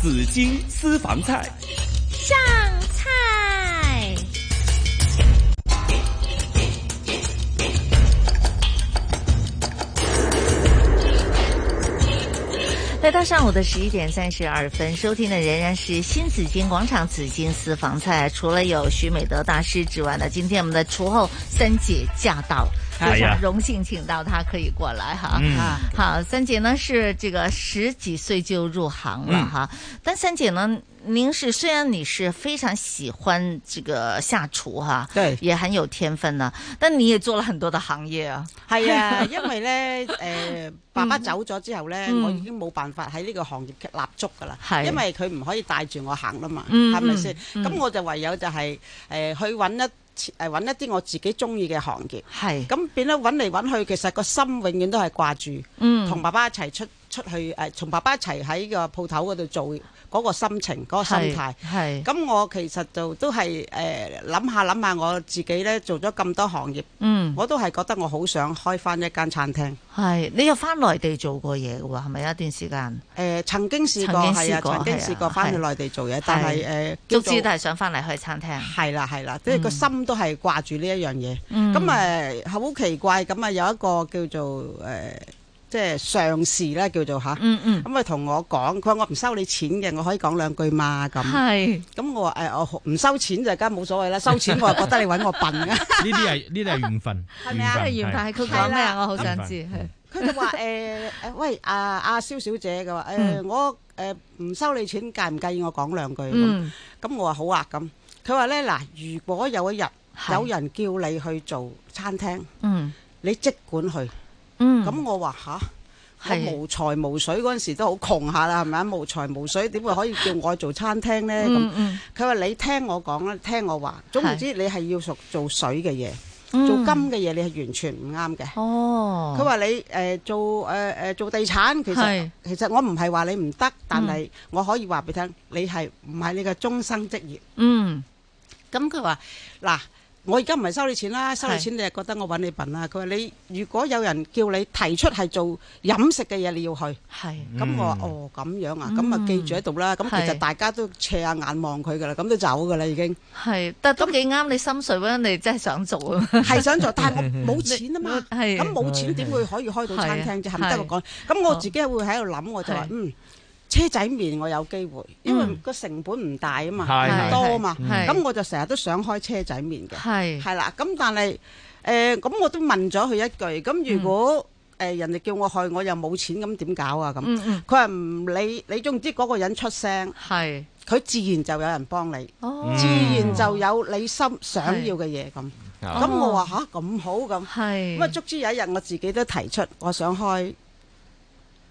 S1: 紫金私房菜，
S22: 上菜。
S2: 来到上午的十一点三十二分，收听的仍然是新紫金广场紫金私房菜。除了有徐美德大师之外呢，今天我们的厨后三姐驾到，非
S23: 哎呀
S2: 常荣幸请到她可以过来哈。
S23: 嗯
S2: 好，三姐呢是这个十几岁就入行了
S23: 嗯
S2: 哈，但三姐呢。您是虽然你是非常喜欢这个下厨哈，
S7: 对，
S2: 也很有天分呢、但你也做了很多的行 业啊，
S7: 係啊，因為咧誒、呃爸爸走咗之後咧，
S2: 嗯
S7: 我已經冇辦法喺呢個行業立足㗎啦。
S2: 係
S7: 因為佢唔可以帶住我行啦嘛，
S2: 嗯
S7: 係咪先？咁、
S2: 嗯嗯
S7: 我就唯有就係、呃去揾一誒揾一啲我自己中意嘅行業。
S2: 係
S7: 咁變咗揾嚟揾去，其實個心永遠都係掛住，
S2: 嗯
S7: 同爸爸一齊出出去誒，同、爸爸一齊喺個鋪頭嗰度做嗰、個心情嗰、個心態。
S2: 係
S7: 咁我其實就都係誒諗下諗下，我自己咧做咗咁多行業，
S2: 嗯
S7: 我都係覺得我好想開翻一間餐廳。
S2: 係你又翻內地做過嘢嘅喎，係咪啊有一段時間？
S7: 誒、曾經試過
S2: 曾經
S7: 係啊，
S2: 試過
S7: 曾經
S2: 係啊
S7: 試過翻去
S2: 係
S7: 內地做嘢，但係誒、叫
S2: 都知
S7: 做
S2: 都係想翻嚟開餐廳。
S7: 係啦係啦，即係個
S2: 嗯
S7: 心都係掛住呢一樣嘢。
S2: 嗯
S7: 咁誒好奇怪，咁啊有一個叫做誒。即係上士啦，叫做吓，
S2: 嗯嗯，
S7: 咁啊同我講，佢話我唔收你錢嘅，我可以講兩句嘛咁。
S2: 係，
S7: 咁我話誒，我唔收錢就梗係冇所謂啦，收錢我就覺得你揾我笨啊。
S3: 呢啲係呢啲係緣分，
S7: 係咪啊
S2: 原來係佢講咩啊？我好想知。係
S7: 佢就話誒誒，喂阿阿蕭小姐嘅話誒，
S2: 嗯
S7: 我誒唔收你錢，介唔介意我講兩句咁
S2: 嗯？
S7: 咁我話好啊咁。佢話咧嗱，如果有一日
S2: 係
S7: 有人叫你去做餐廳，
S2: 嗯
S7: 你即管去。
S2: 嗯，
S7: 咁我話吓。我
S2: 係
S7: 無財無水嗰陣時都好窮下啦，係咪啊？無財無水點會可以叫我做餐廳呢？
S2: 嗯
S7: 咁
S2: 嗯
S7: 佢話你聽我講啦，聽我話。總言之，你係要屬做水嘅嘢，
S2: 嗯
S7: 做金嘅嘢，你係完全唔啱嘅。
S2: 哦
S7: 佢話你誒、呃做誒誒、呃做地產，其實
S2: 係
S7: 其實我唔係話你唔得，但
S2: 嗯
S7: 係我可以話俾你聽，你係唔係你嘅終生職業？
S2: 嗯，
S7: 咁佢話嗱。我而家唔係收你錢啦，收你
S2: 係
S7: 錢你就覺得我揾你笨啦。佢話你如果有人叫你提出係做飲食嘅嘢，你要去。
S2: 係。
S7: 咁我話
S2: 嗯
S7: 哦咁樣啊，咁啊
S2: 嗯
S7: 記住喺度啦。咁其實
S2: 係
S7: 大家都斜下眼望佢噶啦，咁都走噶啦已經。
S2: 係，但都幾啱你心水喎，你真係想做啊嘛。
S7: 係想做，但係 我冇錢啊嘛。
S2: 係
S7: 咁冇錢點會可以開到餐廳啫？
S2: 係
S7: 係咪得我講？咁我自己會喺度諗，我就話
S2: 係
S7: 嗯。車仔麵我有機會，因為
S2: 嗯
S7: 個成本唔大啊嘛，
S2: 係
S7: 唔
S2: 係
S7: 多啊嘛，
S2: 係
S7: 咁我就成日都想開車仔麵嘅，
S2: 係
S7: 係啦，咁但係誒咁我都問咗佢一句，咁如果誒人哋叫我去，我又冇錢，咁點搞啊咁？
S2: 嗯嗯
S7: 佢話唔理你，總之嗰個人出聲，
S2: 係
S7: 佢自然就有人幫你，
S2: 哦
S7: 自然就有你心想要嘅嘢咁。
S2: 哦
S7: 咁我話吓咁好咁，
S2: 係
S7: 咁啊，足之有一日我自己都提出我想開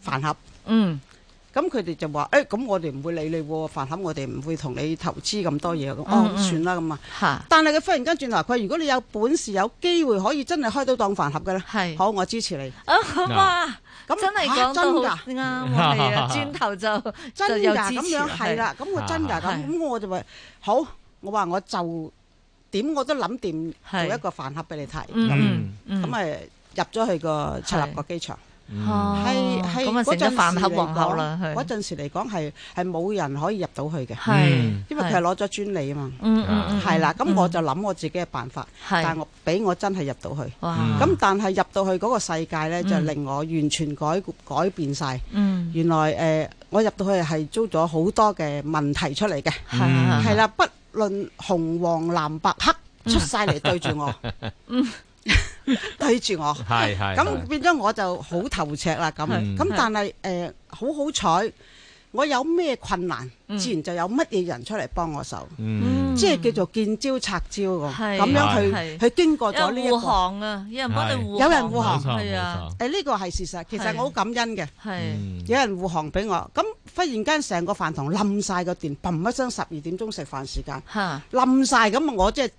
S7: 飯盒，
S2: 嗯，
S7: 咁佢哋就話誒，咁我哋唔會理你喎，飯盒我哋唔會同你投資咁多嘢咁，哦
S2: 嗯，嗯
S7: 咁算啦咁啊。
S2: 嚇
S7: 但係佢忽然間轉頭話，佢話如果你有本事有機會可以真係開到檔飯盒嘅咧，
S2: 係
S7: 好，我支持你。
S2: 啊哇！
S7: 咁
S2: 真
S7: 嚇
S2: 係講到好
S7: 真
S2: 啱
S7: 㗎
S2: 啊，係啊，轉頭就
S7: 真
S2: 就
S7: 㗎
S2: 有
S7: 咁
S2: 支持啊
S7: 樣係啦，咁我真㗎咁，
S2: 係
S7: 咁我就話好，我話我就點我都諗掂做一個飯盒俾你睇，
S2: 嗯
S7: 咁咁誒入咗去個赤鱲角機場。
S2: 哦
S7: 係係
S2: 咁啊
S7: 嗰
S2: 成
S7: 陣
S2: 咗飯盒
S7: 時嚟
S2: 皇后啦，
S7: 講
S2: 係
S7: 嗰陣時嚟講係係冇人可以入到去嘅，
S2: 係嗯
S7: 因為佢係攞咗專利啊嘛。
S2: 嗯嗯嗯
S7: 係啦，咁我就諗我自己嘅辦法，
S2: 係
S7: 但我俾我真係入到去。
S2: 哇
S7: 咁但係入到去嗰個世界呢，
S2: 嗯
S7: 就令我完全改改變晒。
S2: 嗯
S7: 原來誒，我入到去係租咗好多嘅問題出嚟嘅，
S2: 嗯
S7: 係啦，不論紅黃藍白黑出晒嚟對 住我，對住我。
S6: 係係
S7: 咁變咗我就好頭赤啦咁。
S6: 嗯
S7: 咁但係誒好好彩，我有咩困難，自然就有乜嘢人出嚟幫我手，
S2: 嗯
S7: 即係叫做見招拆招咁，
S2: 係
S7: 咁樣
S2: 係
S7: 去去經過咗呢一
S2: 有人護
S7: 個。
S2: 航啊，有人幫你護航，
S7: 有人護航，
S2: 係啊，
S7: 誒呢個係事實，其實
S2: 係
S7: 我好感恩嘅。
S2: 係
S23: 嗯
S7: 有人護航俾我，咁忽然間成個飯堂冧晒個電，砰一聲十二點鐘食飯時間，
S2: 嚇
S7: 冧晒咁我即係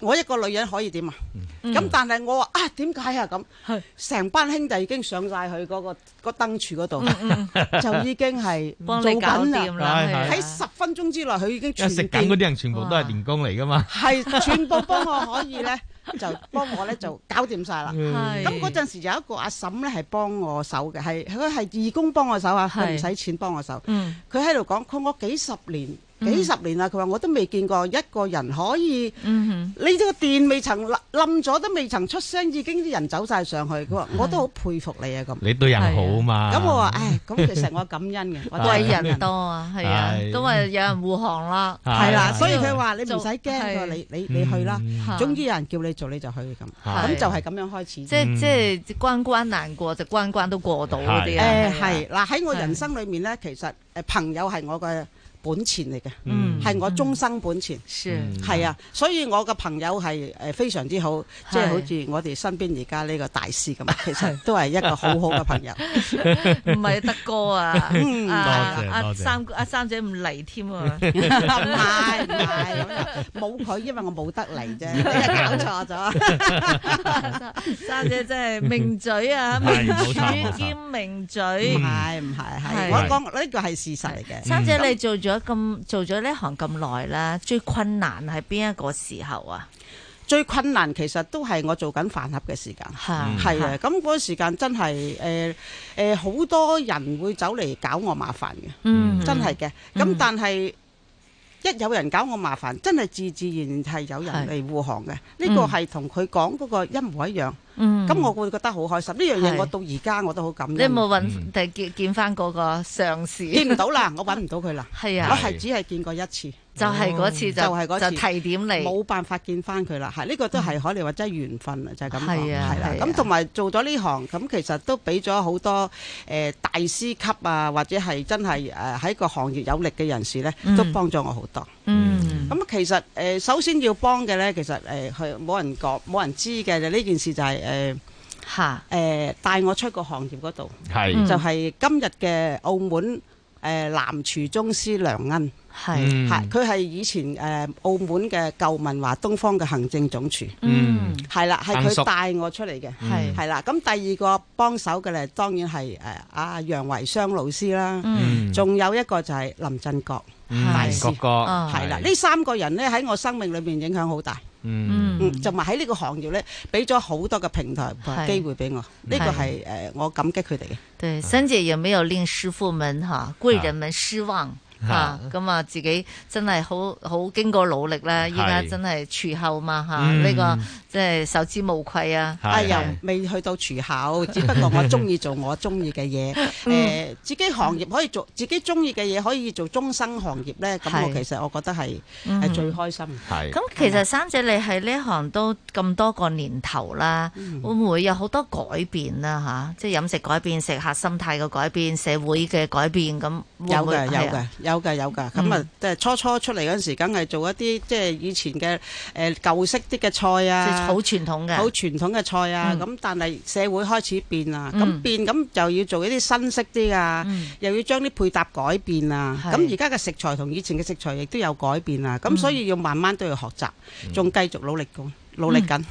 S7: 我一個女人可以點啊？
S2: 嗯
S7: 咁、但係我話啊點解啊咁？成班兄弟已經上晒去嗰個個燈柱嗰
S2: 嗯
S7: 度，就已經係
S2: 幫
S7: 做
S2: 你搞
S7: 緊
S2: 掂啦係啊
S7: 喺十分鐘之內，佢已
S23: 因
S7: 經
S23: 為
S7: 全
S23: 食緊嗰
S7: 店
S23: 啲人全部都係電工嚟噶 嘛，
S7: 係全部幫我可以咧，就幫我咧就搞掂晒啦。
S23: 係
S7: 咁嗰陣時有一個阿嬸咧係幫我手嘅，係佢係義工幫我手啊，
S2: 係
S7: 佢唔使錢幫我手。
S2: 嗯
S7: 佢喺度講，佢話我幾十年。
S2: 嗯
S7: 幾十年啦，佢話我都未見過一個人可以，
S2: 嗯
S7: 你呢個電未曾冧冧咗，都未曾出聲，已經啲人走晒上去。佢話我都好佩服你啊咁。
S23: 你對人好嘛？
S7: 咁我話，唉，咁其實我感恩嘅，我都係
S2: 貴人多啊，係啊，
S23: 係
S2: 都係有人護航啦，
S7: 係啦，
S2: 只
S7: 所以
S2: 要
S7: 佢話你唔
S2: 做
S7: 使驚，佢話你你
S2: 係
S7: 你去啦
S2: 嗯，
S7: 總之有人叫你做你就去咁，
S2: 係
S7: 咁就係咁樣開始。
S2: 即係即係關關難過就關關都過到嗰啲啊
S7: 誒，係嗱喺我人生裏面咧，其實誒朋友係我嘅本錢嚟嘅，
S2: 嗯
S7: 係我終生本錢，
S2: 是
S7: 係啊，所以我嘅朋友係誒非常之好，即係好似我哋身邊而家呢個大師咁， 其實都係一個好好嘅朋友。
S2: 唔係德哥啊，
S7: 嗯
S2: 啊
S7: 多謝
S2: 啊
S7: 多謝
S2: 三阿三姐唔嚟添 啊，
S7: 唔係唔 係冇佢，因為我冇得嚟啫，你真係搞錯咗。
S2: 三姐真係名嘴啊，
S7: 係
S2: 名
S7: 冇錯冇
S2: 廚
S7: 錯
S2: 兼名嘴，
S7: 唔係唔係係，我講呢個係事實嚟嘅。
S2: 嗯三姐你做咗咁做咗呢行咁耐啦，最困難係邊一個時候啊？
S7: 最困難其實都係我做緊飯盒嘅時間，
S2: 嗯
S7: 係啊，咁嗰個時間真係誒誒好多人會走嚟搞我麻煩嘅，
S2: 嗯
S7: 真係嘅。咁但係一有人搞我麻煩，真係自自然然係有人嚟護航嘅。呢個
S2: 嗯
S7: 係同佢講嗰個一模一樣。
S2: 嗯
S7: 咁我會覺得好開心。呢樣
S2: 係
S7: 嘢我到而家我都好感恩。
S2: 你有冇揾第見見翻嗰個上司？
S7: 見唔到啦，我揾唔到佢啦。
S2: 係啊
S7: 我係只係見過一次，
S2: 就係嗰次
S7: 就
S2: 就
S7: 係嗰次
S2: 就提點你
S7: 冇辦法見翻佢啦。係呢個都係可能話真係緣分啊，就係咁講
S2: 係啊
S7: 係啦
S2: 係啊
S7: 咁同埋做咗呢行，咁其實都俾咗好多誒大師級啊，或者係真係誒喺個行業有力嘅人士咧
S2: 嗯，
S7: 都幫咗我好多。
S2: 嗯，
S7: 咁其實誒、呃首先要幫嘅咧，其實誒佢冇人講冇人知嘅就呢件事就係、誒。
S2: 嚇！嗯
S7: 誒帶我出個行業嗰度，
S2: 係
S7: 就係今日嘅澳門誒、呃男廚宗師梁恩，
S2: 係
S7: 係佢係以前誒、呃澳門嘅舊文華東方嘅行政總廚，
S2: 嗯
S7: 係啦，係
S2: 鄧叔
S7: 佢帶我出嚟嘅，
S23: 嗯
S2: 係
S7: 係啦。咁第二個幫手嘅咧，當然係誒阿楊維湘老師啦
S2: 嗯，
S7: 仲有一個就係林振國
S23: 嗯
S7: 大師，
S23: 國哥啊
S7: 係啦。
S23: 係
S7: 呢三個人咧喺我生命裏面影響好大。
S23: 嗯
S7: 嗯，就埋喺呢個行業咧，俾咗好多嘅平台同
S2: 係
S7: 埋機會俾我，呢個係誒我感激佢哋嘅。
S2: 對，三姐有沒有令師傅們哈貴人們失望
S7: 啊
S2: 啊？咁啊，自己真係好好經過努力啦，依家真係廚後嘛吓，
S7: 嗯
S2: 呢個即係受之無愧啊！
S7: 啊，又未去到廚口， 只不過我中意做我中意嘅嘢。
S2: 嗯
S7: 誒，自己行業可以做自己中意嘅嘢，可以做終生行業咧。咁我
S2: 係
S7: 其實我覺得係
S2: 嗯
S7: 係最開心。
S6: 係
S2: 咁其實三姐你喺呢行都咁多個年頭啦，
S7: 嗯
S2: 會唔會有好多改變啦吓、即係飲食改變、食客心態嘅改變、社會嘅改變咁。會唔
S7: 有
S2: 會
S7: 嘅，有
S2: 係
S7: 嘅
S2: 啊，
S7: 有嘅，有嘅。咁啊，即係初初出嚟嗰陣時，梗係做一啲即係以前嘅誒舊式啲嘅菜
S2: 即係
S7: 啊，
S2: 好傳統嘅。
S7: 好傳統嘅菜啊，
S2: 嗯
S7: 咁但係社會開始變啦，
S2: 嗯
S7: 咁變咁就要做一啲新式啲啊
S2: 嗯，
S7: 又要將啲配搭改變啊，
S2: 係嗯
S7: 咁而家嘅食材同以前嘅食材亦都有改變啊，咁所以要慢慢都要學習，
S3: 嗯
S7: 仲繼續努力咁努力緊，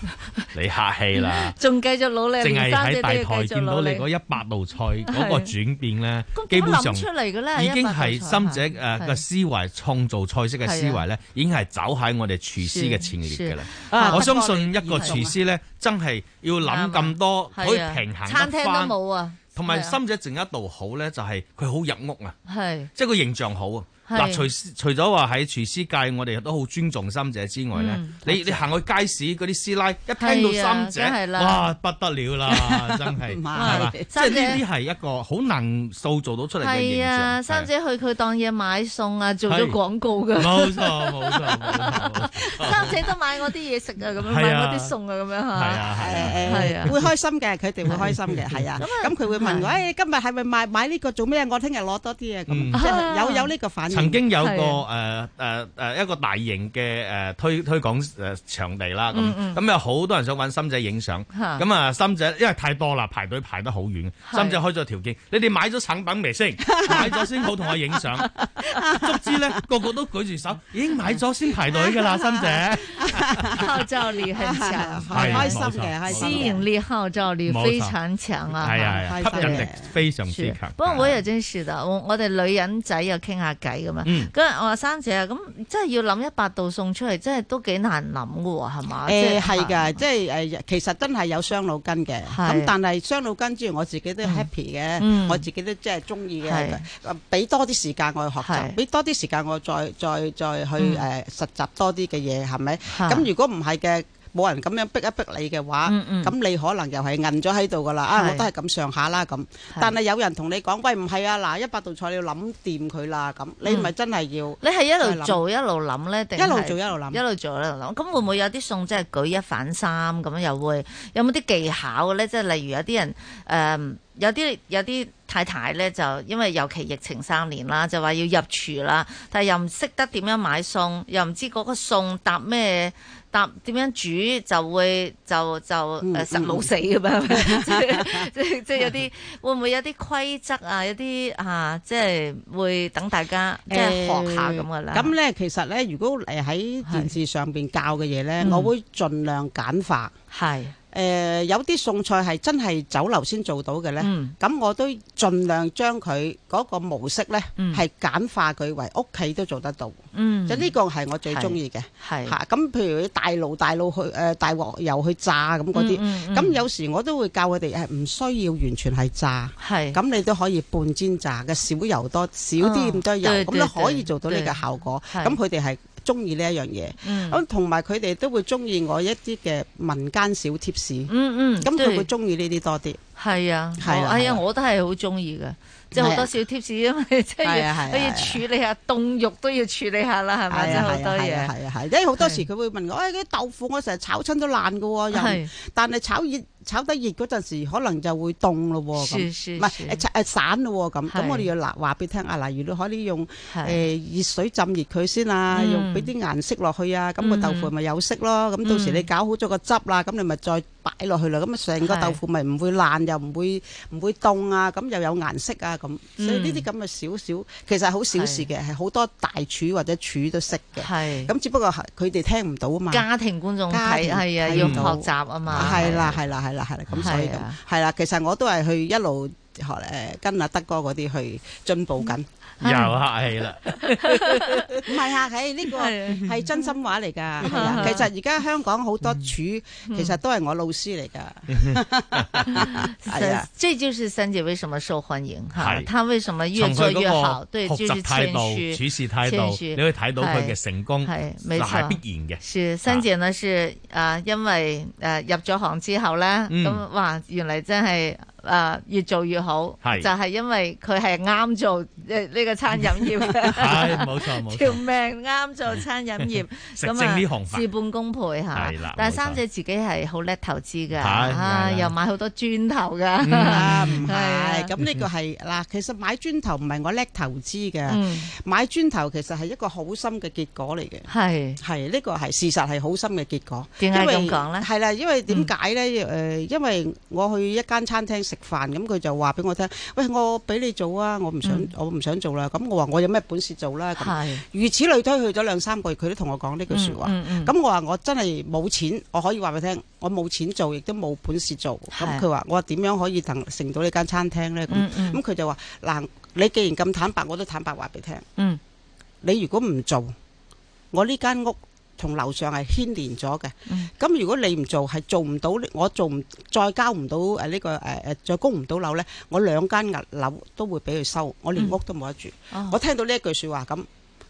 S3: 你客氣 啦。
S2: 嗯 仲繼續努力，
S3: 淨係
S2: 連三
S3: 喺
S2: 姐
S3: 大
S2: 都要
S3: 台
S2: 繼續嗯
S3: 見到
S2: 努
S3: 你
S2: 力。
S3: 嗰一百道菜嗰個轉變咧，基
S2: 點
S3: 本上
S2: 諗出嚟嘅咧
S3: 已經係深姐誒
S2: 100道菜
S3: 嘅思維創造菜式嘅
S2: 啊
S3: 思維咧，已經係走喺我哋廚師嘅前列嘅啦
S2: 是是啊。
S3: 我相信一個廚師咧，真係要諗咁多，可以
S2: 係啊
S3: 平衡
S2: 餐
S3: 得
S2: 廳
S3: 翻
S2: 都。冇啊，
S3: 同埋
S2: 係啊
S3: 深姐剩一道好咧，就係佢好入屋啊。
S2: 係
S3: 即係個形象好啊！
S2: 係
S3: 嗱，除除咗話喺廚師界，我哋都好尊重三姐之外咧
S2: 嗯，
S3: 你你行去街市嗰啲師奶，一聽
S2: 係
S3: 到
S2: 啊
S3: 三姐
S2: 梗係，啦
S3: 哇不得了 啦，真 係係嘛？即
S2: 三
S3: 係呢
S2: 姐
S3: 啲係一個好能塑造到出嚟嘅形
S2: 係啊，
S3: 象。
S2: 三姐去佢檔嘢買餸啊，做咗
S3: 係
S2: 廣告㗎。
S3: 冇錯冇錯冇錯，
S2: 三姐得買我啲嘢食啊？咁樣
S7: 係啊
S2: 買我啲餸啊？咁樣嚇。
S7: 係啊誒
S2: 係啊
S7: 會開心嘅，佢哋會開心嘅，係啊。咁佢會問我：，誒今日係咪買買呢個做咩？我聽日攞多啲啊！
S3: 嗯
S7: 咁即係有有呢個
S2: 嗯
S7: 反應。
S3: 曾經有個
S2: 啊
S3: 誒誒呃誒一個大型嘅誒推推廣誒場地啦，
S7: 嗯
S3: 咁
S7: 嗯
S3: 咁有好多人想揾深仔影相，
S2: 嚇
S3: 咁啊深仔因為太多啦，排隊排得好遠，
S2: 係
S3: 深仔開咗條件，你哋買咗產品 未先？買咗先好同我影相，足之咧個個都舉住手，已經買咗先排隊㗎 啦，深仔。
S2: 號召力很強，
S3: 係開心嘅開心嘅
S2: 吸引力、號召力
S3: 冇錯
S2: 非常強啊！
S3: 係啊，
S2: 嚇
S3: 係啊吸引力非常之
S2: 是
S3: 強。
S2: 不過我又真是的，我我哋女人仔又傾下偈咁啊。
S3: 嗯
S2: 咁我話生姐啊，咁真係要諗一百道餸出嚟，真係都幾難諗嘅喎，係嘛？
S7: 誒呃係㗎，即係誒，其實真係有傷腦筋嘅。
S2: 係
S7: 咁但係傷腦筋之餘，我自己都 happy
S2: 嗯
S7: 嘅，我自己都即係中意
S2: 係
S7: 嘅。誒俾多啲時間我去學
S2: 係
S7: 習，俾多啲時間我再再再去
S2: 嗯
S7: 誒實習多啲嘅嘢，係咪？
S2: 嚇
S7: 咁如果唔係嘅。冇人咁樣逼一逼你嘅話，
S2: 嗯嗯
S7: 咁你可能又係韌咗喺度噶啦。啊，
S2: 係
S7: 我都係咁上下啦咁。但係有人同你講，喂唔係啊，嗱一百道菜你要諗掂佢啦咁，你咪真係要。
S2: 嗯你係一
S7: 再
S2: 路
S7: 諗
S2: 做一路諗咧，定係
S7: 一路做一路諗
S2: 一路做一路諗。咁會唔會有啲餸即係舉一反三咁樣？又會有冇啲技巧嘅咧？即係例如有啲人誒、有啲有啲太太咧，就因為尤其疫情三年啦，就話要入廚啦，但係又唔識得點樣買餸，又唔知嗰個餸搭咩。搭點樣煮就會就就
S5: 嗯
S2: 誒
S5: 嗯
S2: 實老死咁樣，即係 即係即係 有啲會唔會有啲規則啊？有啲啊，即係會等大家即係學下咁噶啦。
S7: 誒咁咧，其實咧，如果誒喺電視上邊教嘅嘢咧，我會盡量簡化。
S2: 係。
S7: 誒、有啲餸菜係真係酒樓先做到嘅咧，咁、
S2: 嗯
S7: 我都盡量將佢嗰個模式咧係、
S2: 嗯
S7: 簡化佢為屋企都做得到。
S2: 嗯
S7: 就呢個係我最中意嘅。
S2: 係
S7: 嚇咁，譬如啲大爐大爐去誒、大鑊油去炸咁嗰啲，咁、
S2: 嗯嗯嗯
S7: 有時我都會教佢哋係唔需要完全係炸，
S2: 係
S7: 咁你都可以半煎炸嘅，少油多少啲咁多油，
S2: 嗯
S7: 咁
S2: 對
S7: 都
S2: 對
S7: 可以做到呢個效果。
S2: 對
S7: 咁佢哋係中意呢一樣嘢，
S2: 嗯
S7: 咁同埋佢哋都會中意我一啲嘅民間小貼士，
S2: 嗯嗯
S7: 咁
S2: 對
S7: 佢會中意呢啲多啲。
S2: 係啊，
S7: 係
S2: 我
S7: 啦
S2: 哎
S7: 係
S2: 呀，
S7: 啦
S2: 我都係好中意嘅，即係好多小 tips，因為即係
S7: 係啊係啊
S2: 要
S7: 係
S2: 要
S7: 啊
S2: 處理下凍肉都要處理下啦，係
S7: 係
S2: 咪？即係
S7: 啊
S2: 好多
S7: 係
S2: 嘢
S7: 啊。係啊係，因為好多時佢會問我，誒啲豆腐我成日炒親都爛嘅喎，
S2: 係
S7: 又但係炒熱炒得熱嗰陣時，可能就會凍咯喎，
S2: 是
S7: 咁
S2: 是
S7: 唔係
S2: 是
S7: 誒炒誒散咯喎，咁
S2: 係
S7: 咁我哋要嗱話俾聽啊，例如你可以用
S2: 係
S7: 誒熱水浸熱佢先啊，
S2: 嗯
S7: 用俾啲顏色落去啊，咁個
S2: 嗯
S7: 豆腐咪有色咯，咁到時
S2: 嗯
S7: 你搞好咗個汁啦，咁你咪再擺落去啦，咁啊成個
S2: 係
S7: 豆腐咪唔會爛又唔會唔會凍啊，咁又有顏色啊咁，所以
S2: 嗯
S7: 呢啲咁嘅啊少少其實係好小事嘅，係好多大廚或者廚都識嘅。
S2: 係
S7: 咁只不過係佢哋聽唔到啊嘛。
S2: 家庭觀眾
S7: 家
S2: 睇
S7: 庭
S2: 係啊，
S7: 睇
S2: 要
S7: 唔到
S2: 學習啊嘛。
S7: 係啦， 係啦，係啦，係啦，咁所以
S2: 係
S7: 咁
S2: 啊
S7: 係啦。其實我都係去一路學誒跟阿德哥嗰啲去進步
S2: 嗯
S7: 緊。
S3: 嗯又啊客氣啦，
S7: 唔係啊，係呢個係真心話嚟㗎。係
S2: 啊
S7: 啊，其實而家香港好
S2: 嗯
S7: 多廚其實都係我老師嚟㗎。係
S2: 三
S7: 啊，
S2: 这就是三姐為什麼受歡迎哈，
S3: 係
S2: 她為什麼越
S3: 從
S2: 做
S3: 佢
S2: 越
S3: 嗰
S2: 好，
S3: 個
S2: 對，
S3: 學
S2: 就是
S3: 習態
S2: 謙
S3: 度、
S2: 虛、
S3: 處事態度，
S2: 謙虛
S3: 你可以睇到佢嘅
S2: 係
S3: 成功，
S2: 係
S3: 嗱
S2: 冇錯
S3: 係必然嘅。
S2: 是三姐呢是啊，因為誒入咗行之後咧，
S3: 嗯
S2: 咁哇原嚟真係誒越做越好，
S3: 係
S2: 就係因為佢係啱做誒呢個餐飲 業
S3: 係
S2: 嘅，
S3: 冇錯冇錯
S2: 條命啱做餐飲業，
S3: 食
S2: 咁
S3: 正呢
S2: 啊
S3: 行飯
S2: 事半功倍嚇
S3: 係啦。
S2: 但
S3: 冇
S2: 係
S3: 錯
S2: 三姐自己係好叻投資㗎，
S7: 係
S2: 啊
S7: 係啦
S2: 又買好多磚頭 㗎，
S7: 啊，唔
S2: 係啊
S7: 係，咁呢個係嗱，其實買磚頭唔係我叻投資嘅
S2: 嗯，
S7: 買磚頭其實係一個好心嘅結果嚟嘅。
S2: 係
S7: 係呢個係事實係好心嘅結果。
S2: 點解
S7: 因為
S2: 咁講咧嗯
S7: 係啦，因為點解咧？誒、因為我去一間餐廳食飯，咁佢就話俾我聽：，喂，我俾你做啊，我唔想，
S2: 嗯
S7: 我唔想做啦。咁我話我有咩本事做啦？咁
S2: 係
S7: 如此類推，去咗兩三個月，佢都同我講呢句説話。咁、
S2: 嗯嗯嗯
S7: 我話我真係冇錢，我可以話俾你聽，我冇錢做，亦都冇本事做。咁
S2: 係
S7: 佢話：我話點樣可以成成到呢間餐廳咧？咁
S2: 嗯
S7: 咁佢就話：嗱，你既然咁坦白，我都坦白話俾你聽。
S2: 嗯
S7: 你如果唔做，我呢間屋同樓上係牽連咗嘅。
S2: 嗯
S7: 咁、如果你唔做，係做唔到呢，我做唔再交唔到誒呢個誒誒、呃再供唔到樓呢，我兩間銀樓都會俾佢收，我連屋都冇得住。
S2: 哦
S7: 我聽到呢一句説話，咁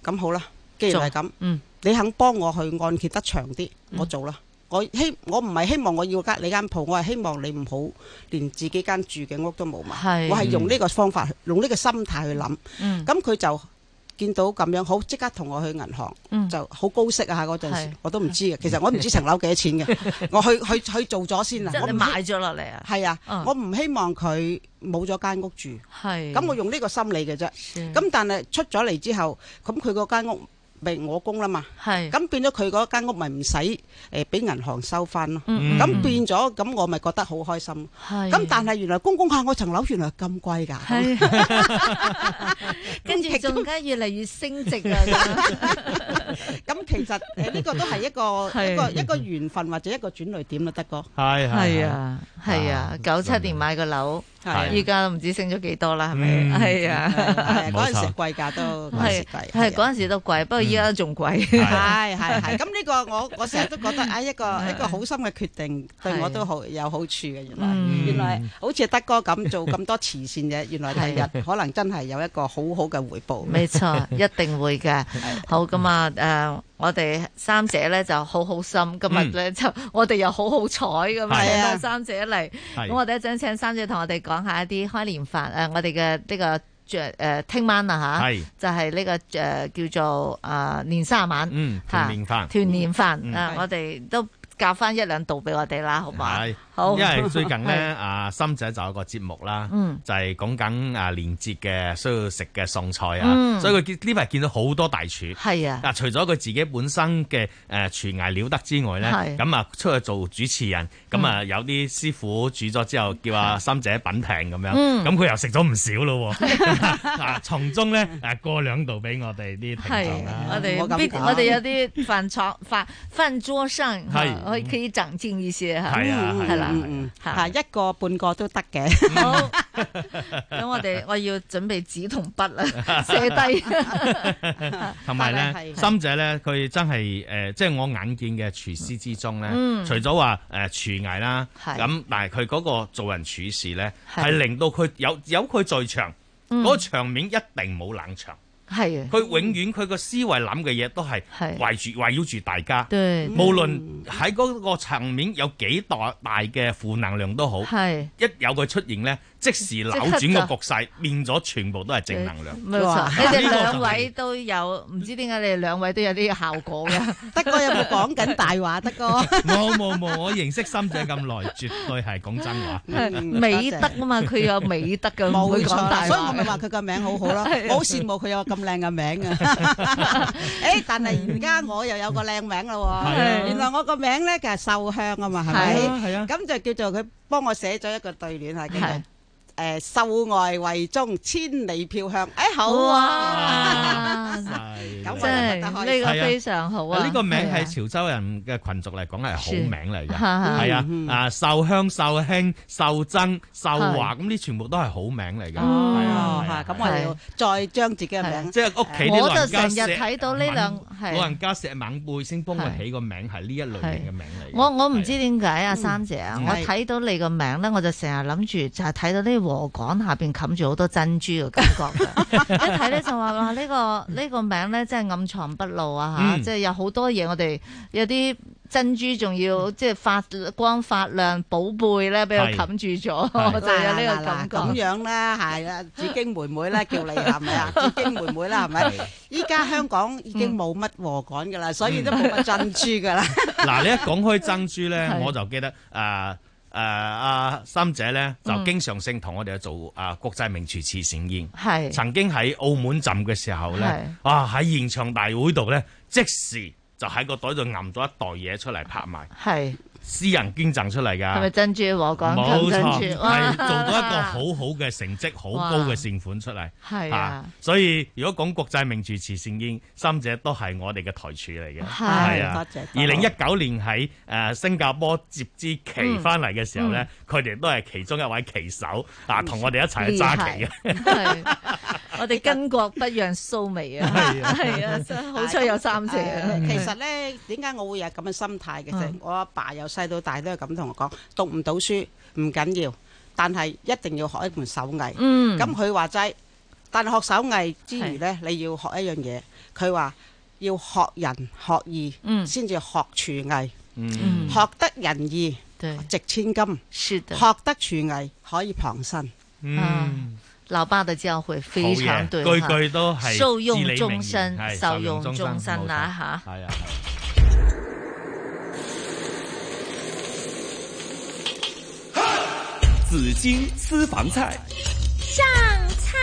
S7: 咁好啦，既然係
S2: 做
S7: 咁，
S2: 嗯
S7: 你肯幫我去按揭得長啲，我做啦。我希我唔係希望我要間你間鋪，我係希望你唔好連自己間住嘅屋都冇埋
S2: 係。
S7: 我係用呢個方法，用呢個心態去諗。
S2: 嗯
S7: 咁佢就見到咁樣好，即刻同我去銀行，
S2: 嗯
S7: 就好高息啊！嗰陣時
S2: 係
S7: 我都唔知 嘅，其實我唔知層樓幾多錢嘅，我去去去做咗先啦啊
S2: 即係。
S7: 我
S2: 你
S7: 唔
S2: 買咗落嚟啊？
S7: 係啊，
S2: 嗯
S7: 我唔希望佢冇咗間屋住。
S2: 係
S7: 咁我用呢個心理嘅啫。咁但係出咗嚟之後，咁佢嗰間屋咪我供啦嘛。咁變咗佢嗰間屋咪唔使誒俾銀行收翻咯。
S2: 嗯
S7: 咁
S2: 嗯
S7: 變咗咁我咪覺得好開心。
S2: 係
S7: 咁但係原來供供下我層樓原來咁貴㗎。
S2: 跟住仲加越嚟越升值 啊！
S7: 咁其實誒呢個都係一 個
S2: 係
S7: 一個一個緣分或者一個轉捩點都得個。
S3: 係
S2: 係啊，係啊，九七年買個樓，
S7: 係
S2: 依家都唔知升咗幾多啦，係
S7: 嗯
S2: 咪？係啊，
S7: 嗰陣時貴價都嗰陣時
S2: 係
S7: 貴。
S2: 係嗰陣時都貴，不過依家仲 貴。
S7: 係係 係，咁呢個我 我成日都覺得啊，一個一個好心嘅決定對我都好有好處嘅。原來
S2: 嗯
S7: 原來好似德哥咁做咁多慈善嘢，原來第日可能真係有一個好好嘅回報。
S2: 冇錯，一定會嘅。好咁啊，誒、我哋三姐咧就好好心，今日咧就我哋又好好彩咁嗯啊，
S5: 係
S2: 請
S5: 啊
S2: 到三姐嚟。
S5: 係
S2: 咁我哋一陣請三姐同我哋講下一啲開年飯誒、我哋嘅呢個着誒聽晚啊嚇，
S3: 係
S2: 就係呢、個誒、叫做誒、呃年卅晚，
S3: 嗯
S2: 嚇
S3: 團年飯
S2: 團年飯誒、
S3: 嗯係
S2: 我哋都教翻一兩道俾我哋啦，好嘛？
S3: 係，
S2: 好，
S3: 因 為最近咧，
S2: 係
S3: 啊深仔就有個節目啦，
S2: 嗯
S3: 就係講緊啊年節嘅需要食嘅餸菜啊，
S2: 嗯
S3: 所以佢見呢排見到好多大廚，
S2: 係啊
S3: 除咗佢自己本身嘅呃誒廚藝了得之外咧，
S2: 係嗯
S3: 咁啊出去做主持人，咁啊有啲師傅煮咗之後叫阿深仔品評咁樣，
S2: 嗯
S3: 咁佢又食咗唔少咯 喎，啊從中咧誒過兩道俾我哋啲聽
S2: 係
S3: 眾啦，，
S2: 我哋必我哋有啲飯床飯飯桌上
S3: 係
S2: 可以可以長進一些嚇，
S3: 係
S7: 嗯
S3: 啊係啊
S2: 係啦
S3: 係啊，
S7: 嚇一個半個都得嘅。
S2: 好，
S7: 嗯
S2: 咁我哋我要準備紙同筆 啦，寫低。
S3: 同埋咧，
S2: 係
S3: 心姐咧，佢真係誒、呃即係我眼見嘅廚師之中咧，
S2: 嗯
S3: 除咗話誒廚藝啦，
S2: 係
S3: 咁但係佢嗰個做人處事咧，
S2: 係
S3: 係令到佢有有佢在場，嗰、
S2: 嗯
S3: 個場面一定冇冷場。
S2: 係啊
S3: 佢永遠佢個思維諗嘅嘢都係圍
S2: 係
S3: 住圍繞住大家，
S2: 對
S3: 無論喺嗰個層面有幾大大嘅負能量都好，
S2: 係
S3: 一有佢出現咧，即時扭
S2: 即
S3: 轉
S2: 刻
S3: 個局勢，變咗全部都係正能量。
S2: 冇錯，你哋兩位都有，唔知點解你哋兩位都有啲效果嘅。
S7: 德哥有冇講緊大話？ 德哥
S3: 冇冇冇，我認識深仔咁耐，絕對係講真話。
S2: 美德啊嘛，佢有美德嘅，唔
S7: 冇
S2: 會講
S7: 錯啦
S2: 大話嘅。，
S7: 所以我咪話佢個名好好咯
S2: 係啊
S7: 我好羨慕佢有咁靚嘅名啊！ 誒，但係而家我又有個靚名啦
S5: 係啊
S7: 喎，原來我個名咧就係秀香啊嘛，係
S5: 係啊係
S7: 咪
S5: 啊？
S7: 咁就叫做佢幫我寫咗一個對聯係叫做
S5: 係
S7: 誒秀外慧中，千里飄香。誒好
S2: 哇
S7: 啊！
S3: 係
S7: 咁我就
S2: 真係
S7: 覺得開
S2: 呢
S7: 心
S2: 個非常好啊！
S3: 呢個名
S2: 係
S3: 係
S2: 啊
S3: 潮州人嘅群族嚟講係好
S2: 是
S3: 名嚟嘅，
S2: 哈哈
S3: 係啊
S2: 嗯，
S3: 啊秀香、秀馨、秀珍、秀華，
S7: 係
S3: 咁呢全部都係好名嚟嘅，係
S7: 哦
S3: 啊，係啊
S7: 嚇咁我哋要再將自己嘅名，
S3: 即係屋企啲老人家
S2: 啊我就成日
S3: 錫
S2: 睇到呢兩
S3: 猛
S2: 係
S3: 老人家石猛背先幫佢起個名，係呢一類型嘅名嚟嘅。
S2: 我我唔知點解啊，三姐啊，
S3: 嗯
S2: 我
S3: 係
S2: 睇到你個名咧，我就成日諗住就係睇到啲禾稈下邊冚住好多珍珠嘅感覺 嘅，一睇咧就話哇呢個呢個名咧真係暗藏不露啊嚇，
S5: 嗯
S2: 即係有好多嘢我哋有啲。珍珠仲要
S3: 嗯
S2: 即係發光發亮，寶貝咧俾
S7: 係
S2: 佢冚住咗，
S7: 係
S2: 我 就有呢個感覺。
S7: 嗱嗱嗱咁樣啦，係 啦，紫荊妹妹啦，叫你係咪啊？紫荊妹妹啦，係咪
S3: 係？
S7: 依家香港已經冇乜禾稈噶啦，所以都冇乜珍珠噶啦。
S3: 嗱，你一講開珍珠咧，
S7: 係
S3: 我就記得誒誒阿三姐咧，就
S2: 嗯
S3: 經常性同我哋做啊國際名廚慈善宴，
S2: 係
S3: 曾經喺澳門浸嘅時候咧
S2: 係，
S3: 啊喺現場大會度咧，即時就喺個袋度揞咗一袋嘢出嚟拍賣，
S2: 係
S3: 私人捐贈出嚟
S2: 啊係咪
S3: 㗎。
S2: 珍珠禾稈
S3: 啊冇
S2: 冚珍
S3: 錯，
S2: 珠？哇
S3: 係做到一個好好嘅成績，好高嘅善款出嚟。
S2: 係啊
S3: 所以如果講國際名廚慈善宴，三姐都係我哋嘅台柱嚟嘅。
S2: 係
S3: 啊，
S2: 多謝
S3: 二零一九年喺誒新加坡接支
S2: 嗯
S3: 旗翻嚟嘅時候咧，佢哋都係其中一位旗手啊，
S2: 嗯
S3: 同我哋一齊去揸旗嘅。啊
S2: 係我哋巾帼不讓鬚眉啊！ 係 啊，真係好彩有三姐啊！
S7: 其實咧，點解我會有咁嘅心態嘅啫
S2: 嗯？
S7: 我阿爸由細到大都係咁同我講，讀唔到書唔緊要，但係一定要學一門手藝。
S2: 嗯
S7: 咁佢話齋，但係學手藝之餘咧，你要學一樣嘢。佢話要學人學藝，
S2: 嗯
S7: 先至學廚藝。
S3: 嗯
S7: 學得仁義值千金，
S2: 學
S7: 得廚藝可以傍身。
S3: 嗯，
S2: 啊老爸嘅教詔非常對
S3: 好嘢句句都係
S2: 受用
S3: 至理名
S2: 終
S3: 言
S2: 身，
S3: 係
S2: 受
S3: 受
S2: 用
S7: 啊
S3: 用終
S2: 終
S3: 身
S2: 身啦吓。
S3: 係啊。
S1: 紫荆私房菜。
S22: 上菜。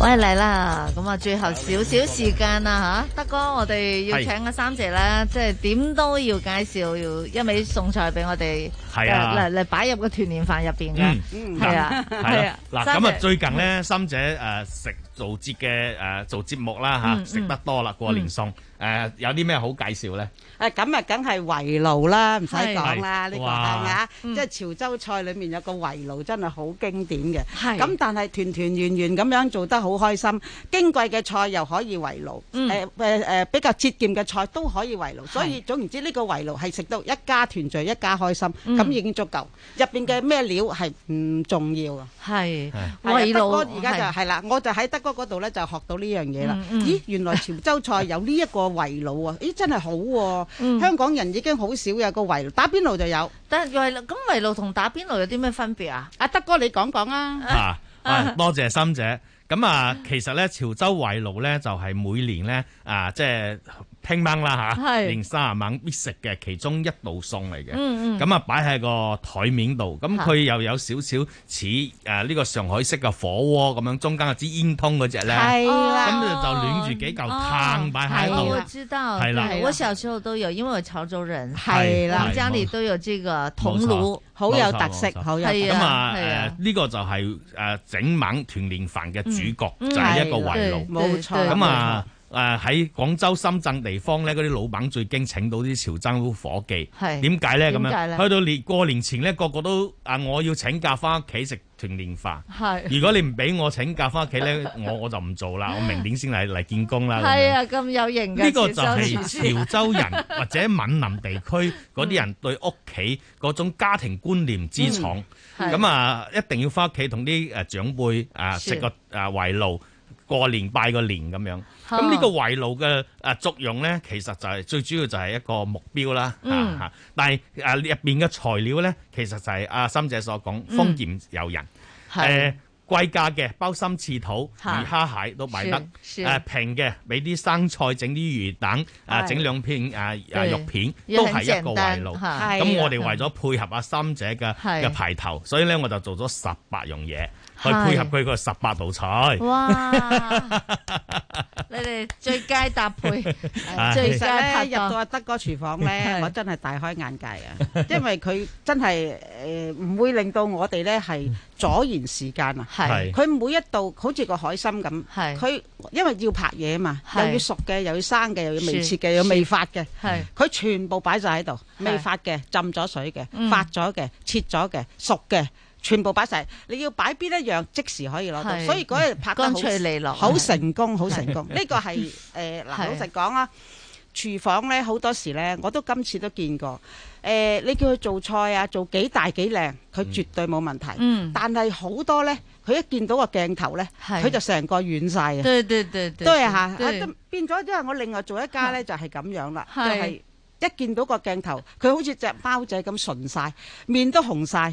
S2: 喂嚟啦，咁啊最後少少時間啦吓，德哥我哋要請阿三姐啦，即係點都要介紹，要一味餸菜俾我哋，
S3: 係啊
S2: 誒嚟嚟擺入個團年飯入邊嘅，
S3: 嗯，
S2: 係啊
S3: 嗱
S2: 係啊，
S3: 嗱
S2: 三
S3: 咁啊
S2: 姐，
S3: 最近咧，心姐誒呃食做節嘅誒做節目啦
S7: 嗯
S3: 嚇，食得多啦，過年餸誒有啲咩好介紹咧？
S7: 啊，咁啊，梗係圍爐啦，唔使講啦，
S3: 係
S7: 呢個係
S3: 哇
S7: 咪啊？
S2: 嗯
S7: 即係潮州菜裏面有個圍爐，真係好經典嘅。
S2: 係
S7: 咁但係團團圓圓咁樣做得好開心，矜貴嘅菜又可以圍爐，
S2: 嗯
S7: 誒誒誒比較節儉嘅菜都可以圍爐。所以總言之，呢個圍爐係食到一家團聚、一家開心，
S2: 嗯
S7: 咁已經足夠。入邊嘅咩料係唔重要啊？
S2: 係
S7: 係啊
S2: 圍
S7: 德哥
S2: 爐
S7: 而家就係啦，我就喺德哥嗰度咧就學到呢樣嘢啦
S2: 嗯。嗯
S7: 咦，原來潮州菜有呢一個圍爐啊！咦，真係好喎！香港人已經好少有個圍爐，打邊爐就有。
S2: 嗯但係圍爐咁圍爐同打邊爐有啲咩分別啊？
S7: 阿德哥你講講啊！
S3: 啊，啊多謝心姐。咁啊，其實咧潮州圍爐咧就係每年咧啊，即係聽晚啦嚇，
S23: 係
S3: 年卅晚必食嘅其中一道餸嚟嘅。
S23: 嗯嗯
S3: 咁啊擺喺個台面度，咁
S23: 嚇
S3: 佢又有少少似誒呢個上海式嘅火鍋咁樣，中間有支煙通嗰只咧，
S2: 係啦
S3: 咁就就攣住幾嚿炭擺喺
S2: 哦
S3: 度
S2: 我。知道，
S3: 係啦
S2: 對我小時候都有，因為我潮州人，
S3: 係啦
S2: 我們家裏都有這個銅爐，
S3: 咁啊
S2: 係啊，係啊
S3: 誒呢個就係誒整晚團年飯嘅主角，
S2: 嗯
S3: 就係一個圍
S2: 嗯
S3: 爐，
S2: 對冇錯
S3: 咁啊。誒喺廣州、深圳地方咧，嗰啲老闆最驚請到啲潮州伙計，
S2: 係
S3: 點解咧咁
S2: 點解咧
S3: 樣？去到年過年前咧，個個都啊，我要請假翻屋企食團年飯。
S2: 係
S3: 如果你唔俾我請假翻屋企咧，我我就唔做啦，我明年先嚟嚟見工啦。咁樣
S2: 係啊，咁有型嘅
S3: 呢個就
S2: 潮州
S3: 係潮
S2: 廚師
S3: 州 人或者閩南地區嗰啲人對屋企嗰種家庭觀念之重，
S2: 嗯係
S3: 咁啊一定要翻屋企同啲誒長輩啊
S2: 是
S3: 食個誒圍爐。過年拜個年咁樣，
S2: 嚇
S3: 咁呢個圍爐嘅誒作用咧，其實就係、最主要就係一個目標啦，嚇、
S2: 嗯
S3: 嚇但係誒入邊嘅材料咧，其實就係阿心姐所講，
S2: 嗯
S3: 豐儉由人。
S2: 係
S3: 誒呃貴價嘅鮑參翅肚、
S2: 嚇
S3: 魚蝦蟹都買得，
S2: 是是
S3: 誒平嘅俾啲生菜整啲魚蛋，啊
S2: 係
S3: 整兩片啊啊
S2: 對
S3: 肉片，
S2: 也
S3: 都
S2: 很
S3: 係一個
S2: 簡單
S3: 圍爐。
S2: 嚇
S3: 咁我哋
S2: 係啊
S3: 為咗配合阿心姐嘅
S2: 係
S3: 嘅排頭，所以咧我就做咗十八樣嘢去
S2: 係
S3: 配合佢個十八道菜。
S2: 哇！你哋最佳搭配，
S3: 唉
S2: 最
S7: 其
S2: 佳
S7: 實
S2: 拍
S7: 咧入到
S2: 檔
S7: 阿德哥廚 房咧，我真係大開眼界啊！因為佢真係誒唔會令到我哋咧係阻延時間啊！
S2: 嗯係
S7: 佢每一道好似個海參咁，佢因為要拍嘢啊嘛，又
S2: 係
S7: 要熟嘅，又要生嘅，又要未
S2: 是
S7: 切嘅，又要未發嘅
S2: 係，
S7: 佢全部擺晒喺度，未發嘅、浸咗水嘅、
S2: 嗯
S7: 發咗嘅、切咗嘅、熟嘅。全部擺晒，你要擺邊一樣即時可以攞到，
S2: 係
S7: 所以嗰日拍得好
S2: 乾脆利落
S7: 好成功，好成 功。呢個係誒嗱，
S2: 係
S7: 老實講啦，廚房咧好多時咧，我都今次都見過。誒、你叫佢做菜啊，做幾大幾靚，佢絕對冇問題。
S2: 嗯
S7: 但係好多咧，佢一見到個鏡頭咧，
S2: 係
S7: 佢就成個軟晒啊。
S2: 對對對對
S7: 對啊嚇，
S2: 對
S7: 啊都變咗，因為我另外做一家咧就係咁樣啦，就
S2: 係
S7: 係。一見到個鏡頭，佢好似隻貓仔咁純晒，面都紅晒。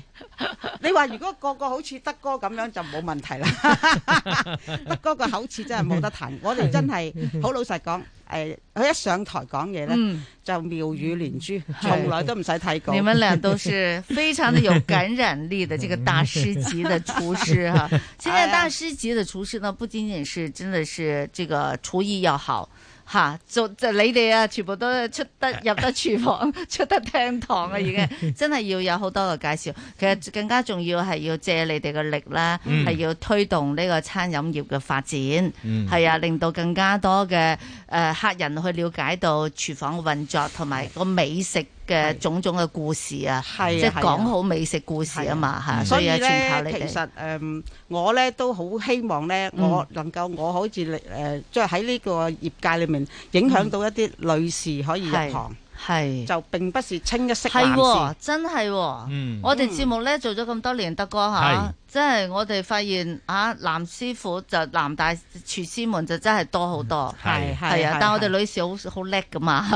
S7: 你話如果個個好似德哥咁樣就冇問題啦。德哥個口齒真係冇得 彈，我哋真係好老實講，誒、佢一上台講嘢咧、
S2: 嗯
S7: 就妙語連珠， 從來都唔使睇稿。
S2: 你們倆都是非常的有感 染力的这个大师级的厨师哈。现在大师级的厨师呢，不仅仅是真的是这个厨艺要好。吓，做就你哋啊，全部都出得入得廚房， 出得廳堂啊，已經真係要有好多嘅介紹。其實更加重要係要借你哋嘅力啦，係、
S5: 嗯
S2: 要推動呢個餐飲業嘅發展，係、
S5: 嗯
S2: 啊，令到更加多嘅誒、呃客人去了解到廚房嘅運作同埋個美食嘅種種嘅故事啊，
S7: 啊
S2: 即係
S7: 係啊
S2: 講好美食故事啊嘛嚇，
S7: 所
S2: 所
S7: 以
S2: 以啊，全靠
S7: 咧，
S2: 你
S7: 其
S2: 哋
S7: 實誒、嗯我咧都好希望咧，
S2: 嗯
S7: 我能夠我好似你誒，即係喺呢個業界裏面影響到一啲女士可以入行，
S2: 嗯係
S7: 就並不是清一色
S2: 係
S7: 男
S2: 喎
S7: 士。
S2: 真係喎。
S7: 嗯
S2: 我哋節目咧做咗咁多年，德哥嚇
S7: 係，
S2: 即係我哋發現啊，男師傅就男大廚師們就真係多好多，
S12: 係係
S2: 係啊
S12: 係！
S2: 但係我哋女士好好叻噶嘛，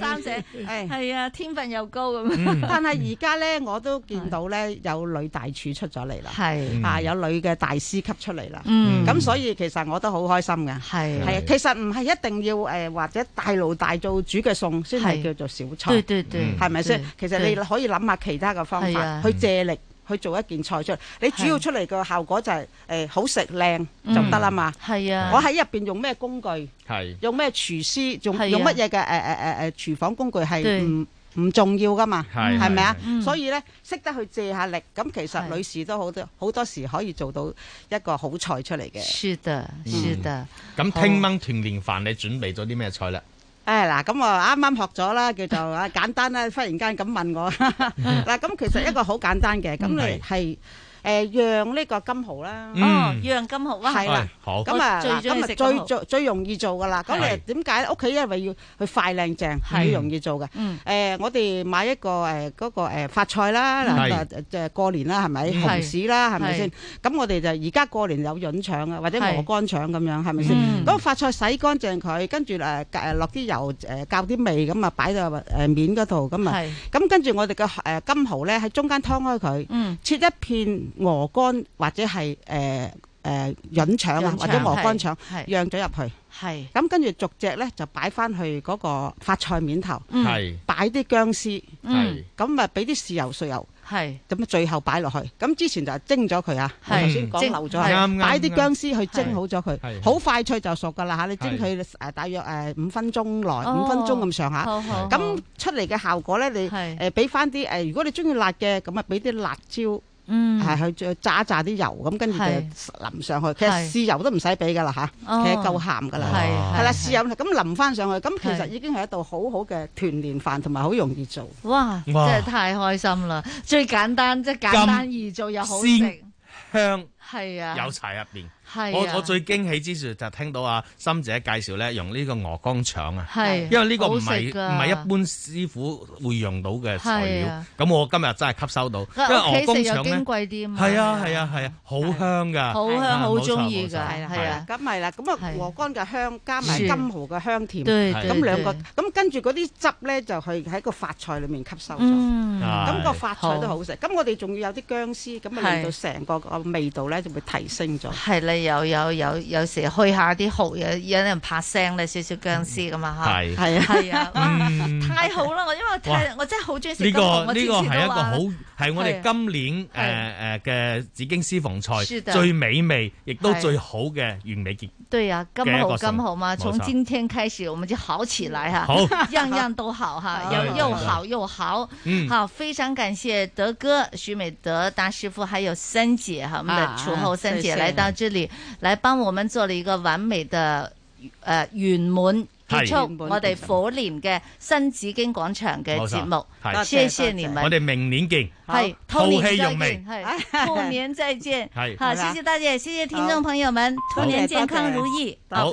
S7: 三者係
S2: 啊，天分又高
S7: 咁。但
S2: 嗯
S7: 係而家咧，我都見到咧有女大廚出咗嚟啦，
S2: 係
S7: 啊有女嘅大師級出嚟啦。
S2: 嗯
S7: 咁所以其實我都好開心嘅。
S2: 係
S7: 係啊，其實唔係一定要誒或者大爐大灶煮嘅餸先係
S2: 係
S7: 叫做小菜，
S2: 對對對
S7: 係咪先
S2: 對？
S7: 其實你
S2: 對
S7: 可以諗下其他嘅方
S2: 係
S7: 法
S2: 啊
S7: 去借力。去做一件菜出嚟，你主要出嚟嘅效果就係、誒、呃好食靚就得啦嘛。
S2: 嗯係啊
S7: 我喺入邊用咩工具？
S6: 係
S7: 用咩廚師，用
S2: 係啊
S7: 用乜嘢嘅誒誒誒誒廚房工具係
S2: 對
S7: 唔唔重要噶嘛？
S2: 係
S7: 係咪啊
S2: 係？係
S7: 所以咧，識得去借下力，咁其實
S2: 係
S7: 女士都好多好多時可以做到一個好菜出嚟嘅。
S2: 是的，是的。
S3: 嗯咁聽晚團年飯你準備咗啲咩菜啦？
S7: 誒嗱，咁我啱啱學咗啦，叫做啊簡單啦，忽然間咁問我 嗱，咁其實一個好簡單嘅，咁你係誒釀呢個金蠔啦，
S2: 嗯哦釀金蠔啊
S7: 係
S2: 係
S7: 啦，
S2: 好
S7: 咁啊
S2: 我最
S7: 嗱
S2: 中意
S7: 咁啊
S2: 食金
S7: 最
S2: 蠔
S7: 最最容易做噶啦，咁
S2: 係
S7: 你點解咧？屋企因為要去快靚正，好
S2: 係
S7: 容易做嘅
S2: 嗯，
S7: 誒我哋買一個誒嗰個誒發菜啦，嗱
S2: 係
S7: 誒誒過年啦係咪
S2: 嗯
S7: 紅柿啦係咪
S2: 係
S7: 先？咁我哋就而家過年有潤腸啊，或者
S2: 係
S7: 鵝肝腸咁樣係咪先？咁發菜洗乾淨佢，跟住誒誒落啲油誒教啲味咁啊，擺到誒面嗰度咁啊
S2: 係。
S7: 咁跟住我哋嘅誒金蠔咧，喺中間劏開佢，
S2: 嗯
S7: 切一片鵝肝或者係誒誒潤腸啊
S2: 潤腸，
S7: 或者鵝肝腸
S2: 係係，
S7: 釀咗入去。
S2: 係
S7: 咁跟住逐隻咧就擺翻去嗰個發菜面頭，
S2: 嗯係
S7: 擺啲姜絲，
S2: 嗯
S7: 咁啊俾啲豉油、碎油。
S2: 係
S7: 咁啊，最後擺落去。咁之前就係蒸咗佢啊，我
S2: 係
S7: 頭先講
S2: 蒸
S7: 漏咗
S2: 係啱
S7: 佢，
S2: 啱
S7: 擺啲姜絲去
S2: 啱
S7: 蒸好咗
S2: 係
S7: 佢，好快脆就熟噶啦嚇。你蒸佢誒大約呃誒五分鐘內，五分鐘咁上下。
S2: 哦好好好
S7: 咁出嚟嘅效果咧，你誒俾翻啲誒，如果你中意辣嘅，咁啊俾啲辣椒。
S2: 嗯
S7: 係去再炸一炸啲油，咁跟住就
S2: 係
S7: 淋上去。其
S2: 係
S7: 實豉油都唔使俾噶啦吓，
S2: 哦
S7: 其實夠鹹噶啦。
S2: 係
S7: 係
S2: 係
S7: 啦，豉油咁淋翻上去，咁其實
S2: 係
S7: 已經係一道好好嘅團年飯，同埋好容易做。
S2: 哇，真
S7: 哇
S2: 係太開心啦！最簡單，即係簡單易做又好食，
S3: 香
S2: 係啊，
S3: 有柴入邊。
S2: 係
S3: 我
S2: 啊
S3: 我最驚喜之處就聽到阿心姐介紹咧，用呢個鵝肝腸啊，
S2: 係
S3: 因為呢個唔
S2: 好
S3: 係
S2: 食㗎
S3: 唔係一般師傅會用到嘅材
S2: 係啊
S3: 料。咁我今日真係吸收到，因為
S2: 屋
S3: 鵝
S2: 企食
S3: 肝
S2: 又
S3: 腸咧
S2: 矜，貴啲嘛，
S3: 係啊係啊係啊，好香㗎，
S2: 好香
S3: 啊
S2: 好
S3: 冇錯
S2: 鍾意
S3: 冇錯
S2: 㗎係啊
S3: 係啊
S7: 咁咪啦，咁啊鵝肝嘅香加埋
S3: 是
S7: 金蠔嘅香甜，
S3: 對對
S7: 咁兩個，
S2: 對
S7: 咁跟住嗰啲汁咧就去喺個發菜裏面吸收
S2: 嗯
S7: 咗，咁個發菜
S2: 係
S7: 都好食。咁我哋仲要有啲姜絲，咁啊令到
S2: 係
S7: 成個個味道咧就會提升咗。
S2: 係啦，有有有有時去下啲蠔，有有人拍聲咧，少少僵屍咁嘛嚇，
S3: 嗯係
S7: 係啊
S2: 係啊，
S3: 哇，
S2: 太好啦！我因為我太
S3: 哇
S2: 我真係好中意食
S3: 呢
S2: 金蠔，
S3: 個
S2: 我之
S3: 呢
S2: 前
S3: 個
S2: 都
S3: 係一個好
S2: 話啦
S3: 係我
S2: 啊係
S3: 哋
S2: 啊
S3: 今年誒誒嘅紫荊私房菜
S2: 是的
S3: 最美味，亦都
S2: 係
S3: 最好嘅完美結。
S2: 对呀、
S3: 嘅
S2: 刚
S3: 一
S2: 好
S3: 個
S2: 刚
S3: 餸
S2: 好嘛，
S3: 冇
S2: 从
S3: 錯
S2: 今天开始我们就好起来哈，
S3: 好
S2: 样样都好哈，
S3: 好
S2: 又又
S3: 好
S2: 好又好，
S3: 嗯
S2: 好，非常感谢德哥、徐美德大师傅还有三姐哈，我们的
S5: 啊
S2: 厨后三
S5: 谢
S2: 姐
S5: 谢
S2: 来到这里，来帮我们做了一个完美的呃圆满。结
S3: 係
S2: 束
S3: 圓滿
S2: 我哋
S3: 結
S2: 虎年嘅新紫荊廣場嘅
S3: 冇
S2: 節
S3: 錯
S2: 目，
S3: 係
S2: 謝謝你
S3: 我
S2: 們，
S3: 哋明年見，
S2: 係
S3: 吐
S2: 年
S3: 氣
S2: 再
S3: 揚眉
S2: 見，。係兔年再見，
S3: 係
S2: 好，
S3: 好
S2: 謝
S3: 啦
S2: 謝大家，謝謝聽眾朋友們，兔年健康如意，
S3: 好。